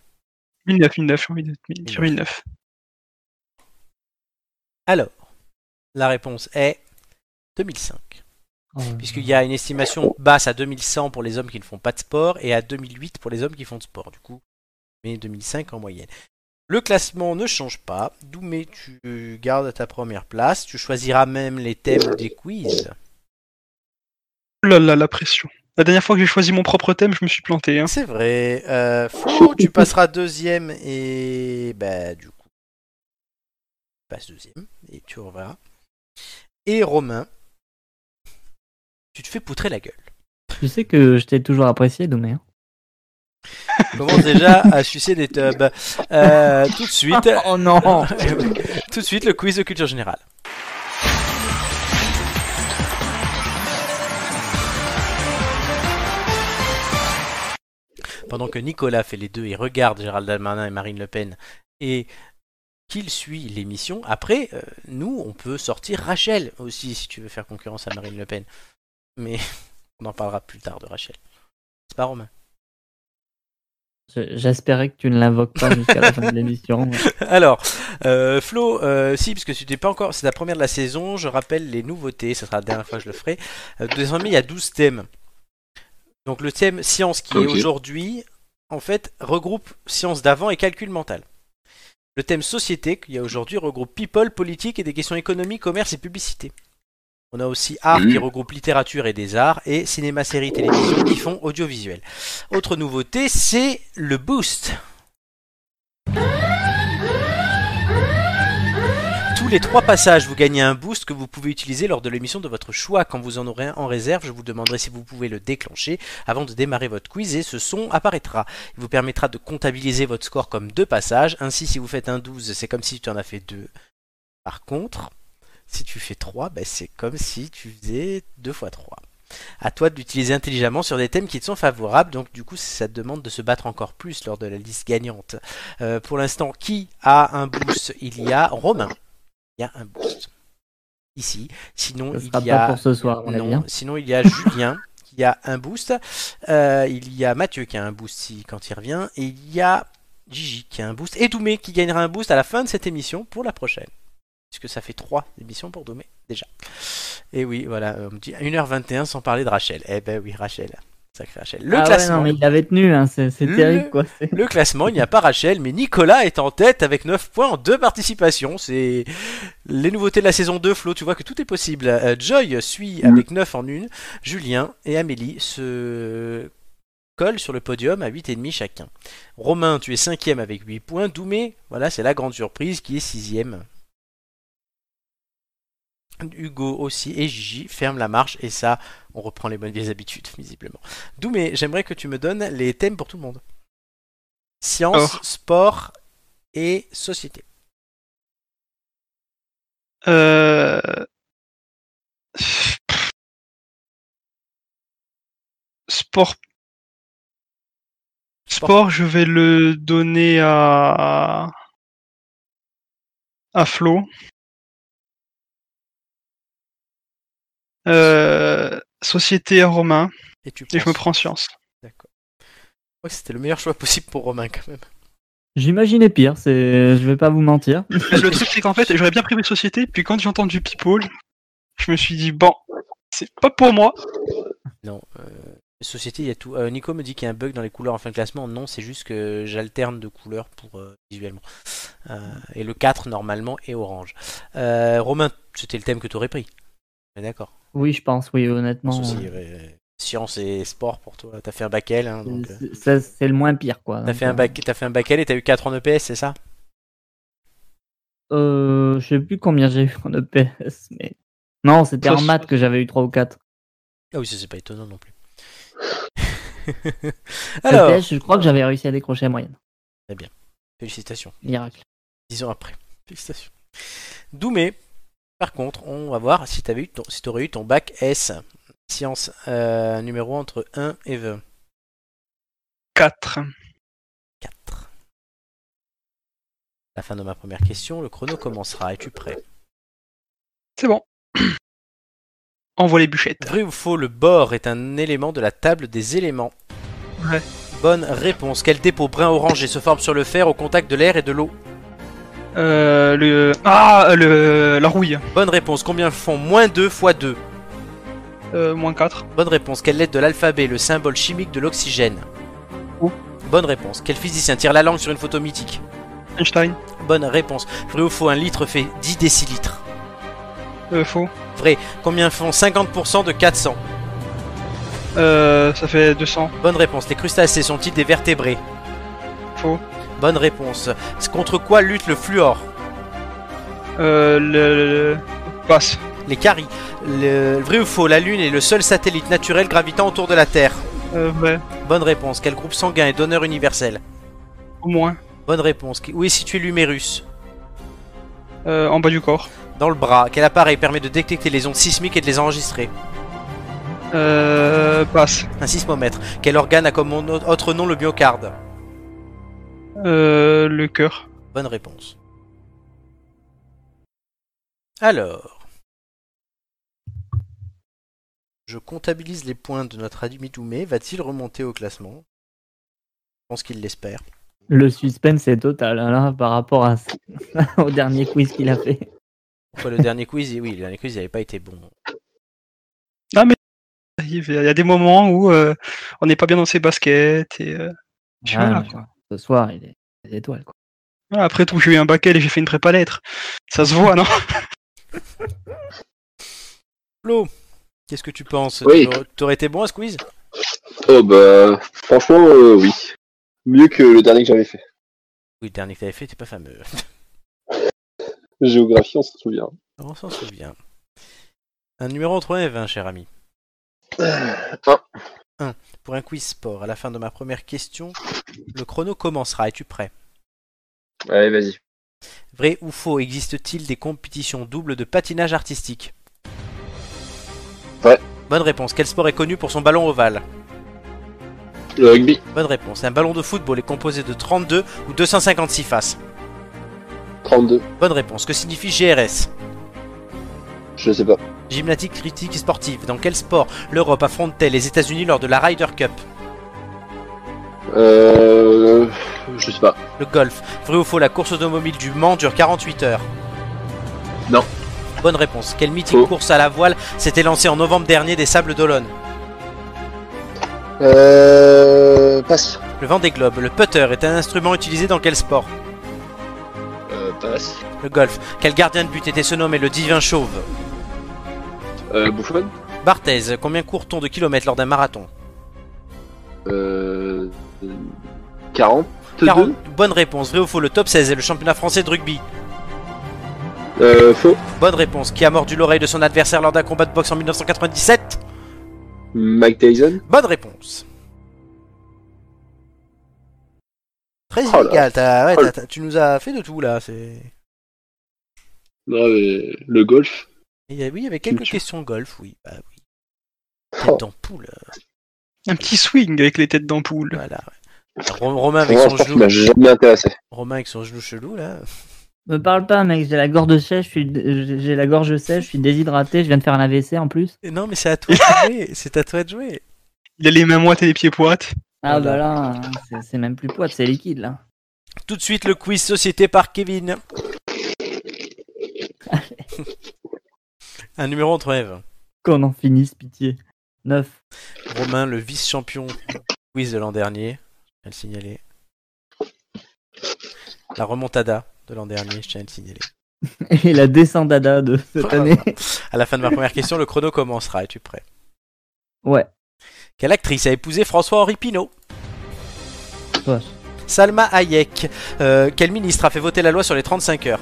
Speaker 4: 1009, 1009, j'ai envie de dire 1009.
Speaker 1: Alors, la réponse est 2005. Puisqu'il y a une estimation basse à 2100 pour les hommes qui ne font pas de sport et à 2008 pour les hommes qui font de sport. Du coup, mais 2005 en moyenne. Le classement ne change pas. Doumé, tu gardes ta première place. Tu choisiras même les thèmes des quiz.
Speaker 4: Oh là là, la pression. La dernière fois que j'ai choisi mon propre thème, je me suis planté. Hein.
Speaker 1: C'est vrai. Euh, Flo, tu passeras deuxième et bah du coup, tu passes deuxième et tu reverras. Et Romain, tu te fais poutrer la gueule.
Speaker 2: Tu sais que je t'ai toujours apprécié, Doumé. hein.
Speaker 1: Tu commences déjà à sucer des tubs. Euh, tout de suite, <laughs>
Speaker 2: Oh non
Speaker 1: tout de suite le quiz de culture générale. Pendant que Nicolas fait les deux et regarde Gérald Darmanin et Marine Le Pen et qu'il suit l'émission, après, euh, nous, on peut sortir Rachel aussi si tu veux faire concurrence à Marine Le Pen. Mais <laughs> on en parlera plus tard de Rachel. C'est pas Romain.
Speaker 2: Je- J'espérais que tu ne l'invoques pas jusqu'à la fin de l'émission.
Speaker 1: <laughs> Alors, euh, Flo, euh, si, parce que tu n'es pas encore, c'est la première de la saison, je rappelle les nouveautés, ça sera la dernière fois que je le ferai. Euh, désormais, il y a 12 thèmes. Donc le thème science qui
Speaker 3: Ok.
Speaker 1: est aujourd'hui, en fait, regroupe science d'avant et calcul mental. Le thème société qu'il y a aujourd'hui regroupe people, politique et des questions économiques, commerce et publicité. On a aussi art
Speaker 3: Mhm.
Speaker 1: qui regroupe littérature et des arts et cinéma, série, télévision qui font audiovisuel. Autre nouveauté, c'est le boost. Tous les trois passages, vous gagnez un boost que vous pouvez utiliser lors de l'émission de votre choix. Quand vous en aurez un en réserve, je vous demanderai si vous pouvez le déclencher avant de démarrer votre quiz et ce son apparaîtra. Il vous permettra de comptabiliser votre score comme deux passages. Ainsi, si vous faites un 12, c'est comme si tu en as fait deux. Par contre, si tu fais 3, c'est comme si tu faisais 2 fois 3. À toi de l'utiliser intelligemment sur des thèmes qui te sont favorables, donc du coup ça te demande de se battre encore plus lors de la liste gagnante. Euh, pour l'instant, qui a un boost Il y a Romain. Il y a un boost. Ici. Sinon,
Speaker 2: Ce
Speaker 1: il
Speaker 2: sera
Speaker 1: y
Speaker 2: pas
Speaker 1: a
Speaker 2: pour ce soir, hein. on est
Speaker 1: non.
Speaker 2: bien.
Speaker 1: Sinon, il y a
Speaker 2: <laughs>
Speaker 1: Julien qui a un boost. Euh, il y a Mathieu qui a un boost si- quand il revient. Et il y a Gigi qui a un boost. Et Doumé qui gagnera un boost à la fin de cette émission pour la prochaine. Puisque ça fait trois émissions pour Doumé déjà. Et oui, voilà, euh, on me dit 1h21 sans parler de Rachel. Eh ben oui, Rachel. Sacré Rachel. Le
Speaker 2: ah
Speaker 1: classement.
Speaker 2: ouais, non, mais il avait tenu, hein, c'est c'est
Speaker 1: Le-
Speaker 2: terrible quoi. c'est-
Speaker 1: Le classement, il n'y a pas Rachel, mais Nicolas est en tête avec 9 points en deux participations. C'est les nouveautés de la saison 2, Flo, tu vois que tout est possible. Euh, Joy suit
Speaker 3: Mm.
Speaker 1: avec 9 en une. Julien et Amélie se collent sur le podium à 8,5 chacun. Romain, tu es cinquième avec 8 points. Doumé, voilà, c'est la grande surprise, qui est sixième. Hugo aussi et Gigi ferment la marche et ça, on reprend les bonnes vieilles habitudes, visiblement. Doumé, j'aimerais que tu me donnes les thèmes pour tout le monde. Science,
Speaker 4: Oh.
Speaker 1: sport et société.
Speaker 4: Euh... Sport. Sport, je vais le donner à à Flo. Euh, Société à Romain
Speaker 1: Et tu
Speaker 4: et je me
Speaker 1: penses-
Speaker 4: prends science.
Speaker 1: D'accord. Je crois que c'était le meilleur choix possible pour Romain quand même.
Speaker 2: J'imaginais pire, c'est- je vais pas vous mentir.
Speaker 4: Mais <laughs> le truc c'est qu'en fait j'aurais bien pris mes sociétés puis quand j'ai entendu people, je me suis dit bon c'est pas pour moi.
Speaker 1: Non. euh, Société, il y a tout. Euh, Nico me dit qu'il y a un bug dans les couleurs en fin de classement. Non, c'est juste que j'alterne de couleurs pour euh, visuellement. Euh, et le 4 normalement est orange. Euh, Romain, c'était le thème que tu aurais pris. On est D'accord.
Speaker 2: Oui, je pense, oui, honnêtement.
Speaker 1: Ceci, euh, science et sport pour toi. T'as fait un bac L, hein, donc. euh,
Speaker 2: C'est- c'est- C'est le moins pire quoi.
Speaker 1: T'as
Speaker 2: Donc,
Speaker 1: fait, un
Speaker 2: euh,
Speaker 1: bac, t'as fait un bac L et t'as eu 4 en EPS, c'est ça
Speaker 2: Euh, je sais plus combien j'ai eu en EPS, mais. Non, c'était en
Speaker 4: Ça,
Speaker 2: maths que j'avais eu 3 ou 4.
Speaker 1: Ah oui, ça, c'est pas étonnant non plus. <laughs> Alors,
Speaker 2: EPS, E je crois que j'avais réussi à décrocher la moyenne.
Speaker 1: félicitations.
Speaker 2: Miracle.
Speaker 1: 10 ans après. Félicitations. Doumé, par contre, on va voir si t'avais eu ton, si t'aurais eu ton bac S. Science euh, numéro entre 1 et 20.
Speaker 4: 4.
Speaker 1: 4. La fin de ma première question, le chrono commencera. Es-tu prêt
Speaker 4: C'est bon. <clears throat> Envoie les bûchettes.
Speaker 1: Vrai ou faux, le bord est un élément de la table des éléments
Speaker 4: Ouais.
Speaker 1: Bonne réponse. Quel dépôt brun-orangé se forme sur le fer au contact de l'air et de l'eau
Speaker 4: Euh, le... Ah, le... la rouille.
Speaker 1: Bonne réponse. Combien font moins 2 fois 2
Speaker 4: Euh, moins 4.
Speaker 1: Bonne réponse. Quelle lettre de l'alphabet, le symbole chimique de l'oxygène
Speaker 4: O.
Speaker 1: Bonne réponse. Quel physicien tire la langue sur une photo mythique
Speaker 4: Einstein.
Speaker 1: Bonne réponse. Vrai ou faux, un litre fait 10 décilitres.
Speaker 4: Euh, faux.
Speaker 1: Combien font 50% de 400
Speaker 4: Euh, ça fait 200.
Speaker 1: Bonne réponse. Les crustacés sont-ils des vertébrés
Speaker 4: Faux.
Speaker 1: Bonne réponse. Contre quoi lutte le fluor
Speaker 4: Euh, le... le- Passe.
Speaker 1: Les caries. Le... Vrai ou faux, la Lune est le seul satellite naturel gravitant autour de la Terre
Speaker 4: Euh, vrai.
Speaker 1: Bonne réponse. Quel groupe sanguin est donneur universel
Speaker 4: Au moins.
Speaker 1: Bonne réponse. Qui- Où est situé l'humérus
Speaker 4: Euh, en bas du corps.
Speaker 1: Dans le bras. Quel appareil permet de détecter les ondes sismiques et de les enregistrer
Speaker 4: Euh, passe.
Speaker 1: Un sismomètre. Quel organe a comme on- autre nom le myocarde
Speaker 4: Euh, le cœur.
Speaker 1: Bonne réponse. Alors. Je comptabilise les points de notre ami Doumé. Va-t-il remonter au classement Je pense qu'il l'espère.
Speaker 2: Le suspense est total hein, là, par rapport à ce- <laughs> au dernier quiz qu'il a fait.
Speaker 1: Pourquoi le dernier quiz, Eh oui, le dernier quiz n'avait pas été bon.
Speaker 4: Il y a des moments où euh, on n'est pas bien dans ses baskets. Et, euh, je suis
Speaker 2: Ah,
Speaker 4: là,
Speaker 2: mais
Speaker 4: quoi.
Speaker 2: Ce soir, il est des étoiles. Quoi.
Speaker 4: Voilà, Après tout, j'ai eu un bac L et j'ai fait une prépa lettres. Ça se voit, non
Speaker 1: Flo, qu'est-ce que tu penses
Speaker 3: Oui.
Speaker 1: T'aurais- T'aurais été bon à ce quiz
Speaker 3: Oh bah, franchement, euh, oui. Mieux que le dernier que j'avais fait.
Speaker 1: Oui, le dernier que t'avais fait, t'es pas fameux.
Speaker 3: Géographie, on se souvient.
Speaker 1: On s'en souvient. Un numéro entre 1 et 20, cher ami.
Speaker 3: Un.
Speaker 1: 1. Pour un quiz sport, à la fin de ma première question, le chrono commencera. Es-tu prêt
Speaker 3: Allez, vas-y.
Speaker 1: Vrai ou faux, existe-t-il des compétitions doubles de patinage artistique
Speaker 3: Ouais.
Speaker 1: Bonne réponse. Quel sport est connu pour son ballon ovale
Speaker 3: Le rugby,
Speaker 1: Bonne réponse. Un ballon de football est composé de 32 ou 256 faces
Speaker 3: 32.
Speaker 1: Bonne réponse. Que signifie GRS
Speaker 3: Je sais pas.
Speaker 1: Gymnastique critique et sportive. Dans quel sport l'Europe affronte-t-elle les États-Unis lors de la Ryder Cup
Speaker 3: Euh. Je sais pas.
Speaker 1: Le golf. Vrai ou faux, la course automobile du Mans dure 48 heures
Speaker 3: Non.
Speaker 1: Bonne réponse. Quelle mythique
Speaker 3: Faux.
Speaker 1: course à la voile s'était lancée en novembre dernier des Sables d'Olonne
Speaker 3: Euh. Passe.
Speaker 1: Le vent des globes. Le putter est un instrument utilisé dans quel sport
Speaker 3: Euh, passe.
Speaker 1: Le golf. Quel gardien de but était ce nommé le divin chauve
Speaker 3: Euh, Bouffon
Speaker 1: Barthez. Combien court-on de kilomètres lors d'un marathon
Speaker 3: Euh. 42
Speaker 1: 40. Bonne réponse. Vrai ou faux, le top 16 est le championnat français de rugby
Speaker 3: Euh, faux.
Speaker 1: Bonne réponse. Qui a mordu l'oreille de son adversaire lors d'un combat de boxe en 1997
Speaker 3: Mike Tyson
Speaker 1: Bonne réponse. Très
Speaker 3: Oh là.
Speaker 1: illégal, t'as- ouais,
Speaker 3: Oh là.
Speaker 1: t'as- t'as- tu nous as fait de tout là. c'est-
Speaker 3: Non, mais le <laughs> golf.
Speaker 1: Il y a- oui, il y avait quelques
Speaker 3: Culture.
Speaker 1: questions de golf, oui. Bah oui. Tête
Speaker 3: Oh.
Speaker 1: d'ampoule, euh,
Speaker 4: Un petit swing avec les têtes d'ampoule.
Speaker 1: voilà. Ro- Romain avec
Speaker 3: Vraiment,
Speaker 1: son
Speaker 3: je pense qu'il m'a
Speaker 1: genou,
Speaker 3: jamais intéressé.
Speaker 1: Romain avec son genou chelou là.
Speaker 2: Me parle pas, mec. J'ai la gorge sèche. Je suis... j'ai- J'ai la gorge sèche. Je suis déshydraté. Je viens de faire un AVC en plus.
Speaker 1: Et non, mais c'est à toi de
Speaker 3: <laughs>
Speaker 1: jouer. C'est à toi de jouer.
Speaker 4: Il a les mains moites et les pieds poites.
Speaker 2: Ah
Speaker 1: Voilà.
Speaker 2: bah là, c'est- c'est même plus poids, c'est liquide là.
Speaker 1: Tout de suite le quiz société par Kevin. Un numéro entre Eve.
Speaker 2: Qu'on en finisse, pitié. 9.
Speaker 1: Romain, le vice-champion du quiz de l'an dernier, je tiens à le signaler. La remontada de l'an dernier, je tiens à le signaler.
Speaker 2: <laughs> Et la descendada de
Speaker 1: <laughs>
Speaker 2: cette année.
Speaker 1: À la fin de ma première question, le chrono commencera. Es-tu prêt
Speaker 2: Ouais.
Speaker 1: Quelle actrice a épousé François-Henri Pinault
Speaker 2: Toi.
Speaker 1: Salma Hayek. Euh, quel ministre a fait voter la loi sur les 35 heures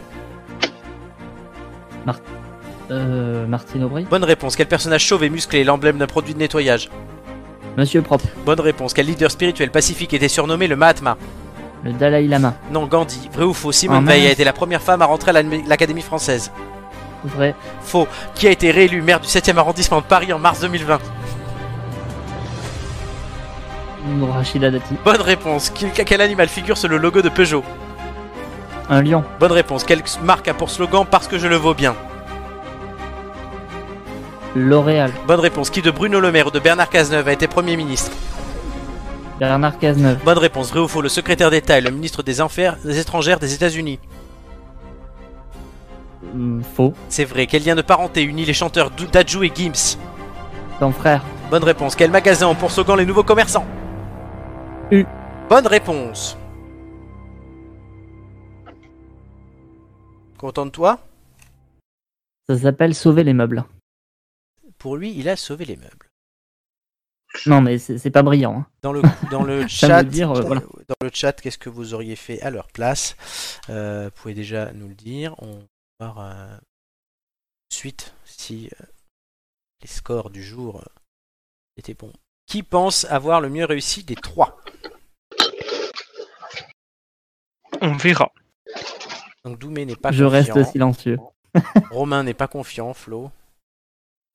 Speaker 2: Euh, Martine Aubry.
Speaker 1: Bonne réponse. Quel personnage chauve et musclé est l'emblème d'un produit de nettoyage
Speaker 2: Monsieur Propre.
Speaker 1: Bonne réponse. Quel leader spirituel pacifique était surnommé le Mahatma
Speaker 2: Le Dalai Lama.
Speaker 1: Non, Gandhi. Vrai ou faux Simone
Speaker 2: Oh,
Speaker 1: Veil a
Speaker 2: mince.
Speaker 1: été la première femme à rentrer à l'Académie l'Académie française.
Speaker 2: Vrai.
Speaker 1: Faux. Qui a été réélu maire du 7e arrondissement de Paris en mars 2020
Speaker 2: Rachida Dati.
Speaker 1: Bonne réponse. Quel, quel animal figure sur le logo de Peugeot
Speaker 2: Un lion.
Speaker 1: Bonne réponse. Quelle marque a pour slogan Parce que je le vaux bien
Speaker 2: L'Oréal.
Speaker 1: Bonne réponse. Qui de Bruno Le Maire ou de Bernard Cazeneuve a été Premier ministre
Speaker 2: Bernard Cazeneuve.
Speaker 1: Bonne réponse. Vrai ou faux Le secrétaire d'État est le ministre des Affaires étrangères des États-Unis.
Speaker 2: Hum, Faux.
Speaker 1: C'est vrai. Quel lien de parenté unit les chanteurs Dou- Dajou et Gims
Speaker 2: Ton frère.
Speaker 1: Bonne réponse. Quel magasin ont pour slogan les nouveaux commerçants
Speaker 2: U.
Speaker 1: Bonne réponse. Content de toi
Speaker 2: Ça s'appelle Sauver les meubles.
Speaker 1: Pour lui, il a sauvé les meubles.
Speaker 2: Non, mais c'est c'est pas brillant. hein.
Speaker 1: Dans
Speaker 2: <laughs>
Speaker 1: le, dans le
Speaker 2: Ça
Speaker 1: chat,
Speaker 2: veut dire, euh,
Speaker 1: dans
Speaker 2: voilà.
Speaker 1: le- dans le chat, qu'est-ce que vous auriez fait à leur place Euh, Vous pouvez déjà nous le dire. On va voir euh, suite si euh, les scores du jour euh, étaient bons. Qui pense avoir le mieux réussi des trois
Speaker 4: On verra.
Speaker 1: Donc Doumé n'est pas
Speaker 2: Je
Speaker 1: confiant,
Speaker 2: reste silencieux.
Speaker 1: Romain n'est pas confiant, Flo.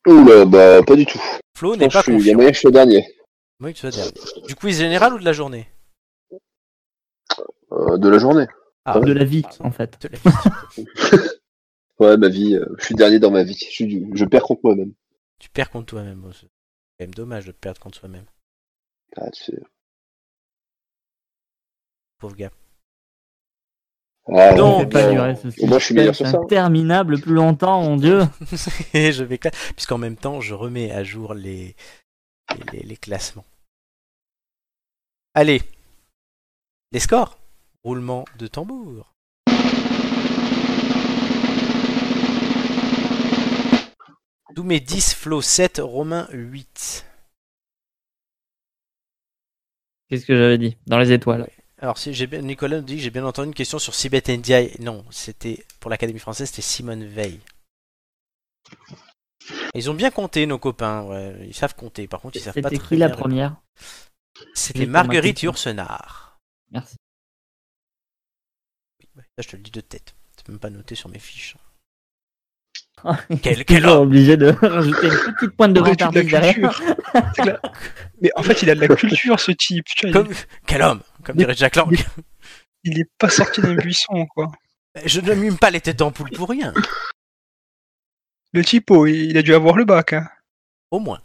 Speaker 3: Oula, bah pas du tout.
Speaker 1: Flo
Speaker 3: Non,
Speaker 1: n'est
Speaker 3: je
Speaker 1: pas
Speaker 3: suis, il y a
Speaker 1: confiant.
Speaker 3: moyen que je sois dernier.
Speaker 1: Oui, que ce soit dernier. Du quiz général ou de la journée
Speaker 3: Euh, de la journée.
Speaker 1: Ah,
Speaker 2: De la vie, en fait.
Speaker 1: de la vie.
Speaker 3: Ouais, ma vie, euh, je suis dernier dans ma vie. Je, suis du- je perds contre moi-même.
Speaker 1: tu perds contre toi-même. Bon, c'est quand même dommage de perdre contre soi-même.
Speaker 3: Ah, tu sais.
Speaker 1: Pauvre gars.
Speaker 3: Ah,
Speaker 1: Non,
Speaker 3: ouais,
Speaker 2: Fais pas
Speaker 1: bien.
Speaker 3: bon.
Speaker 2: durer ce
Speaker 3: Au moins, euh, je suis meilleur sur
Speaker 2: suspense
Speaker 3: ça.
Speaker 2: Interminable plus longtemps, mon dieu.
Speaker 1: Et je vais cla- puisqu'en même temps je remets à jour les les, les- les classements. Allez, les scores. Roulement de tambour. Doumé 10, Flo 7, Romain 8.
Speaker 2: Qu'est-ce que j'avais dit Dans les étoiles.
Speaker 1: Alors si j'ai bien, Nicolas nous dit que j'ai bien entendu une question sur Sibeth Ndiaye. Non, c'était pour l'Académie française, c'était Simone Veil. Ils ont bien compté nos copains, ouais, ils savent compter. Par contre, ils savent pas
Speaker 2: C'était
Speaker 1: très
Speaker 2: qui la
Speaker 1: bien
Speaker 2: première
Speaker 1: C'était
Speaker 2: Juste pour
Speaker 1: Marguerite
Speaker 2: m'inquiéter.
Speaker 1: Yourcenar.
Speaker 2: Merci.
Speaker 1: Là, je te le dis de tête. C'est même pas noté sur mes fiches.
Speaker 3: Ah,
Speaker 2: Quel,
Speaker 1: quel homme
Speaker 2: obligé de <laughs> rajouter une petite pointe de
Speaker 4: Il a de la
Speaker 2: retardise
Speaker 1: <laughs>
Speaker 2: derrière.
Speaker 4: culture. C'est que là- Mais en fait, il a de la culture, ce type. Tu vois, il-
Speaker 1: Comme... Quel homme Comme dirait Jack
Speaker 3: <laughs>
Speaker 1: Lang.
Speaker 4: Il est pas sorti d'un buisson, quoi.
Speaker 1: Je ne mime pas les têtes d'ampoule pour rien.
Speaker 4: Le typo, il a dû avoir le bac. Hein.
Speaker 1: Au moins.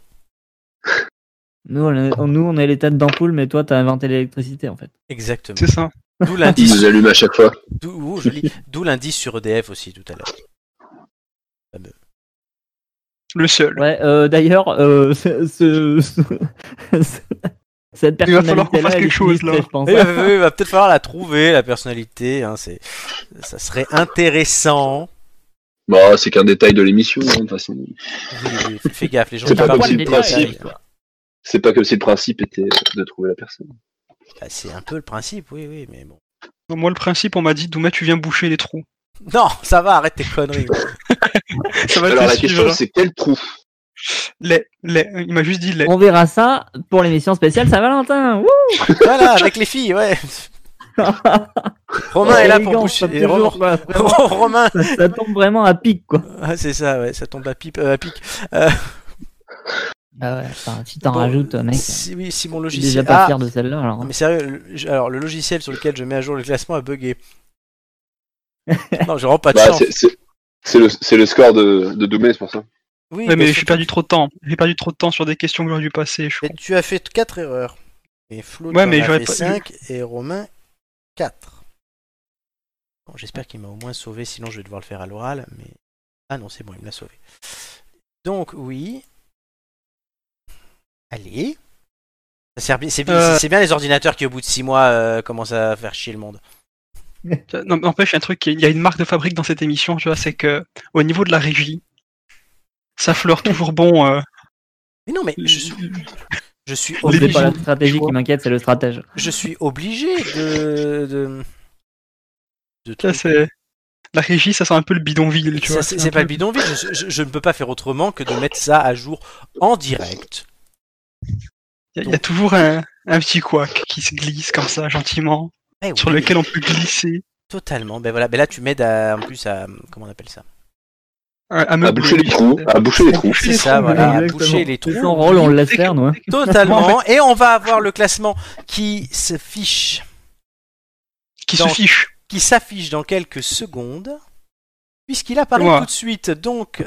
Speaker 2: Nous, on est, on- nous, on est les têtes d'ampoule, mais toi, t'as inventé l'électricité, en fait.
Speaker 1: Exactement.
Speaker 4: C'est ça.
Speaker 1: D'où
Speaker 3: Il
Speaker 1: l'indice.
Speaker 3: nous allume à chaque fois.
Speaker 1: D'où, oh, joli. D'où l'indice sur EDF aussi tout à l'heure.
Speaker 4: Le seul.
Speaker 2: Ouais, euh, d'ailleurs, euh, <laughs> ce, ce- ce- cette
Speaker 4: Il va falloir
Speaker 2: personnalité-là,
Speaker 4: qu'on fasse
Speaker 2: elle
Speaker 4: quelque
Speaker 2: est
Speaker 4: chose,
Speaker 2: sinistrée,
Speaker 4: là.
Speaker 2: je pense.
Speaker 1: Il va, va- va peut-être falloir la trouver, la personnalité. hein, c'est... Ça serait intéressant.
Speaker 3: Bon, Bah, c'est qu'un détail de l'émission, hein, de toute façon.
Speaker 1: Oui, oui, fais- fais gaffe, les gens
Speaker 3: C'est
Speaker 1: qui
Speaker 3: pas
Speaker 1: parlent
Speaker 3: comme si
Speaker 1: de
Speaker 3: le
Speaker 1: détails.
Speaker 3: principe- C'est pas comme si le principe était de trouver la personne.
Speaker 1: Bah, c'est un peu le principe, oui, oui, mais bon.
Speaker 4: Donc, moi, le principe, on m'a dit Douma, tu viens boucher les trous.
Speaker 1: Non, ça va, arrête tes conneries.
Speaker 4: Ça va
Speaker 3: Alors
Speaker 4: te
Speaker 3: la
Speaker 4: suivre.
Speaker 3: question,
Speaker 1: hein
Speaker 3: c'est quel trou
Speaker 4: Les, les. Il m'a juste dit les.
Speaker 2: On verra ça pour l'émission spéciale Saint-Valentin. Wouh
Speaker 1: voilà, avec les filles, ouais. Romain est là pour
Speaker 2: Élégant,
Speaker 1: boucher.
Speaker 2: comme
Speaker 1: et Romain-
Speaker 2: toujours, quoi. Vraiment,
Speaker 1: Oh, Romain
Speaker 2: ça, ça tombe vraiment à pic, quoi.
Speaker 1: Ah, C'est ça, ouais, ça tombe à, pipe, euh, à pic.
Speaker 2: Ah ouais, enfin, si t'en
Speaker 1: Bon,
Speaker 2: rajoutes, mec,
Speaker 1: Si, oui, si mon
Speaker 2: je suis déjà
Speaker 1: logiciel.
Speaker 2: pas
Speaker 1: Ah,
Speaker 2: fier de celle-là, alors. hein.
Speaker 1: non, mais sérieux, le- je- alors le logiciel sur lequel je mets à jour le classement a bugué. non, je rends pas de
Speaker 3: Bah,
Speaker 1: chance.
Speaker 3: c'est- c'est- c'est le, c'est le score de, de Doumé, c'est pour ça.
Speaker 1: Oui,
Speaker 4: Ouais,
Speaker 1: mais
Speaker 4: mais
Speaker 1: c'est-
Speaker 4: j'ai perdu trop de temps. J'ai perdu trop de temps sur des questions que j'aurais dû passer. Je suis
Speaker 1: mais
Speaker 4: con.
Speaker 1: tu as fait 4 erreurs. Et Flo,
Speaker 4: Ouais,
Speaker 1: tu
Speaker 4: mais
Speaker 1: en as
Speaker 4: j'aurais
Speaker 1: fait
Speaker 4: pas-
Speaker 1: 5 et Romain 4. Bon, J'espère qu'il m'a au moins sauvé, sinon je vais devoir le faire à l'oral. Mais... Ah non, c'est bon, il me l'a sauvé. Donc, oui. Allez. Ça sert bien- C'est bien,
Speaker 4: Euh.
Speaker 1: c'est bien les ordinateurs qui, au bout de 6 mois, euh, commencent à faire chier le monde.
Speaker 4: Non, mais n'empêche, il y a un truc, qui- il y a une marque de fabrique dans cette émission, tu vois, c'est que au niveau de la régie, ça fleure toujours bon. euh,
Speaker 1: Mais non, mais je suis, je suis
Speaker 4: Les
Speaker 2: C'est pas
Speaker 1: obligé,
Speaker 2: la
Speaker 4: bijoux,
Speaker 2: stratégie qui m'inquiète, c'est le stratège.
Speaker 1: je suis obligé de. de, de
Speaker 4: ça, c'est- La régie, ça sent un peu le bidonville, tu
Speaker 1: Ça,
Speaker 4: vois.
Speaker 1: c'est
Speaker 4: un
Speaker 1: c'est pas
Speaker 4: peu-
Speaker 1: le bidonville, je, je- je ne peux pas faire autrement que de mettre ça à jour en direct.
Speaker 4: Il y, a- il y a toujours un, un petit couac qui se glisse comme ça, gentiment,
Speaker 1: Eh oui,
Speaker 4: sur lequel on peut glisser,
Speaker 1: Totalement, ben voilà, ben là tu m'aides à- en plus à. Comment on appelle ça
Speaker 4: euh, à, à
Speaker 3: À
Speaker 4: meubler.
Speaker 3: boucher les trous. Ah À boucher les trous.
Speaker 1: C'est
Speaker 4: les
Speaker 1: ça,
Speaker 4: trous,
Speaker 1: voilà, à
Speaker 2: exactement.
Speaker 1: boucher les
Speaker 2: C'est
Speaker 1: trous.
Speaker 2: son rôle, on le laisse faire, nous. hein.
Speaker 1: Totalement, et on va avoir le classement qui se fiche,
Speaker 4: Qui
Speaker 1: Dans-
Speaker 4: se fiche.
Speaker 1: qui s'affiche dans quelques secondes, puisqu'il apparaît
Speaker 4: Moi.
Speaker 1: tout de suite. Donc,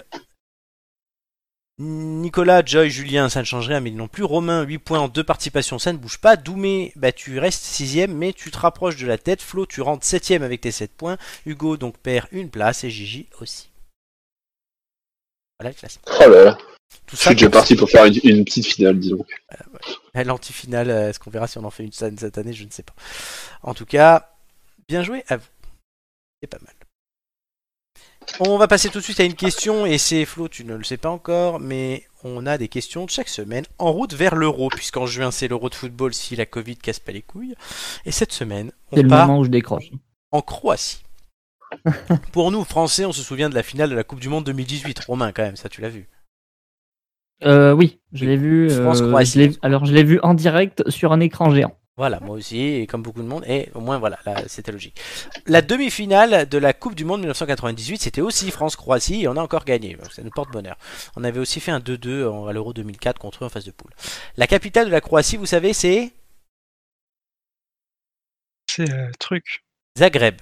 Speaker 1: Nicolas, Joy, Julien, ça ne change rien, mais ils n'ont plus. Romain, 8 points en 2 participations, ça ne bouge pas. Doumé, bah, tu restes 6ème, mais tu te rapproches de la tête. Flo, tu rentres 7ème avec tes 7 points. Hugo, donc, perd une place et Gigi aussi. Voilà le classement.
Speaker 3: Oh là là,
Speaker 1: Tout
Speaker 3: je suis déjà
Speaker 1: pour-
Speaker 3: parti pour faire une, une petite finale, dis donc.
Speaker 1: à L'antifinale, euh, est-ce qu'on verra si on en fait une scène cette année Je ne sais pas. En tout cas, bien joué à vous. C'est pas mal. On va passer tout de suite à une question, et c'est Flo, tu ne le sais pas encore, mais on a des questions de chaque semaine en route vers l'euro, puisqu'en juin c'est l'euro de football si la Covid casse pas les couilles. Et cette semaine,
Speaker 2: C'est
Speaker 1: on
Speaker 2: le
Speaker 1: part
Speaker 2: moment où je décroche.
Speaker 1: en
Speaker 2: <laughs>
Speaker 1: Croatie. Pour nous, Français, on se souvient de la finale de la Coupe du Monde 2018. Romain, quand même, ça tu l'as vu.
Speaker 2: Euh, oui, je l'ai vu. euh,
Speaker 1: France-Croatie.
Speaker 2: je l'ai- alors, je l'ai vu en direct sur un écran géant.
Speaker 1: Voilà, moi aussi, et comme beaucoup de monde, et au moins voilà, là, c'était logique. La demi-finale de la Coupe du Monde 1998, c'était aussi France-Croatie, et on a encore gagné, donc ça nous porte bonheur. On avait aussi fait un 2-2 en- à l'Euro 2004 contre eux en phase de poule. La capitale de la Croatie, vous savez, c'est
Speaker 4: C'est euh, le truc.
Speaker 1: Zagreb.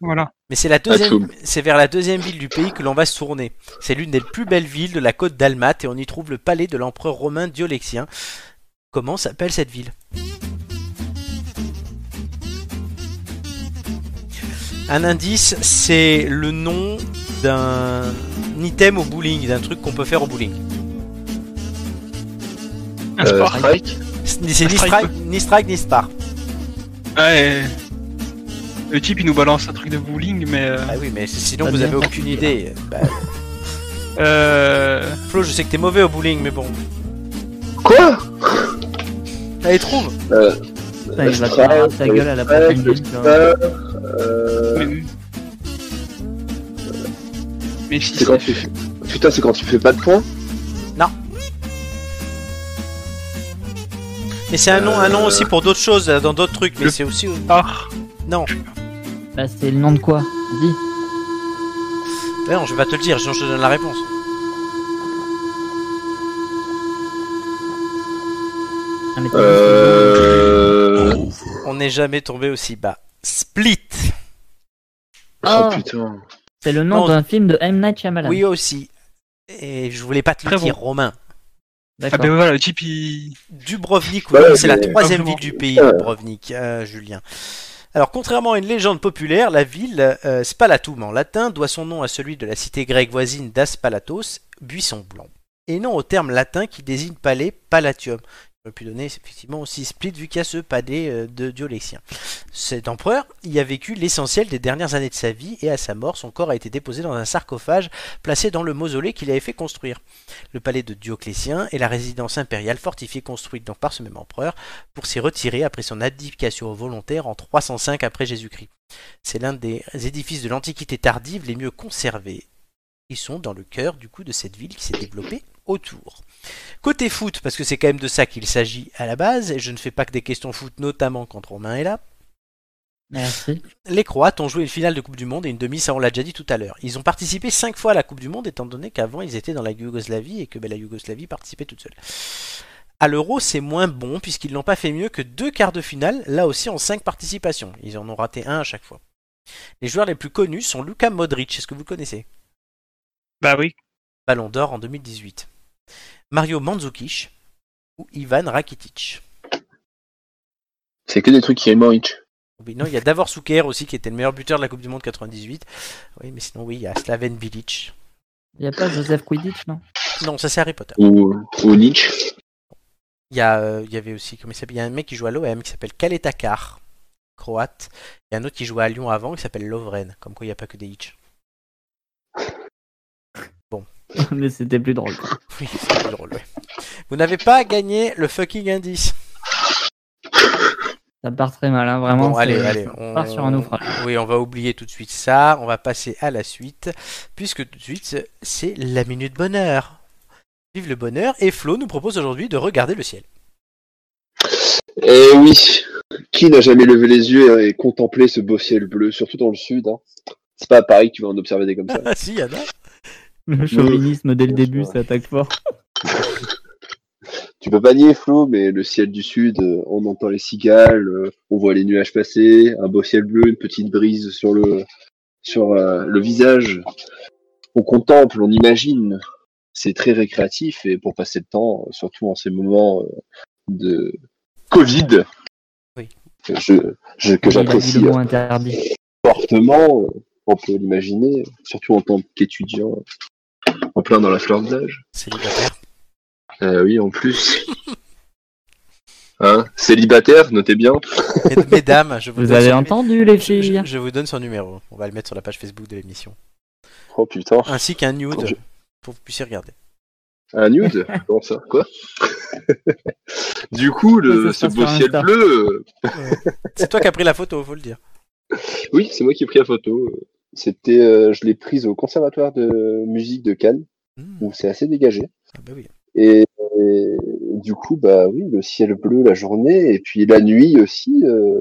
Speaker 4: Voilà.
Speaker 1: Mais c'est la
Speaker 3: Atchoum.
Speaker 1: deuxième, c'est vers la deuxième ville du pays que l'on va se tourner. C'est l'une des plus belles villes de la côte d'Almate et on y trouve le palais de l'empereur romain Diolexien. Comment s'appelle cette ville Un indice, c'est le nom d'un item au bowling, d'un truc qu'on peut faire au bowling.
Speaker 4: Un
Speaker 3: Euh,
Speaker 4: sport.
Speaker 3: Strike
Speaker 1: C'est ni strike,
Speaker 4: strike.
Speaker 1: ni strike, ni spar.
Speaker 4: Ouais. Le type il nous balance un truc de bowling, mais. euh,
Speaker 1: Ah oui, mais sinon
Speaker 2: Pas
Speaker 1: vous
Speaker 2: bien
Speaker 1: avez aucune
Speaker 2: particulier.
Speaker 1: idée. Bah,
Speaker 4: Euh...
Speaker 1: Flo, je sais que t'es mauvais au bowling, mais bon.
Speaker 3: Quoi
Speaker 1: Allez, trouve
Speaker 3: euh,
Speaker 2: Putain, il va te faire sa gueule à la
Speaker 3: Strike,
Speaker 2: prochaine
Speaker 3: le
Speaker 2: game, tu vois.
Speaker 3: star, euh,
Speaker 4: Mais, mais si,
Speaker 3: C'est quand tu fais... Putain, c'est quand tu fais pas de points
Speaker 1: Mais c'est un nom, un nom
Speaker 3: Euh,
Speaker 1: aussi pour d'autres choses, euh, dans d'autres trucs, mais
Speaker 4: le- Ah.
Speaker 1: c'est aussi.
Speaker 4: Par-
Speaker 1: Non,
Speaker 2: Bah, c'est le nom de quoi Dis.
Speaker 1: mais non, je vais pas te le dire, sinon je te donne la réponse.
Speaker 2: Ah, mais t'as dit que
Speaker 3: Euh... Oh,
Speaker 1: On n'est jamais tombé aussi bas. Split
Speaker 2: Ah.
Speaker 3: oh, putain.
Speaker 2: C'est le
Speaker 1: non.
Speaker 2: nom d'un film de M. Night Shyamalan.
Speaker 1: Oui, aussi. Et je voulais pas te le
Speaker 4: Très
Speaker 1: dire, Romain.
Speaker 4: Ah
Speaker 2: D'accord.
Speaker 4: ben voilà, le type il.
Speaker 1: Dubrovnik,
Speaker 3: Bah
Speaker 1: oui,
Speaker 3: ouais,
Speaker 1: c'est la
Speaker 3: mais-
Speaker 1: troisième
Speaker 4: Simplement.
Speaker 1: ville du pays, Dubrovnik, euh, Julien. Alors, contrairement à une légende populaire, la ville euh, Spalatum en latin doit son nom à celui de la cité grecque voisine d'Aspalatos, buisson blanc, et non au terme latin qui désigne palais, palatium. On pu donner effectivement aussi split vu qu'il y a ce palais euh, de Diolexien. Cet empereur y a vécu l'essentiel des dernières années de sa vie et à sa mort, son corps a été déposé dans un sarcophage placé dans le mausolée qu'il avait fait construire. Le palais de Dioclétien est la résidence impériale fortifiée construite donc par ce même empereur pour s'y retirer après son abdication aux volontaires en 305 après Jésus-Christ. C'est l'un des édifices de l'Antiquité tardive les mieux conservés. Ils sont dans le cœur du coup de cette ville qui s'est développée autour. Côté foot, parce que c'est quand même de ça qu'il s'agit à la base, et je ne fais pas que des questions foot, notamment quand Romain est là.
Speaker 2: Merci.
Speaker 1: Les Croates ont joué une finale de Coupe du Monde et une demi, ça on l'a déjà dit tout à l'heure. Ils ont participé cinq fois à la Coupe du Monde, étant donné qu'avant ils étaient dans la Yougoslavie et que ben, la Yougoslavie participait toute seule. À l'Euro, c'est moins bon puisqu'ils n'ont pas fait mieux que deux quarts de finale, là aussi en cinq participations. Ils en ont raté un à chaque fois. Les joueurs les plus connus sont Luka Modric, est-ce que vous le connaissez
Speaker 4: Bah oui.
Speaker 1: Ballon d'or en 2018. Mario Mandzukic ou Ivan Rakitic.
Speaker 3: C'est que des trucs qui aiment en hitch.
Speaker 1: Oui, non, il y a Davor Souker aussi qui était le meilleur buteur de la Coupe du Monde 98. Oui, mais sinon oui, il y a Slaven Bilic.
Speaker 2: Il n'y a pas Joseph Quidditch, non <laughs>
Speaker 1: Non, ça c'est Harry Potter.
Speaker 3: Ou, ou Nietzsche.
Speaker 1: Il y, a, euh, il y avait aussi, comment il s'appelle Il y a un mec qui joue à l'OM qui s'appelle Kaletakar, croate. Il y a un autre qui jouait à Lyon avant qui s'appelle Lovren. Comme quoi, il n'y a pas que des Hitch. <laughs>
Speaker 2: Mais c'était plus drôle. quoi.
Speaker 1: Oui, c'est plus drôle, ouais. Vous n'avez pas gagné le fucking indice.
Speaker 2: Ça part très mal, hein, vraiment.
Speaker 1: bon, allez,
Speaker 2: c'est-
Speaker 1: allez.
Speaker 2: On part sur un naufrage.
Speaker 1: Oui, on va oublier tout de suite ça. On va passer à la suite. Puisque tout de suite, c'est la minute bonheur. Vive le bonheur. Et Flo nous propose aujourd'hui de regarder le ciel.
Speaker 3: <laughs> Eh oui. Qui n'a jamais levé les yeux et contemplé ce beau ciel bleu, surtout dans le sud. Hein. C'est pas à Paris que tu vas en observer des comme ça.
Speaker 1: Ah, si, y en
Speaker 2: <laughs>
Speaker 1: a.
Speaker 2: Le chauvinisme dès le
Speaker 3: Oui.
Speaker 2: début, ça attaque fort.
Speaker 3: tu peux pas nier Flo, mais le ciel du sud, euh, on entend les cigales, euh, on voit les nuages passer, un beau ciel bleu, une petite brise sur le sur euh, le visage. On contemple, on imagine. C'est très récréatif et pour passer le temps, surtout en ces moments euh, de Covid,
Speaker 1: Oui.
Speaker 3: que je- je- que
Speaker 2: Il a dit
Speaker 3: j'apprécie
Speaker 2: le mot interdit.
Speaker 3: fortement, euh, on peut l'imaginer, surtout en tant qu'étudiant, euh, en plein dans la fleur de l'âge.
Speaker 1: Célibataire.
Speaker 3: Euh, oui, en plus. Hein, célibataire, notez bien.
Speaker 1: Mes- Mesdames, je vous,
Speaker 2: Vous
Speaker 1: donne
Speaker 2: avez
Speaker 1: son numé-
Speaker 2: entendu les
Speaker 1: je,
Speaker 2: filles
Speaker 1: je- je vous donne son numéro. On va le mettre sur la page Facebook de l'émission.
Speaker 3: Oh putain.
Speaker 1: Ainsi qu'un
Speaker 3: Oh, je-
Speaker 1: nude pour que vous puissiez regarder.
Speaker 3: Un nude Comment ça Quoi Du coup, le,
Speaker 2: Ça,
Speaker 3: ce
Speaker 2: ça se
Speaker 3: beau
Speaker 2: passe sur
Speaker 3: ciel
Speaker 2: Insta.
Speaker 3: bleu. euh,
Speaker 1: C'est toi qui as pris la photo, faut le dire.
Speaker 3: Oui, c'est moi qui ai pris la photo. C'était, euh, je l'ai prise au conservatoire de musique de Cannes,
Speaker 1: Hmm,
Speaker 3: où c'est assez dégagé.
Speaker 1: ah bah oui.
Speaker 3: Et, et du coup, bah oui, le ciel bleu la journée, et puis la nuit aussi, euh,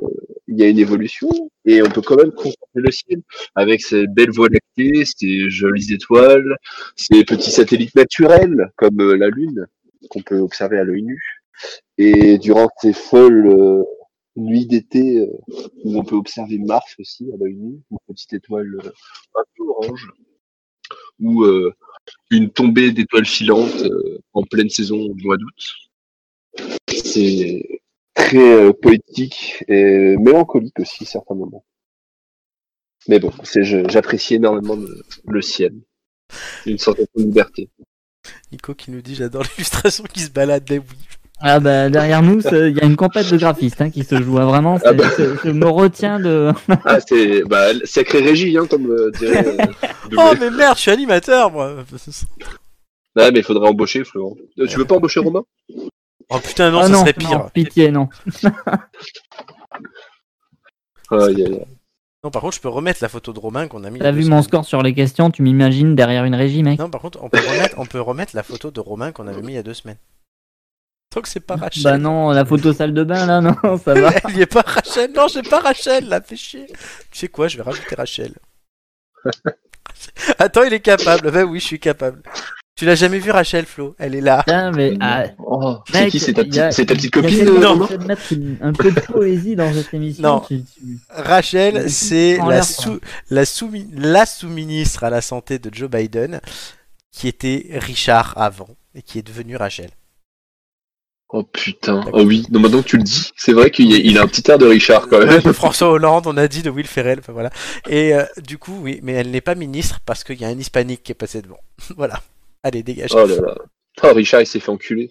Speaker 3: il y a une évolution, et on peut quand même contempler le ciel avec ses belles voies lactées, ses jolies étoiles, ses petits satellites naturels, comme euh, la Lune, qu'on peut observer à l'œil nu. Et durant ces folles euh, nuits d'été, euh, où on peut observer Mars aussi à l'œil nu, une petite étoile euh, un peu orange, ou euh, une tombée d'étoiles filantes euh, en pleine saison du mois d'août. C'est très euh, poétique et mélancolique aussi, certains moments. Mais bon, c'est, je- j'apprécie énormément le, le ciel. Une certaine liberté.
Speaker 1: Nico qui nous dit j'adore l'illustration qui se balade. Ben oui.
Speaker 2: Ah bah derrière nous, c'est- il y a une compète de graphistes hein, qui se joue. Ah, vraiment, c'est-
Speaker 3: Ah bah.
Speaker 2: je, je me retiens de.
Speaker 3: Ah, c'est bah, sacré régie, hein, comme euh, dirait.
Speaker 2: <laughs>
Speaker 3: euh, W.
Speaker 1: Oh mais merde, je suis animateur moi.
Speaker 3: Ouais, Ah, mais il faudrait embaucher, Florent. Euh, Tu veux pas embaucher Romain
Speaker 1: Oh putain non,
Speaker 2: Ah
Speaker 1: ça
Speaker 2: non,
Speaker 1: serait pire.
Speaker 2: non, pitié non.
Speaker 3: Ah, il y a-
Speaker 1: Non, par contre, je peux remettre la photo de Romain qu'on a mis.
Speaker 2: T'as vu mon score sur les questions Tu m'imagines derrière une régie, mec
Speaker 1: Non, par contre, on peut remettre, on peut remettre la photo de Romain qu'on avait mis il y a deux semaines. Tant que c'est pas Rachel.
Speaker 2: Bah non, la photo salle de bain là, non, <laughs> ça va.
Speaker 1: <laughs> Il y a pas Rachel. Non, j'ai pas Rachel. La fait chier. Tu sais quoi Je vais rajouter Rachel. Attends, il est capable. Ben oui, je suis capable. Tu l'as jamais vu Rachel, Flo Elle est là.
Speaker 2: Putain, mais ah,
Speaker 3: Oh, c'est
Speaker 2: mec,
Speaker 3: qui C'est ta,
Speaker 2: il y a-
Speaker 3: petite- c'est ta petite
Speaker 2: il y a
Speaker 3: copine
Speaker 2: quelqu'un
Speaker 3: euh,
Speaker 2: qui
Speaker 1: non.
Speaker 3: Romain
Speaker 2: essaie de mettre une- un peu de poésie dans cette émission.
Speaker 1: Non.
Speaker 2: tu- tu-
Speaker 1: Rachel, c'est
Speaker 2: En
Speaker 1: la
Speaker 2: l'air,
Speaker 1: sous la soumis- la sous-ministre à la santé de Joe Biden, qui était Richard avant et qui est devenu Rachel.
Speaker 3: Oh putain, oh oui, non, maintenant que tu le dis, c'est vrai qu'il y a, il a un petit air de Richard quand <laughs> même.
Speaker 1: de François Hollande, on a dit de Will Ferrell, enfin voilà. Et euh, du coup, oui, mais elle n'est pas ministre parce qu'il y a un hispanique qui est passé devant. <laughs> voilà. Allez, dégage.
Speaker 3: Oh là là. Oh, Richard, il s'est fait enculer.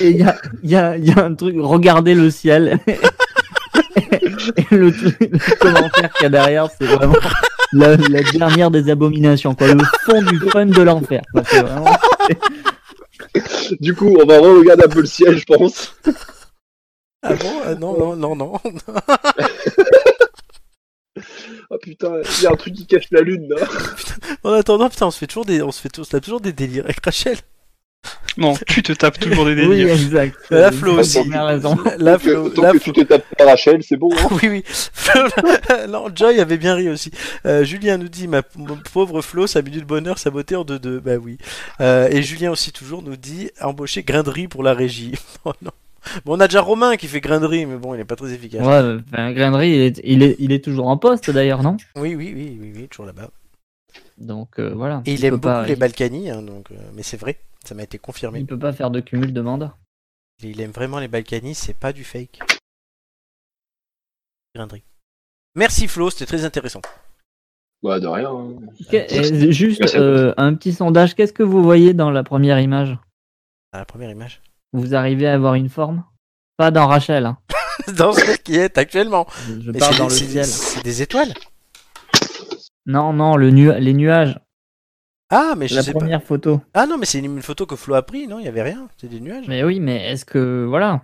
Speaker 2: Et il y a, il y, a, il y a un truc, regardez le ciel. <laughs> Et le, truc- le commentaire qu'il y a derrière, c'est vraiment la, la dernière des abominations, quoi. Le fond du fun de l'enfer. quoi. C'est vraiment-
Speaker 3: Du coup, on va regarder un peu le ciel, je pense.
Speaker 1: Ah bon Euh, Non, non, non, non.
Speaker 3: Oh putain, il y a un truc qui cache la lune là.
Speaker 1: En attendant, putain, on se fait toujours des, on se fait tous- on se tape toujours des délires avec Rachel.
Speaker 4: Non, tu te tapes toujours des
Speaker 2: Oui,
Speaker 4: délires.
Speaker 2: exact.
Speaker 1: La Flo aussi.
Speaker 2: On a raison.
Speaker 1: <laughs> Là,
Speaker 3: Tant que,
Speaker 1: Flo,
Speaker 3: tant
Speaker 1: là,
Speaker 3: euh, que
Speaker 1: Flo-
Speaker 3: tu te tapes pas Rachel, c'est
Speaker 1: <laughs>
Speaker 3: bon. hein.
Speaker 1: Oui, oui. Flo- non, Joy avait bien ri aussi. Euh, Julien nous dit ma, mon pauvre Flo, sa minute bonheur, sa beauté en 2-2. Bah oui. Euh, et Julien aussi, toujours, nous dit embaucher Grindry pour la régie. <laughs> oh non. Bon, on a déjà Romain qui fait Grindry, mais bon, il n'est pas très efficace.
Speaker 2: Ouais, euh, enfin, Grainerie, il est, il, est, il est toujours en poste d'ailleurs, non
Speaker 1: Oui, oui, oui, oui, oui, toujours là-bas.
Speaker 2: Donc euh, voilà.
Speaker 1: Et il
Speaker 2: peut
Speaker 1: aime beaucoup
Speaker 2: pas-
Speaker 1: les
Speaker 2: il-
Speaker 1: Balkany, hein, donc, euh, mais c'est vrai, ça m'a été confirmé.
Speaker 2: Il peut pas faire de cumul de mandats.
Speaker 1: Il aime vraiment les Balkany, c'est pas du fake. Grindry. Merci Flo, c'était très intéressant.
Speaker 3: Bah, de rien. hein.
Speaker 2: Que- euh, Juste
Speaker 3: Merci à vous.
Speaker 2: euh, un petit sondage. Qu'est-ce que vous voyez dans la première image
Speaker 1: À la première image. <laughs>
Speaker 2: Vous arrivez à avoir une forme Pas dans Rachel. hein.
Speaker 1: Dans ce qui est actuellement.
Speaker 2: Je je
Speaker 1: Mais
Speaker 2: parle
Speaker 1: c'est-
Speaker 2: dans le
Speaker 1: c'est-
Speaker 2: ciel.
Speaker 1: C'est des étoiles.
Speaker 2: Non, non, le nu les nuages.
Speaker 1: Ah, mais je
Speaker 2: La
Speaker 1: sais
Speaker 2: première photo.
Speaker 1: pas. Ah non, mais c'est une, une photo que Flo a pris, non Il y avait rien, c'est des nuages.
Speaker 2: Mais oui, mais est-ce que voilà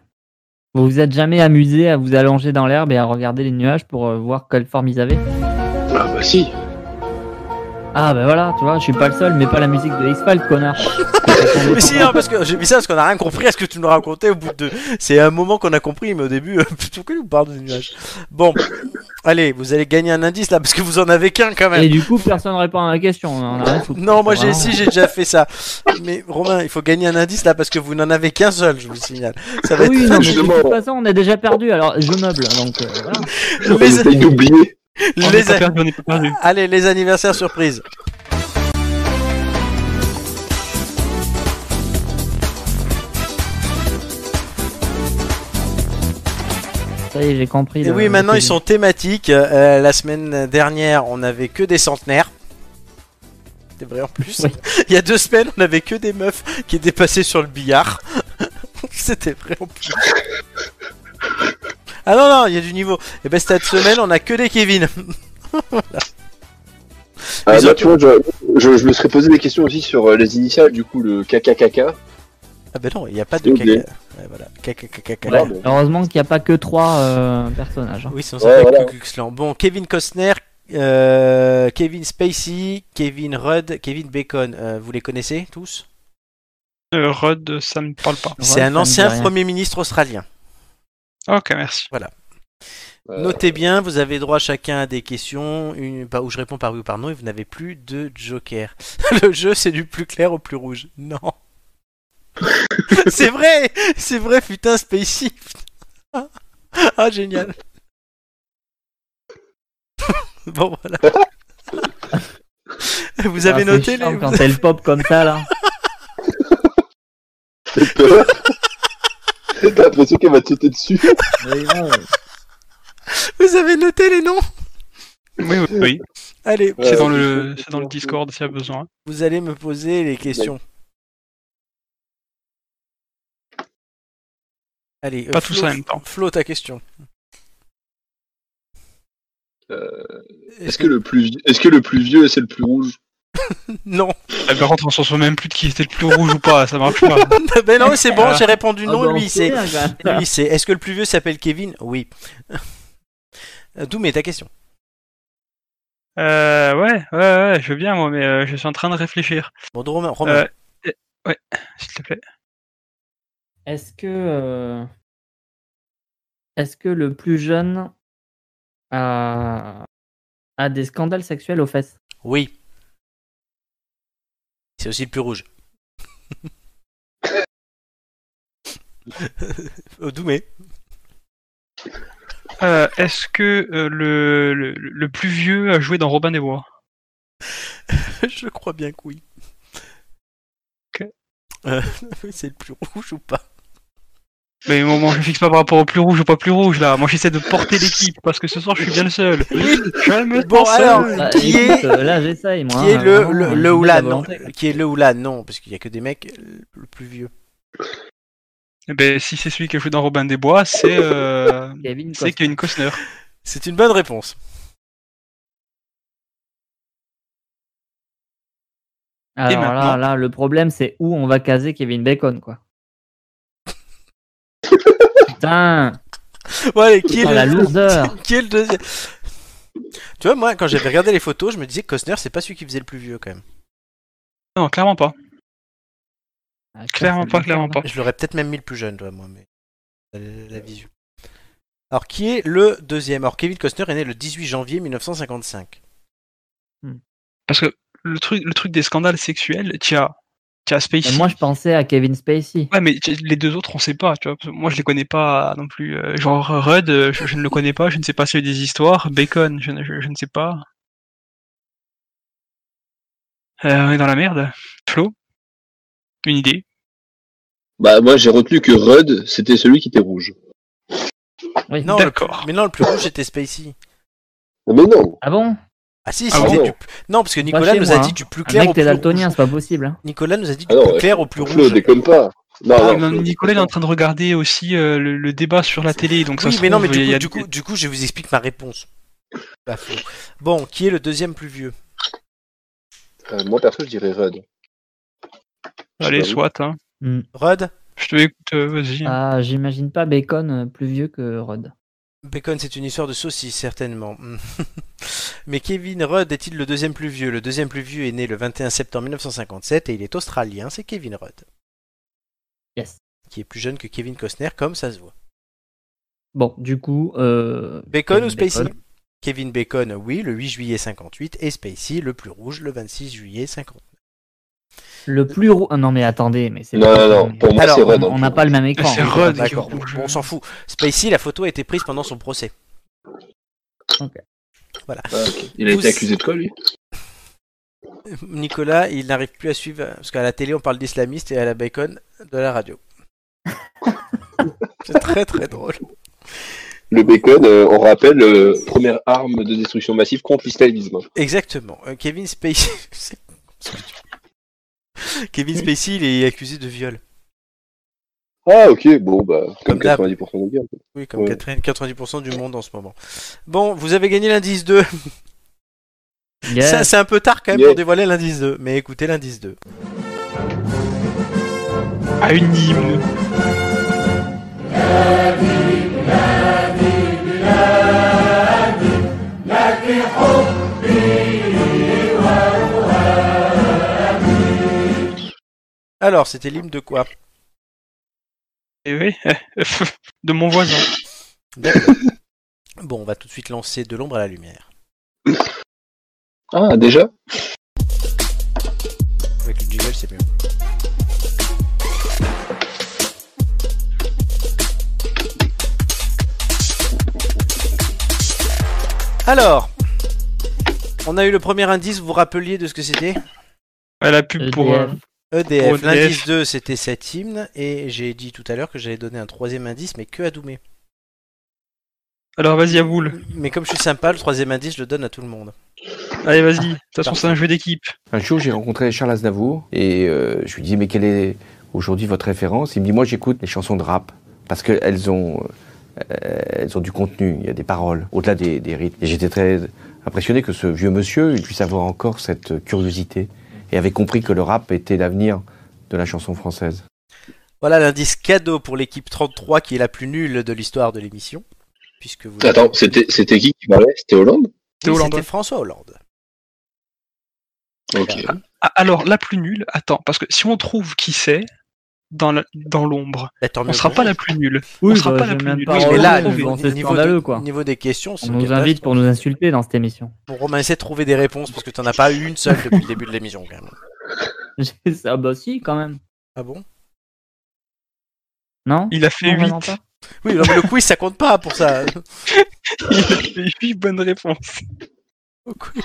Speaker 2: Vous vous êtes jamais amusé à vous allonger dans l'herbe et à regarder les nuages pour euh, voir quelle forme ils avaient
Speaker 3: Ah bah si.
Speaker 2: Ah bah voilà, tu vois, je suis pas le seul, mais pas la musique de X-Files, connard.
Speaker 1: Mais si, non, parce que j'ai mis ça parce qu'on a rien compris à ce que tu nous racontais au bout de. C'est un moment qu'on a compris, mais au début, euh, <laughs> plutôt que nous parle de nuages. Bon, allez, vous allez gagner un indice là parce que vous en avez qu'un quand même.
Speaker 2: Et du coup, personne répond à la question. on en a rien à foutre.
Speaker 1: Non, moi j'ai
Speaker 2: Vraiment.
Speaker 1: si j'ai déjà fait ça. Mais Romain, il faut gagner un indice là parce que vous n'en avez qu'un seul, je vous signale. Ça va
Speaker 2: Ah
Speaker 1: <laughs>
Speaker 2: Oui,
Speaker 1: être
Speaker 2: non, mais de
Speaker 3: Justement.
Speaker 2: toute façon, on a déjà perdu, alors je meuble. Donc, euh, voilà.
Speaker 3: On
Speaker 1: les,
Speaker 3: essaye d'oublier.
Speaker 4: On n'est
Speaker 1: Les
Speaker 4: pas
Speaker 1: a-
Speaker 4: perdu, on n'est pas perdu.
Speaker 1: Allez, les anniversaires surprises.
Speaker 2: Ça y est, j'ai compris.
Speaker 1: Et
Speaker 2: le-
Speaker 1: oui,
Speaker 2: le
Speaker 1: maintenant ils
Speaker 2: plaisir.
Speaker 1: sont thématiques. Euh, la semaine dernière, on avait que des centenaires. C'est vrai en plus.
Speaker 2: Oui.
Speaker 1: <laughs> Il y a deux semaines, on avait que des meufs qui étaient passées sur le billard. <laughs> C'était vrai en plus. Ah non, non, il y a du niveau. Et ben cette semaine, on a que des Kevin.
Speaker 3: Ah,
Speaker 1: Mais
Speaker 3: bah,
Speaker 1: surtout-
Speaker 3: tu vois, je, je- je me serais posé des questions aussi sur euh, les initiales, du coup, le KKKK.
Speaker 1: Ah ben non, il n'y a pas de
Speaker 3: Ok.
Speaker 1: caca. Ouais, voilà. Caca, caca, caca.
Speaker 3: Voilà, bon. <laughs>
Speaker 2: Heureusement qu'il n'y a pas que trois euh, personnages. hein.
Speaker 1: Oui, sinon
Speaker 3: Ouais,
Speaker 1: ça
Speaker 3: voilà.
Speaker 1: s'appelle Ku Klux Klan. Bon, Kevin Costner, euh, Kevin Spacey, Kevin Rudd, Kevin Bacon, euh, vous les connaissez tous
Speaker 4: Euh, Rod, ça me parle pas.
Speaker 2: Rudd,
Speaker 1: C'est
Speaker 2: ça me
Speaker 1: un
Speaker 2: dit
Speaker 1: ancien
Speaker 2: rien.
Speaker 1: Premier ministre australien.
Speaker 4: Ok, merci.
Speaker 3: Euh,
Speaker 1: Notez bien, vous avez droit chacun à des questions une, bah, où je réponds par oui ou par non et vous n'avez plus de joker. <laughs> Le jeu, c'est du plus clair au plus rouge. Non. <laughs> c'est vrai C'est vrai, putain, Spacey putain. <laughs> Ah, génial <laughs> Bon, voilà.
Speaker 3: <laughs>
Speaker 1: Vous avez
Speaker 2: Ah, c'est
Speaker 1: noté
Speaker 2: chiant
Speaker 1: les...
Speaker 2: Quand elle pop comme ça, là.
Speaker 1: <laughs>
Speaker 3: J'ai peur. T'as l'impression qu'elle va te sauter dessus.
Speaker 2: Mais non,
Speaker 1: Vous avez noté les noms
Speaker 4: Oui, oui, oui.
Speaker 1: Allez,
Speaker 3: Ouais.
Speaker 4: C'est dans
Speaker 3: Euh,
Speaker 4: le,
Speaker 3: je-
Speaker 4: c'est dans le Discord s'il y a besoin.
Speaker 1: vous allez me poser les questions. Allez,
Speaker 4: Pas
Speaker 1: tout
Speaker 4: tous en même temps.
Speaker 1: Flo, ta question. <laughs>
Speaker 3: Euh, est-ce que le plus, vi- est-ce que le plus vieux c'est le plus rouge
Speaker 1: Non.
Speaker 4: Ah, Par contre, on s'en souvient même plus de qui était le plus rouge ou pas, ça marche pas.
Speaker 1: <laughs> ben non, c'est bon, j'ai répondu
Speaker 2: Ah
Speaker 1: non.
Speaker 2: bah, on
Speaker 1: lui, <laughs>
Speaker 2: se
Speaker 1: c'est.
Speaker 2: souvient, quoi.
Speaker 1: Lui, c'est. Est-ce que le plus vieux s'appelle Kevin Oui. Euh, Doumé, ta question.
Speaker 4: <laughs> Euh, ouais, ouais, ouais, je veux bien, moi, mais euh, je suis en train de réfléchir.
Speaker 1: Bon, de Romain. Romain.
Speaker 4: Euh, euh, ouais, s'il te plaît.
Speaker 2: Est-ce que. euh, Est-ce que le plus jeune a... a des scandales sexuels aux fesses
Speaker 1: Oui. C'est aussi le plus rouge. Euh, Doumé.
Speaker 4: Euh, est-ce que euh, le, le, le plus vieux a joué dans Robin des Bois
Speaker 1: <laughs> Je crois bien que oui.
Speaker 4: Ok.
Speaker 1: Euh, <laughs> c'est le plus rouge ou pas
Speaker 4: Mais moi, moi, je fixe pas par rapport au plus rouge ou pas plus rouge, là. Moi, j'essaie de porter l'équipe, parce que ce soir, je suis bien le seul. Je me
Speaker 1: Bon,
Speaker 4: sens
Speaker 1: alors,
Speaker 4: seul.
Speaker 2: Bah,
Speaker 1: Qui est-
Speaker 2: écoute, euh, Là, j'essaye, moi.
Speaker 1: Qui est
Speaker 2: hein,
Speaker 1: le,
Speaker 2: vraiment,
Speaker 1: le,
Speaker 2: j'ai
Speaker 1: le ou
Speaker 2: de la
Speaker 1: la non
Speaker 2: volonté.
Speaker 1: Qui est le ou la non Parce qu'il n'y a que des mecs euh, le plus vieux.
Speaker 4: Eh ben, si c'est celui qui a joué dans Robin des Bois, c'est euh,
Speaker 2: Kevin
Speaker 4: c'est
Speaker 2: Costner.
Speaker 4: Kevin Costner.
Speaker 1: C'est une bonne réponse.
Speaker 2: Alors
Speaker 4: maintenant
Speaker 2: là, là, le problème, c'est où on va caser Kevin Bacon, quoi. Putain,
Speaker 1: Bon, allez, qui est
Speaker 2: oh, la
Speaker 1: le,
Speaker 2: loser.
Speaker 1: <laughs> qui est le deuxième Tu vois, moi, quand j'avais regardé les photos, je me disais que Costner, c'est pas celui qui faisait le plus vieux quand même.
Speaker 4: Non, clairement pas.
Speaker 2: Ah, putain,
Speaker 4: Clairement
Speaker 2: c'est
Speaker 4: pas,
Speaker 2: une
Speaker 4: clairement pas.
Speaker 2: merde.
Speaker 1: Je l'aurais peut-être même mis le plus jeune, toi, moi, mais. euh, La, la vision. Alors, qui est le deuxième Alors, Kevin Costner est né le 18 janvier 1955.
Speaker 4: Parce que le truc, le truc des scandales sexuels, tu as, tu as Spacey.
Speaker 2: hein. Mais Moi, je pensais à Kevin Spacey.
Speaker 4: Ouais, mais tu- les deux autres, on sait pas, tu vois. parce que Moi, je les connais pas non plus. euh, Genre euh, Rudd, euh, je, je ne le connais pas, je ne sais pas s'il y a eu des histoires. Bacon, je, ne- je- je ne sais pas. Euh, on est dans la merde. Flo Une idée
Speaker 3: Bah moi j'ai retenu que Rudd c'était celui qui était rouge.
Speaker 2: Oui.
Speaker 1: Non, le,
Speaker 4: D'accord.
Speaker 1: mais non, le plus rouge, c'était Spacey.
Speaker 3: Mais non.
Speaker 2: Ah bon
Speaker 1: Ah si,
Speaker 4: Ah
Speaker 1: c'était
Speaker 3: bon
Speaker 1: du... Non, parce que Nicolas
Speaker 2: chez
Speaker 1: nous a
Speaker 2: moi,
Speaker 1: dit
Speaker 2: hein.
Speaker 1: du plus
Speaker 2: Un
Speaker 1: clair
Speaker 2: mec,
Speaker 1: au
Speaker 2: t'es
Speaker 1: plus
Speaker 2: daltonien,
Speaker 1: rouge.
Speaker 2: c'est pas possible. hein.
Speaker 1: Nicolas nous a dit du
Speaker 3: Ah non,
Speaker 1: plus
Speaker 3: ouais.
Speaker 1: clair au plus
Speaker 3: Flo
Speaker 1: rouge.
Speaker 3: déconne pas. Non,
Speaker 4: Ah,
Speaker 3: non,
Speaker 4: mais
Speaker 3: Flo,
Speaker 4: Nicolas il est en
Speaker 3: déconne
Speaker 4: train de regarder aussi euh, le, le débat sur la télé, donc ça
Speaker 1: oui,
Speaker 4: se
Speaker 1: mais non, mais
Speaker 4: trouve,
Speaker 1: du
Speaker 4: il y
Speaker 1: coup,
Speaker 4: a
Speaker 1: du,
Speaker 4: des-
Speaker 1: coup, du coup, je vous explique ma réponse. Bah, faux. Bon, qui est le deuxième plus vieux
Speaker 3: pas. Euh, moi perso je dirais Rudd.
Speaker 4: Allez,
Speaker 3: Je sais
Speaker 4: soit, hein.
Speaker 1: Rod
Speaker 4: Je te écoute, euh, vas-y.
Speaker 2: Ah, j'imagine pas Bacon euh, plus vieux que Rod.
Speaker 1: Bacon, c'est une histoire de saucisse, certainement. <laughs> mais Kevin Rudd est-il le deuxième plus vieux Le deuxième plus vieux est né le 21 septembre 1957 et il est australien, c'est Kevin Rudd,
Speaker 2: Yes.
Speaker 1: qui est plus jeune que Kevin Costner, comme ça se voit.
Speaker 2: Bon, du coup. euh,
Speaker 1: Bacon ou
Speaker 2: Kevin Bacon.
Speaker 1: Spacey Kevin Bacon, oui, le 8 juillet 58, et Spacey, le plus rouge, le 26 juillet 50.
Speaker 2: Le plus roux. Ah non, mais attendez, mais c'est.
Speaker 3: Non,
Speaker 2: pas-
Speaker 3: non, non, pour moi,
Speaker 1: Alors,
Speaker 3: c'est
Speaker 2: on-
Speaker 3: Rudd. hein.
Speaker 2: On n'a pas le même écran.
Speaker 4: C'est
Speaker 2: hein.
Speaker 4: Rudd qui est
Speaker 1: D'accord,
Speaker 4: rouge.
Speaker 1: on s'en fout. Spacey, la photo a été prise pendant son procès. Voilà.
Speaker 3: Ah, ok. Il a
Speaker 1: Vous-
Speaker 3: été accusé de quoi, lui
Speaker 1: Nicolas, il n'arrive plus à suivre, euh, parce qu'à la télé, on parle d'islamiste et à la bacon, de la
Speaker 3: <laughs>
Speaker 1: radio. C'est très très drôle.
Speaker 3: Le bacon, euh, on rappelle, euh, première arme de destruction massive contre l'islamisme.
Speaker 1: Exactement. Euh, Kevin Spacey. <laughs> c'est- c'est- Kevin Spacey, il est accusé de viol.
Speaker 3: Ah, ok, bon, bah,
Speaker 1: Comme
Speaker 3: comme
Speaker 1: d'hab.
Speaker 3: 90% des gars.
Speaker 1: Oui, comme
Speaker 3: Ouais.
Speaker 1: 80 90% du monde en ce moment. Bon, vous avez gagné l'indice 2.
Speaker 2: Yes.
Speaker 1: Ça, C'est un peu tard quand même
Speaker 3: Yeah.
Speaker 1: pour dévoiler l'indice 2, mais écoutez l'indice 2.
Speaker 4: À une hymne.
Speaker 1: Alors, c'était l'hymne de quoi
Speaker 4: Et Eh oui, <laughs> de mon voisin.
Speaker 1: D'accord. Bon, on va tout de suite lancer de l'ombre à la lumière.
Speaker 3: Ah, déjà
Speaker 1: Avec le jingle, c'est mieux. Alors, on a eu le premier indice, vous vous rappeliez de ce que c'était
Speaker 4: À la pub pour. euh,
Speaker 2: EDF.
Speaker 1: EDF,
Speaker 4: EDF.
Speaker 1: l'indice 2 c'était cet hymne, et j'ai dit tout à l'heure que j'allais donner un troisième indice, mais que à Doumé.
Speaker 4: Alors vas-y, Aboul.
Speaker 1: Mais comme je suis sympa, le troisième indice je le donne à tout le monde.
Speaker 4: Allez, vas-y. De toute façon, c'est un jeu d'équipe.
Speaker 9: Un jour, j'ai rencontré Charles Aznavour et euh, je lui dis mais quelle est aujourd'hui votre référence Il me dit moi j'écoute les chansons de rap parce qu'elles ont euh, elles ont du contenu, il y a des paroles au-delà des, des rythmes. Et j'étais très impressionné que ce vieux monsieur il puisse avoir encore cette curiosité et avait compris que le rap était l'avenir de la chanson française.
Speaker 1: Voilà l'indice cadeau pour l'équipe 33 qui est la plus nulle de l'histoire de l'émission. Puisque vous
Speaker 3: Attends, c'était c'était qui qui parlait C'était Hollande
Speaker 1: Oui,
Speaker 4: Hollande,
Speaker 1: c'était
Speaker 4: ouais.
Speaker 1: François Hollande.
Speaker 3: Ok.
Speaker 4: Ah, alors, la plus nulle, attends, parce que si on trouve qui c'est, dans la- dans l'ombre,
Speaker 1: Bah, tant
Speaker 4: on
Speaker 1: mieux
Speaker 4: sera
Speaker 1: pour
Speaker 4: pas
Speaker 1: nous.
Speaker 4: la plus nulle.
Speaker 2: Oui,
Speaker 4: on sera
Speaker 2: bah,
Speaker 4: pas la
Speaker 2: j'ai
Speaker 4: plus
Speaker 2: même
Speaker 4: nulle.
Speaker 2: pas
Speaker 4: Oui,
Speaker 1: Oui,
Speaker 2: Oh,
Speaker 1: mais là,
Speaker 2: non,
Speaker 1: le
Speaker 2: mais bon, c'est
Speaker 1: niveau,
Speaker 2: scandaleux,
Speaker 1: de,
Speaker 2: quoi.
Speaker 1: niveau des questions, c'est
Speaker 2: On
Speaker 1: une
Speaker 2: nous
Speaker 1: catastrophe.
Speaker 2: invite pour nous insulter dans cette émission. <laughs>
Speaker 1: Pour Romain, essaie de trouver des réponses parce que t'en as pas eu une seule depuis le début de l'émission. quand même.
Speaker 2: ah bah si, quand même.
Speaker 1: Ah bon
Speaker 2: Non
Speaker 4: Il a fait
Speaker 2: Non,
Speaker 4: <laughs>
Speaker 2: vraiment
Speaker 4: 8.
Speaker 2: pas.
Speaker 1: Oui, non, mais le quiz ça compte pas pour
Speaker 2: <laughs>
Speaker 1: ça.
Speaker 4: Il a fait 8 bonnes réponses.
Speaker 1: Au quiz.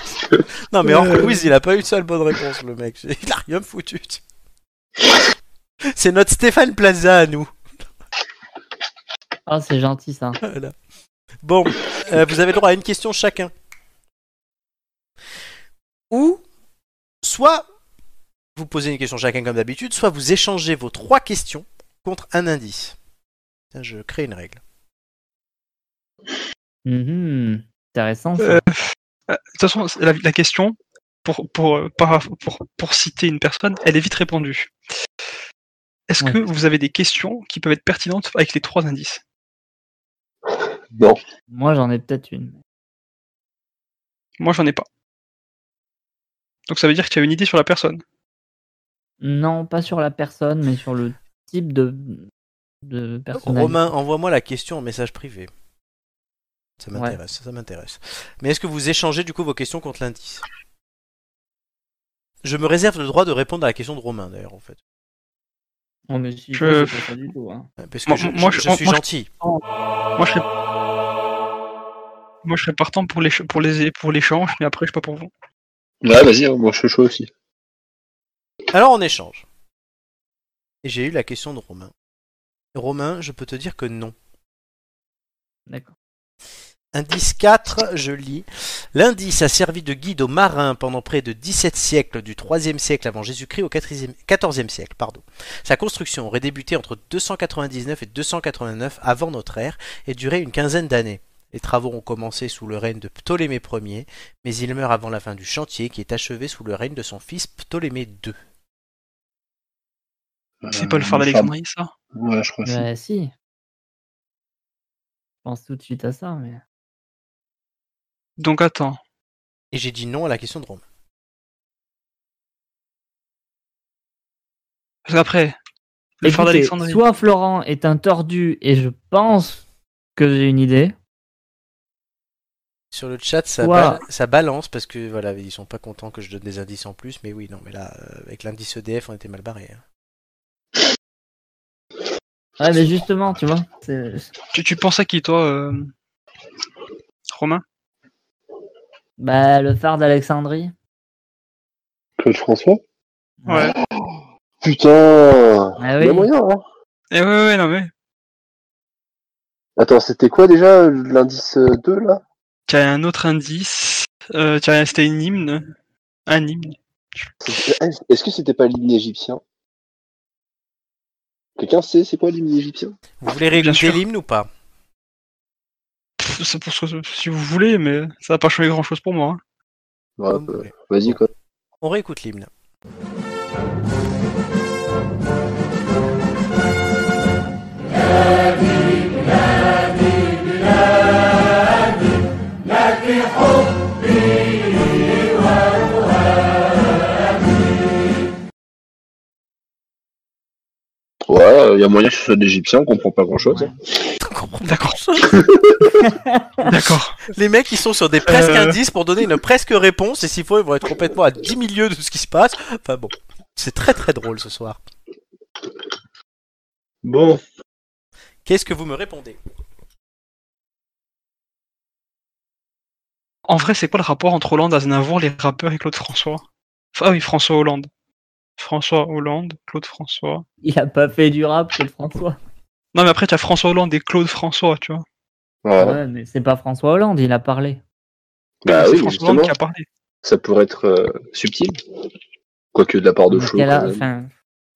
Speaker 1: Non, mais hors quiz, il a pas eu une seule bonne réponse, le mec. <laughs> Il a rien foutu. C'est notre Stéphane Plaza à nous.
Speaker 2: Ah, c'est gentil ça.
Speaker 1: <laughs> Voilà. Bon, euh, vous avez le droit à une question chacun. Ou, soit vous posez une question chacun comme d'habitude, soit vous échangez vos trois questions contre un indice. Tiens, je crée une règle.
Speaker 2: Mhm. Intéressant ça.
Speaker 4: Euh, Euh, De toute façon, c'est- la, la question, pour, pour, euh, para- pour, pour citer une personne, elle est vite répondue. Est-ce que vous avez des questions qui peuvent être pertinentes avec les trois indices
Speaker 3: Non.
Speaker 2: Moi j'en ai peut-être une.
Speaker 4: Moi, j'en ai pas. Donc, ça veut dire que tu as une idée sur la personne.
Speaker 2: Non, pas sur la personne, mais sur le type de, de personnalité.
Speaker 1: Romain, envoie-moi la question en message privé. Ça
Speaker 2: Ouais.
Speaker 1: m'intéresse, ça m'intéresse. Mais est-ce que vous échangez du coup vos questions contre l'indice Je me réserve le droit de répondre à la question de Romain d'ailleurs en fait.
Speaker 2: Oh, mais si,
Speaker 4: Je-
Speaker 2: c'est pas ça du tout, hein.
Speaker 1: Parce que
Speaker 4: Moi-
Speaker 1: je,
Speaker 4: moi,
Speaker 1: je-
Speaker 4: je-
Speaker 1: je
Speaker 4: moi,
Speaker 1: suis
Speaker 4: je-
Speaker 1: gentil.
Speaker 4: Moi, je serais... Moi, je serais partant pour l'éch- pour les- pour l'échange, mais après, je sais pas pour vous.
Speaker 3: Ouais, vas-y, hein, moi je suis chaud aussi.
Speaker 1: Alors on échange. Et j'ai eu la question de Romain. Romain, je peux te dire que non.
Speaker 2: D'accord.
Speaker 1: Indice 4, je lis. L'indice a servi de guide aux marins pendant près de 17 siècles, du 3e siècle avant Jésus-Christ au 4e 14e siècle. Pardon. Sa construction aurait débuté entre 299 et 289 avant notre ère et duré une quinzaine d'années. Les travaux ont commencé sous le règne de Ptolémée Ier, mais il meurt avant la fin du chantier qui est achevé sous le règne de son fils Ptolémée II.
Speaker 4: C'est
Speaker 2: Euh,
Speaker 4: pas le phare d'Alexandrie, ça
Speaker 3: Ouais, je crois que c'est-
Speaker 2: Bah si. Je pense tout de suite à ça, mais.
Speaker 4: Donc attends.
Speaker 1: Et j'ai dit non à la question de Romain.
Speaker 4: Parce qu'après, le phare
Speaker 2: Écoutez,
Speaker 4: d'Alexandrie.
Speaker 2: Soit Florent est un tordu et je pense que j'ai une idée.
Speaker 1: Sur le chat, ça,
Speaker 2: Ouah.
Speaker 1: ba- ça balance parce que voilà, ils sont pas contents que je donne des indices en plus, mais oui, non, mais là, euh, avec l'indice EDF, on était mal barré. hein.
Speaker 2: Ouais, mais justement, tu vois. c'est-
Speaker 4: Tu, tu penses à qui, toi, euh, Romain
Speaker 2: Bah, le phare d'Alexandrie.
Speaker 3: Claude François
Speaker 4: Ouais.
Speaker 3: Putain
Speaker 2: Ah
Speaker 3: Il y
Speaker 2: oui.
Speaker 3: a moyen, hein
Speaker 4: Et Eh ouais, ouais, non mais.
Speaker 3: Attends, c'était quoi déjà euh, l'indice euh, 2 là
Speaker 4: T'as un autre indice. Euh, tiens, c'était une hymne. Un hymne.
Speaker 3: C'était- eh, Est-ce que c'était pas l'hymne égyptien Quelqu'un sait c'est quoi l'hymne égyptien
Speaker 1: Vous voulez
Speaker 4: Bien
Speaker 1: réécouter
Speaker 4: sûr.
Speaker 1: l'hymne ou pas
Speaker 4: Pff, C'est pour ce que si vous voulez, mais ça va pas changer grand chose pour moi. hein.
Speaker 3: Ouais, euh, Vas-y quoi.
Speaker 1: On réécoute
Speaker 4: <laughs>
Speaker 1: l'hymne.
Speaker 3: Ouais, euh, il y a moyen que ce soit d'égyptien, on comprend pas hein. grand chose.
Speaker 1: On comprend pas
Speaker 4: D'accord.
Speaker 1: grand-chose.
Speaker 4: <laughs> D'accord.
Speaker 1: <laughs> Les mecs, ils sont sur des presque
Speaker 4: Euh.
Speaker 1: indices pour donner une presque réponse, et s'il faut, ils vont être complètement à 10 milieux de ce qui se passe. Enfin bon, c'est très très drôle ce soir.
Speaker 3: Bon,
Speaker 1: Qu'est-ce que vous me répondez
Speaker 4: En vrai, c'est quoi le rapport entre Hollande, Aznavour, les rappeurs et Claude François Enfin, Ah oui, François Hollande. François Hollande, Claude François.
Speaker 2: Il a pas fait du rap, c'est le François.
Speaker 4: Non, mais après, t'as François Hollande et Claude François, tu vois.
Speaker 3: ouais.
Speaker 2: Ouais, mais c'est pas François Hollande, il a parlé.
Speaker 3: bah
Speaker 4: c'est
Speaker 3: oui,
Speaker 4: François
Speaker 3: justement,
Speaker 4: Hollande qui a parlé.
Speaker 3: ça pourrait être euh, subtil. Quoique de la part de
Speaker 2: Parce
Speaker 3: Flo.
Speaker 2: qu'elle a-
Speaker 3: quand même.
Speaker 2: enfin,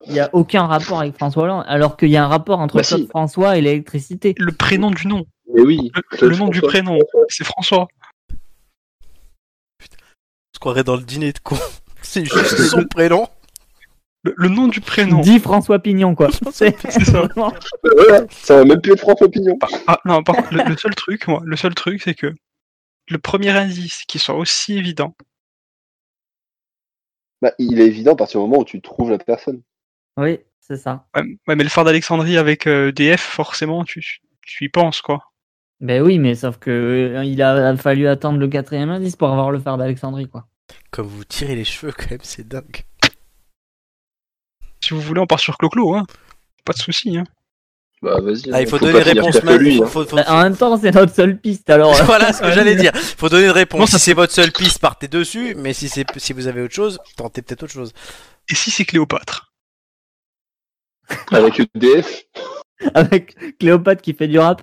Speaker 2: Il y a aucun rapport avec François Hollande, alors qu'il y a un rapport entre
Speaker 3: Bah
Speaker 2: Claude
Speaker 3: si.
Speaker 2: François et l'électricité.
Speaker 4: Le prénom du nom.
Speaker 3: Mais oui,
Speaker 4: Le,
Speaker 3: Claude
Speaker 4: le nom du
Speaker 3: François.
Speaker 4: prénom. C'est François.
Speaker 1: Je croirais dans le dîner de con. <laughs> C'est juste
Speaker 3: <laughs>
Speaker 1: son prénom.
Speaker 4: Le, le nom du prénom.
Speaker 2: Dit François
Speaker 3: <laughs>
Speaker 2: Pignon, quoi. C'est
Speaker 4: C'est ça.
Speaker 2: vraiment-
Speaker 3: Bah voilà, ça va même plus être François Pignon.
Speaker 4: Ah non, par contre, le, le seul truc, moi, le seul truc, c'est que le premier indice qui soit aussi évident,
Speaker 3: Bah, il est évident à partir du moment où tu trouves la personne.
Speaker 2: Oui, c'est ça.
Speaker 4: ouais, ouais, mais le phare d'Alexandrie avec euh, DF, forcément, tu, tu- tu y penses, quoi.
Speaker 2: Ben oui, mais sauf que euh, il a fallu attendre le quatrième indice pour avoir le phare d'Alexandrie, quoi.
Speaker 1: Comme vous tirez les cheveux quand même, c'est dingue.
Speaker 4: Si vous voulez, on part sur Clo-Clo, hein. Pas de souci, hein.
Speaker 3: Bah vas-y.
Speaker 1: Ah,
Speaker 3: hein,
Speaker 1: il faut,
Speaker 3: pas
Speaker 1: donner une
Speaker 3: finir
Speaker 1: réponse
Speaker 3: pire que lui,
Speaker 1: maintenant.
Speaker 3: hein.
Speaker 1: Faut- faut-
Speaker 2: Bah, en même temps, c'est notre seule piste, alors.
Speaker 1: <laughs>
Speaker 2: euh,
Speaker 1: voilà ce que j'allais dire. Faut donner une réponse.
Speaker 4: Non, ça-
Speaker 1: si c'est votre seule piste, partez dessus. Mais si c'est si vous avez autre chose, tentez peut-être autre chose.
Speaker 4: Et si c'est Cléopâtre
Speaker 3: Avec EDF.
Speaker 2: avec Cléopâtre qui fait du rap.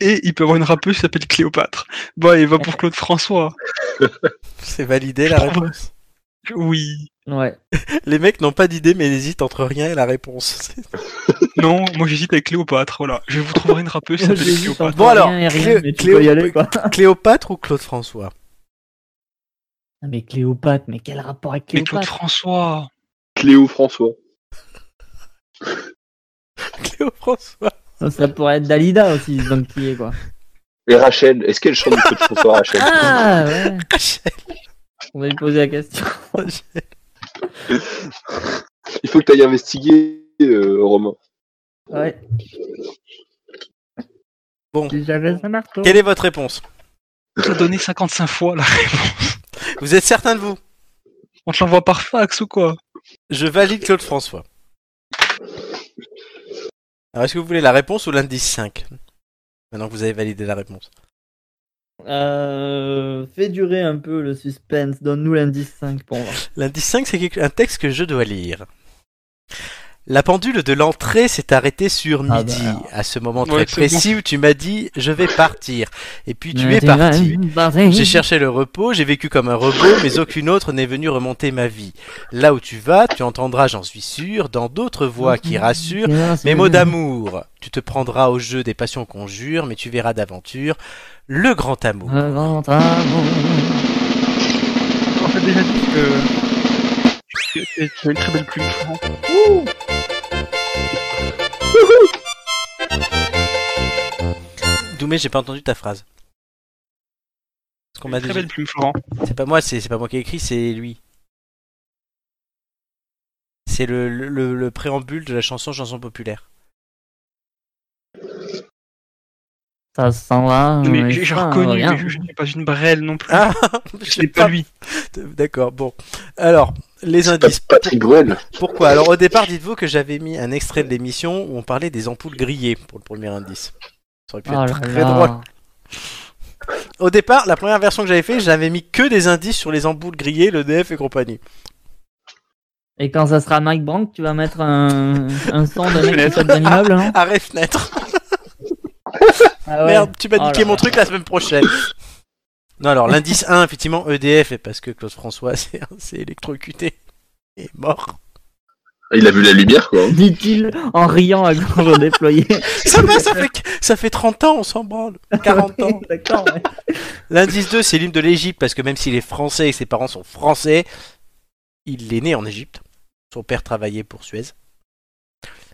Speaker 4: Et il peut avoir une rappeuse qui s'appelle Cléopâtre. Bah, il va pour Claude François.
Speaker 1: C'est validé la réponse.
Speaker 4: Oui.
Speaker 2: Ouais.
Speaker 1: Les mecs n'ont pas d'idée mais hésitent entre rien et la réponse.
Speaker 4: Non, moi j'hésite avec Cléopâtre, voilà. Je vous trouverai une rappeuse qui s'appelle
Speaker 2: J'hésite
Speaker 4: Cléopâtre.
Speaker 2: entre
Speaker 1: Bon, alors,
Speaker 2: rien et rien,
Speaker 1: Clé-
Speaker 2: mais tu
Speaker 1: Cléo-
Speaker 2: peux y aller, quoi.
Speaker 1: Cléopâtre ou Claude François
Speaker 2: Ah, Mais Cléopâtre, mais quel rapport avec
Speaker 4: Mais Claude
Speaker 2: Cléopâtre
Speaker 4: François
Speaker 3: Cléo François.
Speaker 1: Cléo François.
Speaker 2: Ça pourrait être Dalida aussi, ce
Speaker 1: <laughs>
Speaker 2: banquier, quoi.
Speaker 3: Et Rachel, est-ce qu'elle chante du Claude François, Rachel
Speaker 2: Ah, ouais. On va lui poser la question.
Speaker 3: Il faut que tu ailles investiguer, euh, Romain.
Speaker 2: Ouais.
Speaker 1: Bon.
Speaker 2: J'avais un
Speaker 1: <laughs>
Speaker 2: marteau.
Speaker 1: Quelle est votre réponse
Speaker 4: On te l'a donné 55 fois, là.
Speaker 1: Vous êtes certain de vous
Speaker 4: On te l'envoie par fax ou quoi
Speaker 1: Je valide Claude François. Alors est-ce que vous voulez la réponse ou l'indice 5 Maintenant que vous avez validé la réponse.
Speaker 2: Euh, fais durer un peu le suspense. Donne-nous l'indice 5 pour voir.
Speaker 1: L'indice 5, c'est quelque- un texte que je dois lire. La pendule de l'entrée s'est arrêtée sur
Speaker 2: Ah
Speaker 1: midi.
Speaker 2: bah alors.
Speaker 1: À ce moment
Speaker 4: Ouais,
Speaker 1: très
Speaker 4: c'est bon.
Speaker 1: précis où tu m'as dit je vais partir. Et puis tu
Speaker 2: Mais
Speaker 1: es parti.
Speaker 2: parti.
Speaker 1: J'ai cherché le repos, j'ai vécu comme un robot, mais aucune autre n'est venue remonter ma vie. Là où tu vas, tu entendras, j'en suis sûr, dans d'autres voix qui
Speaker 2: <laughs>
Speaker 1: rassurent, mes mots d'amour. Tu te prendras au jeu des passions qu'on jure, mais tu verras d'aventure le grand amour.
Speaker 2: Un grand amour.
Speaker 4: On t'a déjà dit que. que Tu as une très belle plume, Florent.
Speaker 1: Doumé, j'ai pas entendu ta phrase. Ce qu'on
Speaker 4: Une
Speaker 1: m'a
Speaker 4: Très
Speaker 1: déjà
Speaker 4: belle plume, Florent.
Speaker 1: C'est pas moi, c'est c'est pas moi qui ai écrit, c'est lui. C'est le, le- le- le préambule de la chanson chanson populaire.
Speaker 2: Ça s'en va.
Speaker 4: Mais
Speaker 2: mais
Speaker 4: j'ai j'ai
Speaker 2: ça,
Speaker 4: reconnu,
Speaker 2: rien.
Speaker 4: mais je je n'ai pas une brêle non plus.
Speaker 1: Ah,
Speaker 4: <laughs> je n'ai pas lui.
Speaker 1: D'accord. Bon, alors les
Speaker 3: Pas-
Speaker 1: indices.
Speaker 3: Patrick Bruel.
Speaker 1: Pourquoi Alors au départ, dites-vous que j'avais mis un extrait de l'émission où on parlait des ampoules grillées pour le premier indice. Ça aurait pu
Speaker 2: Oh là
Speaker 1: être très
Speaker 2: là.
Speaker 1: drôle. Au départ, la première version que j'avais fait, j'avais mis que des indices sur les emboules grillées, le DF et compagnie.
Speaker 2: Et quand ça sera Mike Bank, tu vas mettre un, un
Speaker 4: <laughs>
Speaker 2: son de hein mec qui saute d'un immeuble, non
Speaker 1: Arrêt fenêtre.
Speaker 2: Ah ouais.
Speaker 1: Merde, tu m'as
Speaker 2: Oh
Speaker 1: niqué
Speaker 2: là
Speaker 1: mon
Speaker 2: là.
Speaker 1: truc la semaine prochaine. non,
Speaker 2: <laughs>
Speaker 1: alors l'indice 1, effectivement, E EDF, et parce que Claude François <laughs> s'est s'est électrocuté et mort.
Speaker 3: Ah, Il a vu la lumière, quoi.
Speaker 2: Dit-il en riant à
Speaker 4: <laughs>
Speaker 2: gorge déployée.
Speaker 1: Ça va, ça fait, ça fait 30 ans, on s'en branle. 40 ans.
Speaker 2: D'accord, ouais.
Speaker 1: L'indice 2, c'est l'hymne de l'Égypte, parce que même s'il est français et que ses parents sont français, il est né en Égypte. Son père travaillait pour Suez.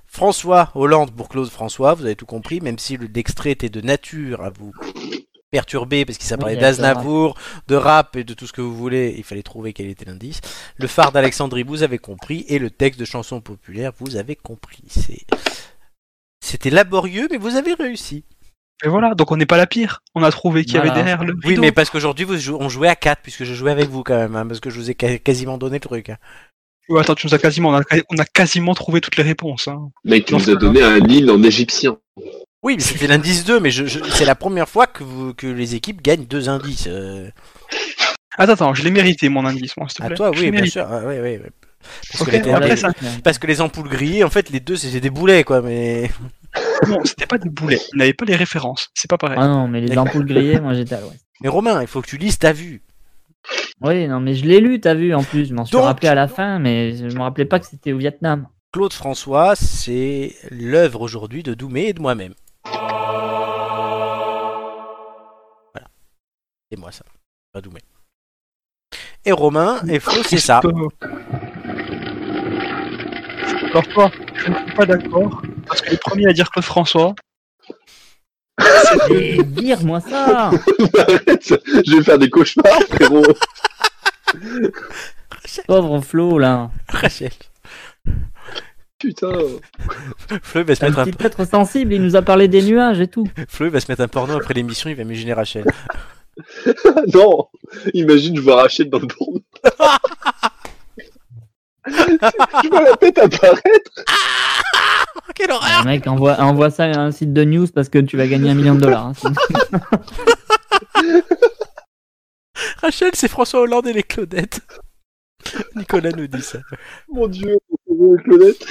Speaker 1: François Hollande pour Claude François, vous avez tout compris, même si le- l'extrait était de nature à vous perturber, parce qu'il ça
Speaker 2: Oui,
Speaker 1: parlait
Speaker 2: il y avait
Speaker 1: d'Aznavour, de rap et de tout ce que vous voulez, il fallait trouver quel était l'indice. Le phare d'Alexandrie, vous avez compris, et le texte de chansons populaires, vous avez compris. C'est- C'était laborieux, mais vous avez réussi.
Speaker 4: Et voilà, donc on n'est pas la pire. On a trouvé qu'il y avait
Speaker 2: Voilà.
Speaker 4: derrière le
Speaker 1: Oui,
Speaker 4: rideau.
Speaker 1: mais parce qu'aujourd'hui, vous jou- on jouait à 4, puisque je jouais avec vous quand même, hein, parce que je vous ai ca- quasiment donné le truc. hein.
Speaker 4: Ouais, attends, tu nous as quasiment, on a, on a quasiment trouvé toutes les réponses. hein.
Speaker 3: Mec, tu
Speaker 4: Non,
Speaker 3: nous as
Speaker 4: c'est pas
Speaker 3: donné un île en égyptien. <laughs>
Speaker 1: Oui, mais c'était l'indice 2, mais je, je- c'est la première fois que, vous, que les équipes gagnent deux indices. euh.
Speaker 4: Attends, attends, je l'ai mérité mon indice, moi, s'il te
Speaker 1: à
Speaker 4: plaît.
Speaker 1: toi,
Speaker 4: Je l'ai
Speaker 1: oui, bien
Speaker 4: mérité.
Speaker 1: sûr. ah, oui, oui, oui. Parce,
Speaker 4: Ok,
Speaker 1: que les,
Speaker 4: après
Speaker 1: les-
Speaker 4: ça.
Speaker 1: parce que les ampoules grillées, en fait, les deux, c'était des boulets, quoi. Mais
Speaker 4: Non, c'était pas des boulets. On n'avait pas les références. C'est pas pareil.
Speaker 2: Ah non, mais les ampoules grillées, moi j'étais à l'ouest.
Speaker 1: mais Romain, il faut que tu lises ta vue.
Speaker 2: Oui, non, mais je l'ai lu, t'as vu, en plus. Je m'en suis
Speaker 1: Donc-
Speaker 2: rappelé à la fin, mais je me rappelais pas que c'était au Vietnam.
Speaker 1: Claude François, c'est l'œuvre aujourd'hui de Doumé et de moi-même. Voilà. C'est moi, ça. Pas Doumé. Et Romain, et Flo, c'est ça.
Speaker 4: Alors toi, je ne suis pas d'accord. Parce que le premier à dire Claude François,
Speaker 1: <laughs>
Speaker 2: Mais vire-moi ça
Speaker 3: Arrête, je vais faire des cauchemars, frérot. <laughs>
Speaker 2: Pauvre Flo, là.
Speaker 1: Rachel.
Speaker 3: Putain.
Speaker 1: Flo il va, se
Speaker 2: Un
Speaker 1: mettre un...
Speaker 2: petit peu trop sensible, il nous a parlé des nuages et tout.
Speaker 1: Flo, il va se mettre un porno après l'émission, il va m'imaginer Rachel.
Speaker 3: Ah non. Imagine, je vois Rachel dans le
Speaker 4: <laughs>
Speaker 3: porno. je vois la tête apparaître.
Speaker 1: Oh, <laughs> quelle horreur
Speaker 2: Le Euh, mec, envoie, envoie ça à un site de news parce que tu vas gagner un million de dollars. hein, sinon.
Speaker 1: Rachel, c'est François Hollande et les Claudettes. <laughs> Nicolas nous dit ça.
Speaker 3: Mon dieu, mon Claudette.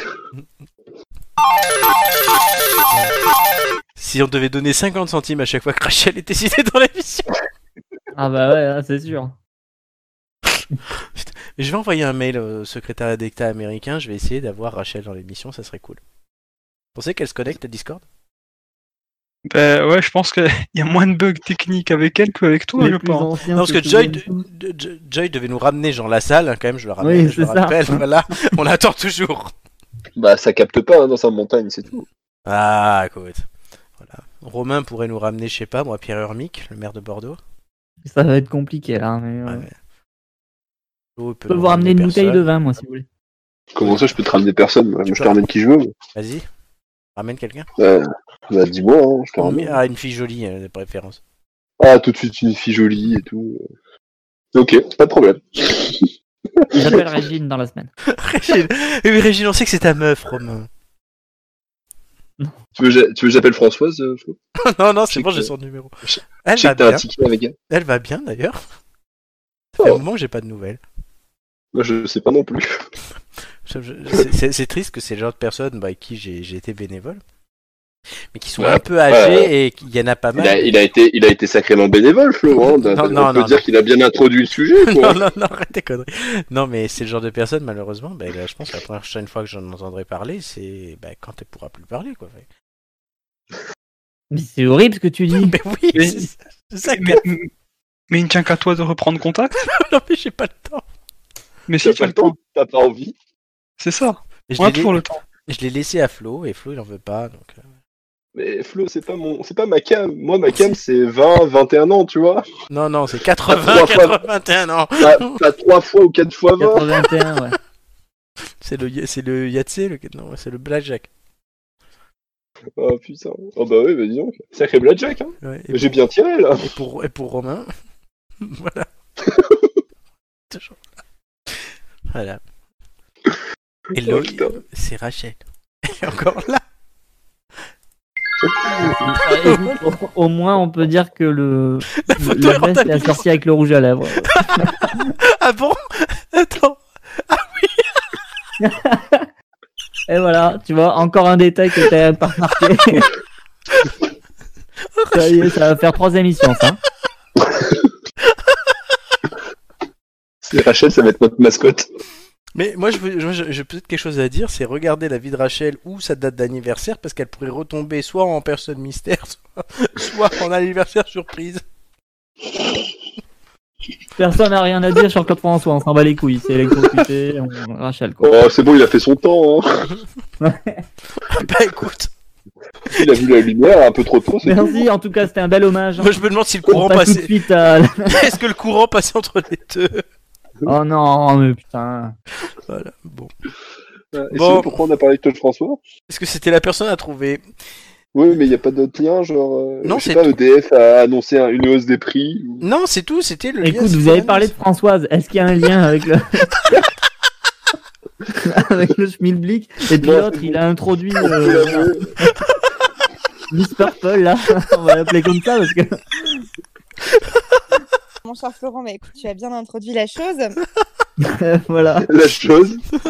Speaker 1: Si on devait donner 50 centimes à chaque fois que Rachel était citée dans l'émission.
Speaker 2: Ah bah ouais, là, c'est sûr.
Speaker 1: Je vais envoyer un mail au secrétariat d'État américain, je vais essayer d'avoir Rachel dans l'émission, ça serait cool. Vous pensez qu'elle se connecte à Discord
Speaker 4: ben ouais, je pense qu'il y a moins de bugs techniques avec elle qu'avec toi,
Speaker 2: Les
Speaker 4: je
Speaker 2: plus
Speaker 4: pense.
Speaker 2: anciens
Speaker 1: Non, parce
Speaker 2: se
Speaker 1: que Joy,
Speaker 2: souviennent tous.
Speaker 1: de- de- Joy devait nous ramener genre la salle, hein, quand même, je le rappelle.
Speaker 2: Oui,
Speaker 1: je le
Speaker 2: c'est ça.
Speaker 1: rappelle,
Speaker 2: <laughs>
Speaker 1: voilà, on l'attend toujours.
Speaker 3: Bah, ça capte pas hein, dans sa montagne, c'est tout.
Speaker 1: Ah, écoute. Voilà. Romain pourrait nous ramener, je sais pas, moi, Pierre Hermic, le maire de Bordeaux.
Speaker 2: Ça va être compliqué, là. Mais,
Speaker 1: Ouais,
Speaker 2: ouais.
Speaker 1: ouais. Flo, il peut
Speaker 2: Je peux
Speaker 1: nous
Speaker 2: vous ramener une bouteille de
Speaker 1: personne.
Speaker 2: vin, moi, si vous voulez.
Speaker 3: Comment ça, je peux te ramener personne Moi,
Speaker 1: Tu
Speaker 3: Je
Speaker 1: peux.
Speaker 3: te ramène qui je veux. moi.
Speaker 1: Vas-y, ramène quelqu'un.
Speaker 3: Euh, bah, dis-moi, hein, je te ramène.
Speaker 1: Ah, une fille jolie, euh, de préférence. <laughs>
Speaker 3: Ah, tout de suite une fille jolie et tout. Ok, pas de problème.
Speaker 2: J'appelle Régine dans la semaine.
Speaker 1: Régine, oui, Régine, on sait que c'est ta meuf, Romain. <laughs>
Speaker 3: Tu veux, que j'a- tu veux que j'appelle Françoise euh, Flo
Speaker 1: non, non, c'est
Speaker 3: sais
Speaker 1: bon,
Speaker 3: que-
Speaker 1: j'ai son numéro.
Speaker 3: je-
Speaker 1: Elle
Speaker 3: Je sais
Speaker 1: va
Speaker 3: que t'as un
Speaker 1: bien,
Speaker 3: ticket avec elle.
Speaker 1: elle va bien d'ailleurs. Ça fait
Speaker 3: Oh.
Speaker 1: un moment que j'ai pas de nouvelles.
Speaker 3: Moi, je sais pas non plus.
Speaker 1: Je- je- c'est- C'est c'est triste que c'est le genre de personnes bah, avec qui j'ai j'ai été bénévole, mais qui sont
Speaker 3: Ouais. Ben,
Speaker 1: un peu âgées et qu'il y en a pas
Speaker 3: Il a,
Speaker 1: mal.
Speaker 3: il a été, il a été sacrément bénévole, Flo. Hein.
Speaker 1: Non,
Speaker 3: On
Speaker 1: non,
Speaker 3: peut
Speaker 1: non,
Speaker 3: dire
Speaker 1: non.
Speaker 3: qu'il a bien introduit le sujet.
Speaker 1: <laughs> Non,
Speaker 3: Quoi.
Speaker 1: non, non, arrête tes conneries. Non, mais c'est le genre de personne, malheureusement, bah, là, je pense que la prochaine fois que j'en entendrai parler, c'est bah, quand elle pourra plus parler, quoi. <laughs>
Speaker 2: Mais c'est horrible ce que tu
Speaker 1: Mais
Speaker 2: dis.
Speaker 1: Ben oui,
Speaker 4: Mais-
Speaker 1: c'est ça- c'est ça que
Speaker 4: Mais, mais il ne tient qu'à toi de reprendre contact.
Speaker 1: <laughs> non, mais j'ai pas le temps.
Speaker 4: Mais
Speaker 3: T'as
Speaker 4: si tu
Speaker 3: pas
Speaker 4: as
Speaker 3: le temps, t'as pas envie.
Speaker 4: C'est ça.
Speaker 1: Je
Speaker 4: On a
Speaker 1: l'ai
Speaker 4: toujours le temps.
Speaker 1: je l'ai laissé à Flo et Flo il en veut pas donc. euh.
Speaker 3: Mais Flo, c'est pas mon, c'est pas ma cam. Moi, ma cam, c'est 20, 21 ans, tu vois.
Speaker 1: Non non c'est
Speaker 3: Trois
Speaker 1: 80
Speaker 3: fois.
Speaker 1: 81 ans.
Speaker 3: Pas, pas 3 fois ou 4 fois 20.
Speaker 2: 81,
Speaker 1: <laughs>
Speaker 2: ouais.
Speaker 1: C'est le c'est le Yatsé le non c'est le blackjack.
Speaker 3: Oh putain. Oh bah ouais, bah dis donc. Sacré Blackjack, hein.
Speaker 1: Ouais, et,
Speaker 3: J'ai bien tiré, là.
Speaker 1: pour, et pour et pour Romain <laughs>
Speaker 4: <laughs>
Speaker 1: voilà. Toujours là. Voilà. Et
Speaker 3: Oh,
Speaker 1: Loïc,
Speaker 3: putain.
Speaker 1: c'est Rachel. Elle est encore là.
Speaker 2: Ah, écoute, au- au moins, on peut dire que le, le-
Speaker 1: photo est
Speaker 2: la veste est
Speaker 1: rentabilisée.
Speaker 2: assortie avec le rouge à lèvres.
Speaker 1: <laughs> Ah bon Attends.
Speaker 2: Et voilà, tu vois, encore un détail que t'as pas remarqué.
Speaker 1: <laughs>
Speaker 2: ça, y est, ça va faire trois émissions, ça.
Speaker 3: C'est- Rachel, ça va être notre mascotte.
Speaker 1: Mais moi, je veux- je- je- j'ai peut-être quelque chose à dire, c'est regarder la vie de Rachel ou sa date d'anniversaire, parce qu'elle pourrait retomber soit en personne mystère, <laughs> soit, soit en anniversaire surprise. <laughs>
Speaker 2: Personne n'a rien à dire sur Claude François, on s'en bat les couilles. C'est électrocuté, on Rachel, quoi.
Speaker 3: Oh, c'est bon, il a fait son temps. hein.
Speaker 1: Bah écoute,
Speaker 3: Il a vu la lumière un peu trop tôt. c'est tout.
Speaker 2: Merci, en tout cas, c'était un bel hommage.
Speaker 1: moi je me demande si le
Speaker 2: On
Speaker 1: courant
Speaker 2: passe tout de
Speaker 1: passait.
Speaker 2: suite à...
Speaker 1: <laughs> Est-ce que le courant passait entre les deux
Speaker 2: Oh non, mais putain.
Speaker 1: Voilà, bon.
Speaker 3: Et
Speaker 1: Bon.
Speaker 3: sinon, pourquoi on a parlé de Claude François
Speaker 1: Est-ce que c'était la personne à trouver
Speaker 3: Oui, mais il n'y a pas d'autre lien, genre. euh,
Speaker 1: Non,
Speaker 3: je sais
Speaker 1: c'est
Speaker 3: pas,
Speaker 1: tout.
Speaker 3: EDF a annoncé un- une hausse des prix. ou-
Speaker 1: Non, c'est tout, c'était le lien,
Speaker 2: Écoute, vous
Speaker 1: c'était
Speaker 2: avez
Speaker 1: l'annonce.
Speaker 2: parlé de Françoise. Est-ce qu'il y a un lien avec
Speaker 1: <laughs>
Speaker 2: le. avec le schmilblick Et puis
Speaker 3: Non,
Speaker 2: l'autre,
Speaker 3: c'est
Speaker 2: il a introduit euh, <laughs> Miss Purple, là. <laughs> On va l'appeler comme ça parce que.
Speaker 5: Mon cher Florent, bah, écoute, tu as bien introduit la chose.
Speaker 2: <laughs> voilà.
Speaker 3: La chose.
Speaker 1: <laughs>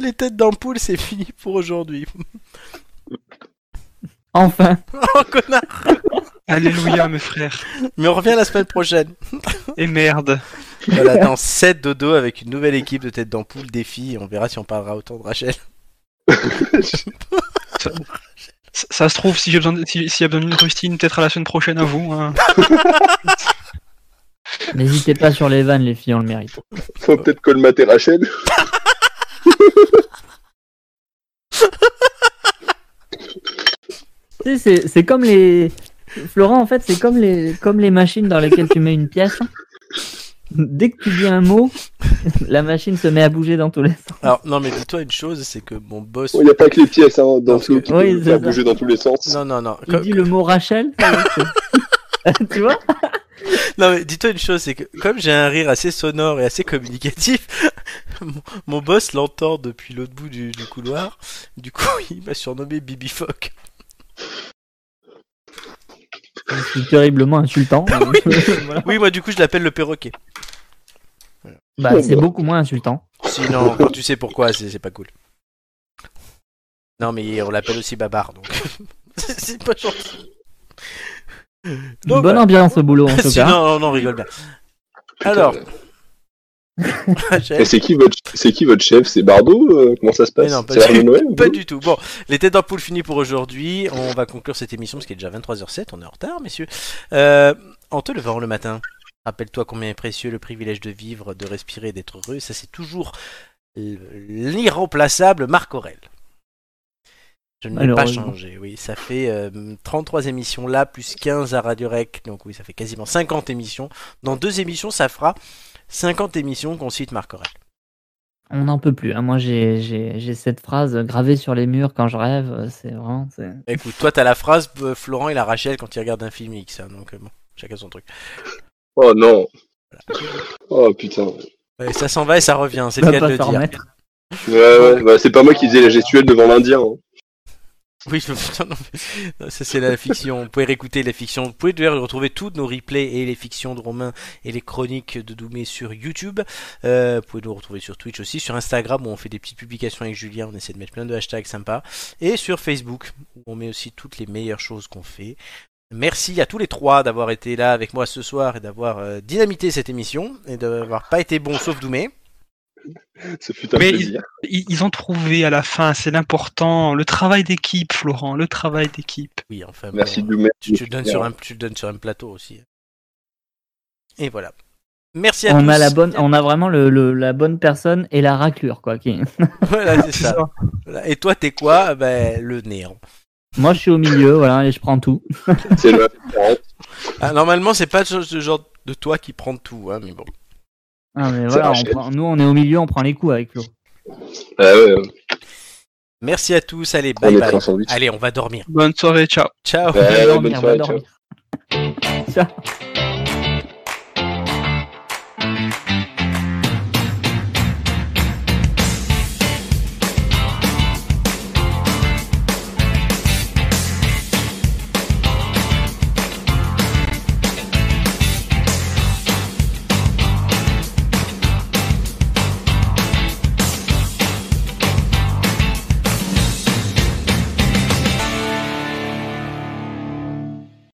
Speaker 1: Les têtes d'ampoule, c'est fini pour aujourd'hui. <laughs>
Speaker 2: Enfin.
Speaker 1: Oh connard
Speaker 4: Alléluia, mes frères.
Speaker 1: Mais on revient la semaine prochaine.
Speaker 4: Et merde.
Speaker 1: Voilà, dans 7 dodo avec une nouvelle équipe de têtes d'ampoule, défi, et on verra si on parlera autant de Rachel.
Speaker 4: Ça, ça se trouve, si j'ai besoin, de- si, s'il y a besoin d'une rustine, peut-être à la semaine prochaine à vous. hein.
Speaker 2: N'hésitez pas sur les vannes, les filles, on le mérite.
Speaker 3: Faut peut-être colmater Rachel.
Speaker 2: Tu sais, c'est- c'est comme les. Florent, en fait, c'est comme les, comme les machines dans lesquelles tu mets une pièce. Dès que tu dis un mot, <laughs> la machine se met à bouger dans tous les sens.
Speaker 1: Alors, non, mais dis-toi une chose, c'est que mon boss.
Speaker 3: Il n'y a pas que les pièces hein, dans
Speaker 1: Parce
Speaker 3: ce lot
Speaker 1: que-
Speaker 3: qui
Speaker 2: Oui,
Speaker 3: peuvent
Speaker 2: c'est
Speaker 3: faire
Speaker 2: ça.
Speaker 3: bouger dans tous les sens.
Speaker 1: Non, non, non.
Speaker 2: Il dit le mot Rachel. <laughs> tu vois
Speaker 1: <laughs> Non, mais dis-toi une chose, c'est que comme j'ai un rire assez sonore et assez communicatif, <laughs> mon, mon boss l'entend depuis l'autre bout du, du couloir. Du coup, <laughs> il m'a surnommé Bibi Fock.
Speaker 2: C'est terriblement <laughs> insultant. Voilà.
Speaker 1: Oui, moi, du coup, je l'appelle le perroquet.
Speaker 2: Bah, c'est beaucoup moins insultant.
Speaker 1: Sinon, quand tu sais pourquoi, c'est c'est pas cool. Non, mais on l'appelle aussi Babar, donc. <laughs> c'est pas gentil. Donc,
Speaker 2: Bonne
Speaker 1: voilà.
Speaker 2: ambiance au boulot
Speaker 1: <laughs>
Speaker 2: en tout
Speaker 1: Sinon,
Speaker 2: cas.
Speaker 1: non, non, on rigole bien. Alors, Rachel,
Speaker 3: Et c'est qui votre c'est qui votre chef C'est Bardo euh, Comment ça se
Speaker 1: Mais
Speaker 3: passe
Speaker 1: non, pas
Speaker 3: C'est
Speaker 1: du-
Speaker 3: Arnaud Noël
Speaker 1: Pas du tout. Bon, les têtes d'ampoule finies pour aujourd'hui. On va conclure cette émission parce qu'il est déjà 23h07. On est en retard, messieurs. Euh, en te levant le matin, rappelle-toi combien est précieux le privilège de vivre, de respirer, et d'être heureux. Ça, c'est toujours l'irremplaçable Marc Aurel. Je ne l'ai pas
Speaker 2: Malheureusement.
Speaker 1: changé, oui. Ça fait euh, 33 émissions là, plus 15 à Radio Rec. Donc oui, ça fait quasiment 50 émissions. Dans deux émissions, ça fera 50 émissions qu'on cite Marc Aurel.
Speaker 2: On n'en peut plus. hein. Moi, j'ai- j'ai j'ai cette phrase gravée sur les murs quand je rêve. C'est vraiment. c'est-
Speaker 1: Écoute, toi t'as la phrase euh, Florent et la Rachel quand ils regardent un film X, hein, donc euh, bon, chacun son truc.
Speaker 3: Oh non. Oh putain.
Speaker 1: Ouais, ça s'en va et ça revient, c'est
Speaker 2: On
Speaker 1: le
Speaker 2: va
Speaker 1: cas de le
Speaker 2: pas s'en
Speaker 1: dire.
Speaker 2: remettre.
Speaker 3: Ouais, ouais, bah, c'est pas moi qui faisais la gestuelle devant l'Indien. hein.
Speaker 1: Oui, je- putain, non, mais- non, ça c'est la fiction. Vous pouvez réécouter les fictions. Vous pouvez d'ailleurs retrouver toutes nos replays et les fictions de Romain et les chroniques de Doumé sur YouTube. Euh, vous pouvez nous retrouver sur Twitch aussi, sur Instagram où on fait des petites publications avec Julien. On essaie de mettre plein de hashtags sympas. Et sur Facebook où on met aussi toutes les meilleures choses qu'on fait. Merci à tous les trois d'avoir été là avec moi ce soir et d'avoir euh, dynamité cette émission et d'avoir pas été bon sauf Doumé.
Speaker 3: Ça fut un
Speaker 4: Mais
Speaker 3: plaisir.
Speaker 4: Ils, ils ont trouvé à la fin, c'est l'important. Le travail d'équipe, Florent, le travail d'équipe.
Speaker 1: Oui, enfin. bon,
Speaker 3: Merci de nous mettre.
Speaker 1: Tu, tu le donnes sur un, tu le donnes sur un plateau aussi. Et voilà. Merci à tous.
Speaker 2: On a
Speaker 1: <laughs>
Speaker 2: la bonne, on a vraiment le, le- la bonne personne et la raclure quoi. qui-
Speaker 1: Voilà, c'est
Speaker 2: <laughs>
Speaker 1: ça. Voilà. Et toi, t'es quoi Ben, le néant.
Speaker 2: Moi, je suis au milieu, voilà, et je prends tout.
Speaker 3: C'est le-
Speaker 1: Ah, normalement, c'est pas ce ce genre de toi qui prend tout, hein, mais bon.
Speaker 2: Ah, mais
Speaker 3: Ça
Speaker 2: voilà, on
Speaker 3: rachète.
Speaker 2: prend- nous, on est au milieu, on prend les coups avec Flo.
Speaker 3: Ah ouais, ouais.
Speaker 1: Merci à tous. Allez,
Speaker 3: on
Speaker 1: bye
Speaker 3: est
Speaker 1: bye.
Speaker 3: plein sandwich.
Speaker 1: Allez, on va dormir.
Speaker 4: Bonne soirée, ciao.
Speaker 1: Ciao.
Speaker 3: Ouais, ouais,
Speaker 2: On va
Speaker 3: bonne
Speaker 2: dormir, on va
Speaker 3: soirée, ciao.
Speaker 2: dormir. Ciao.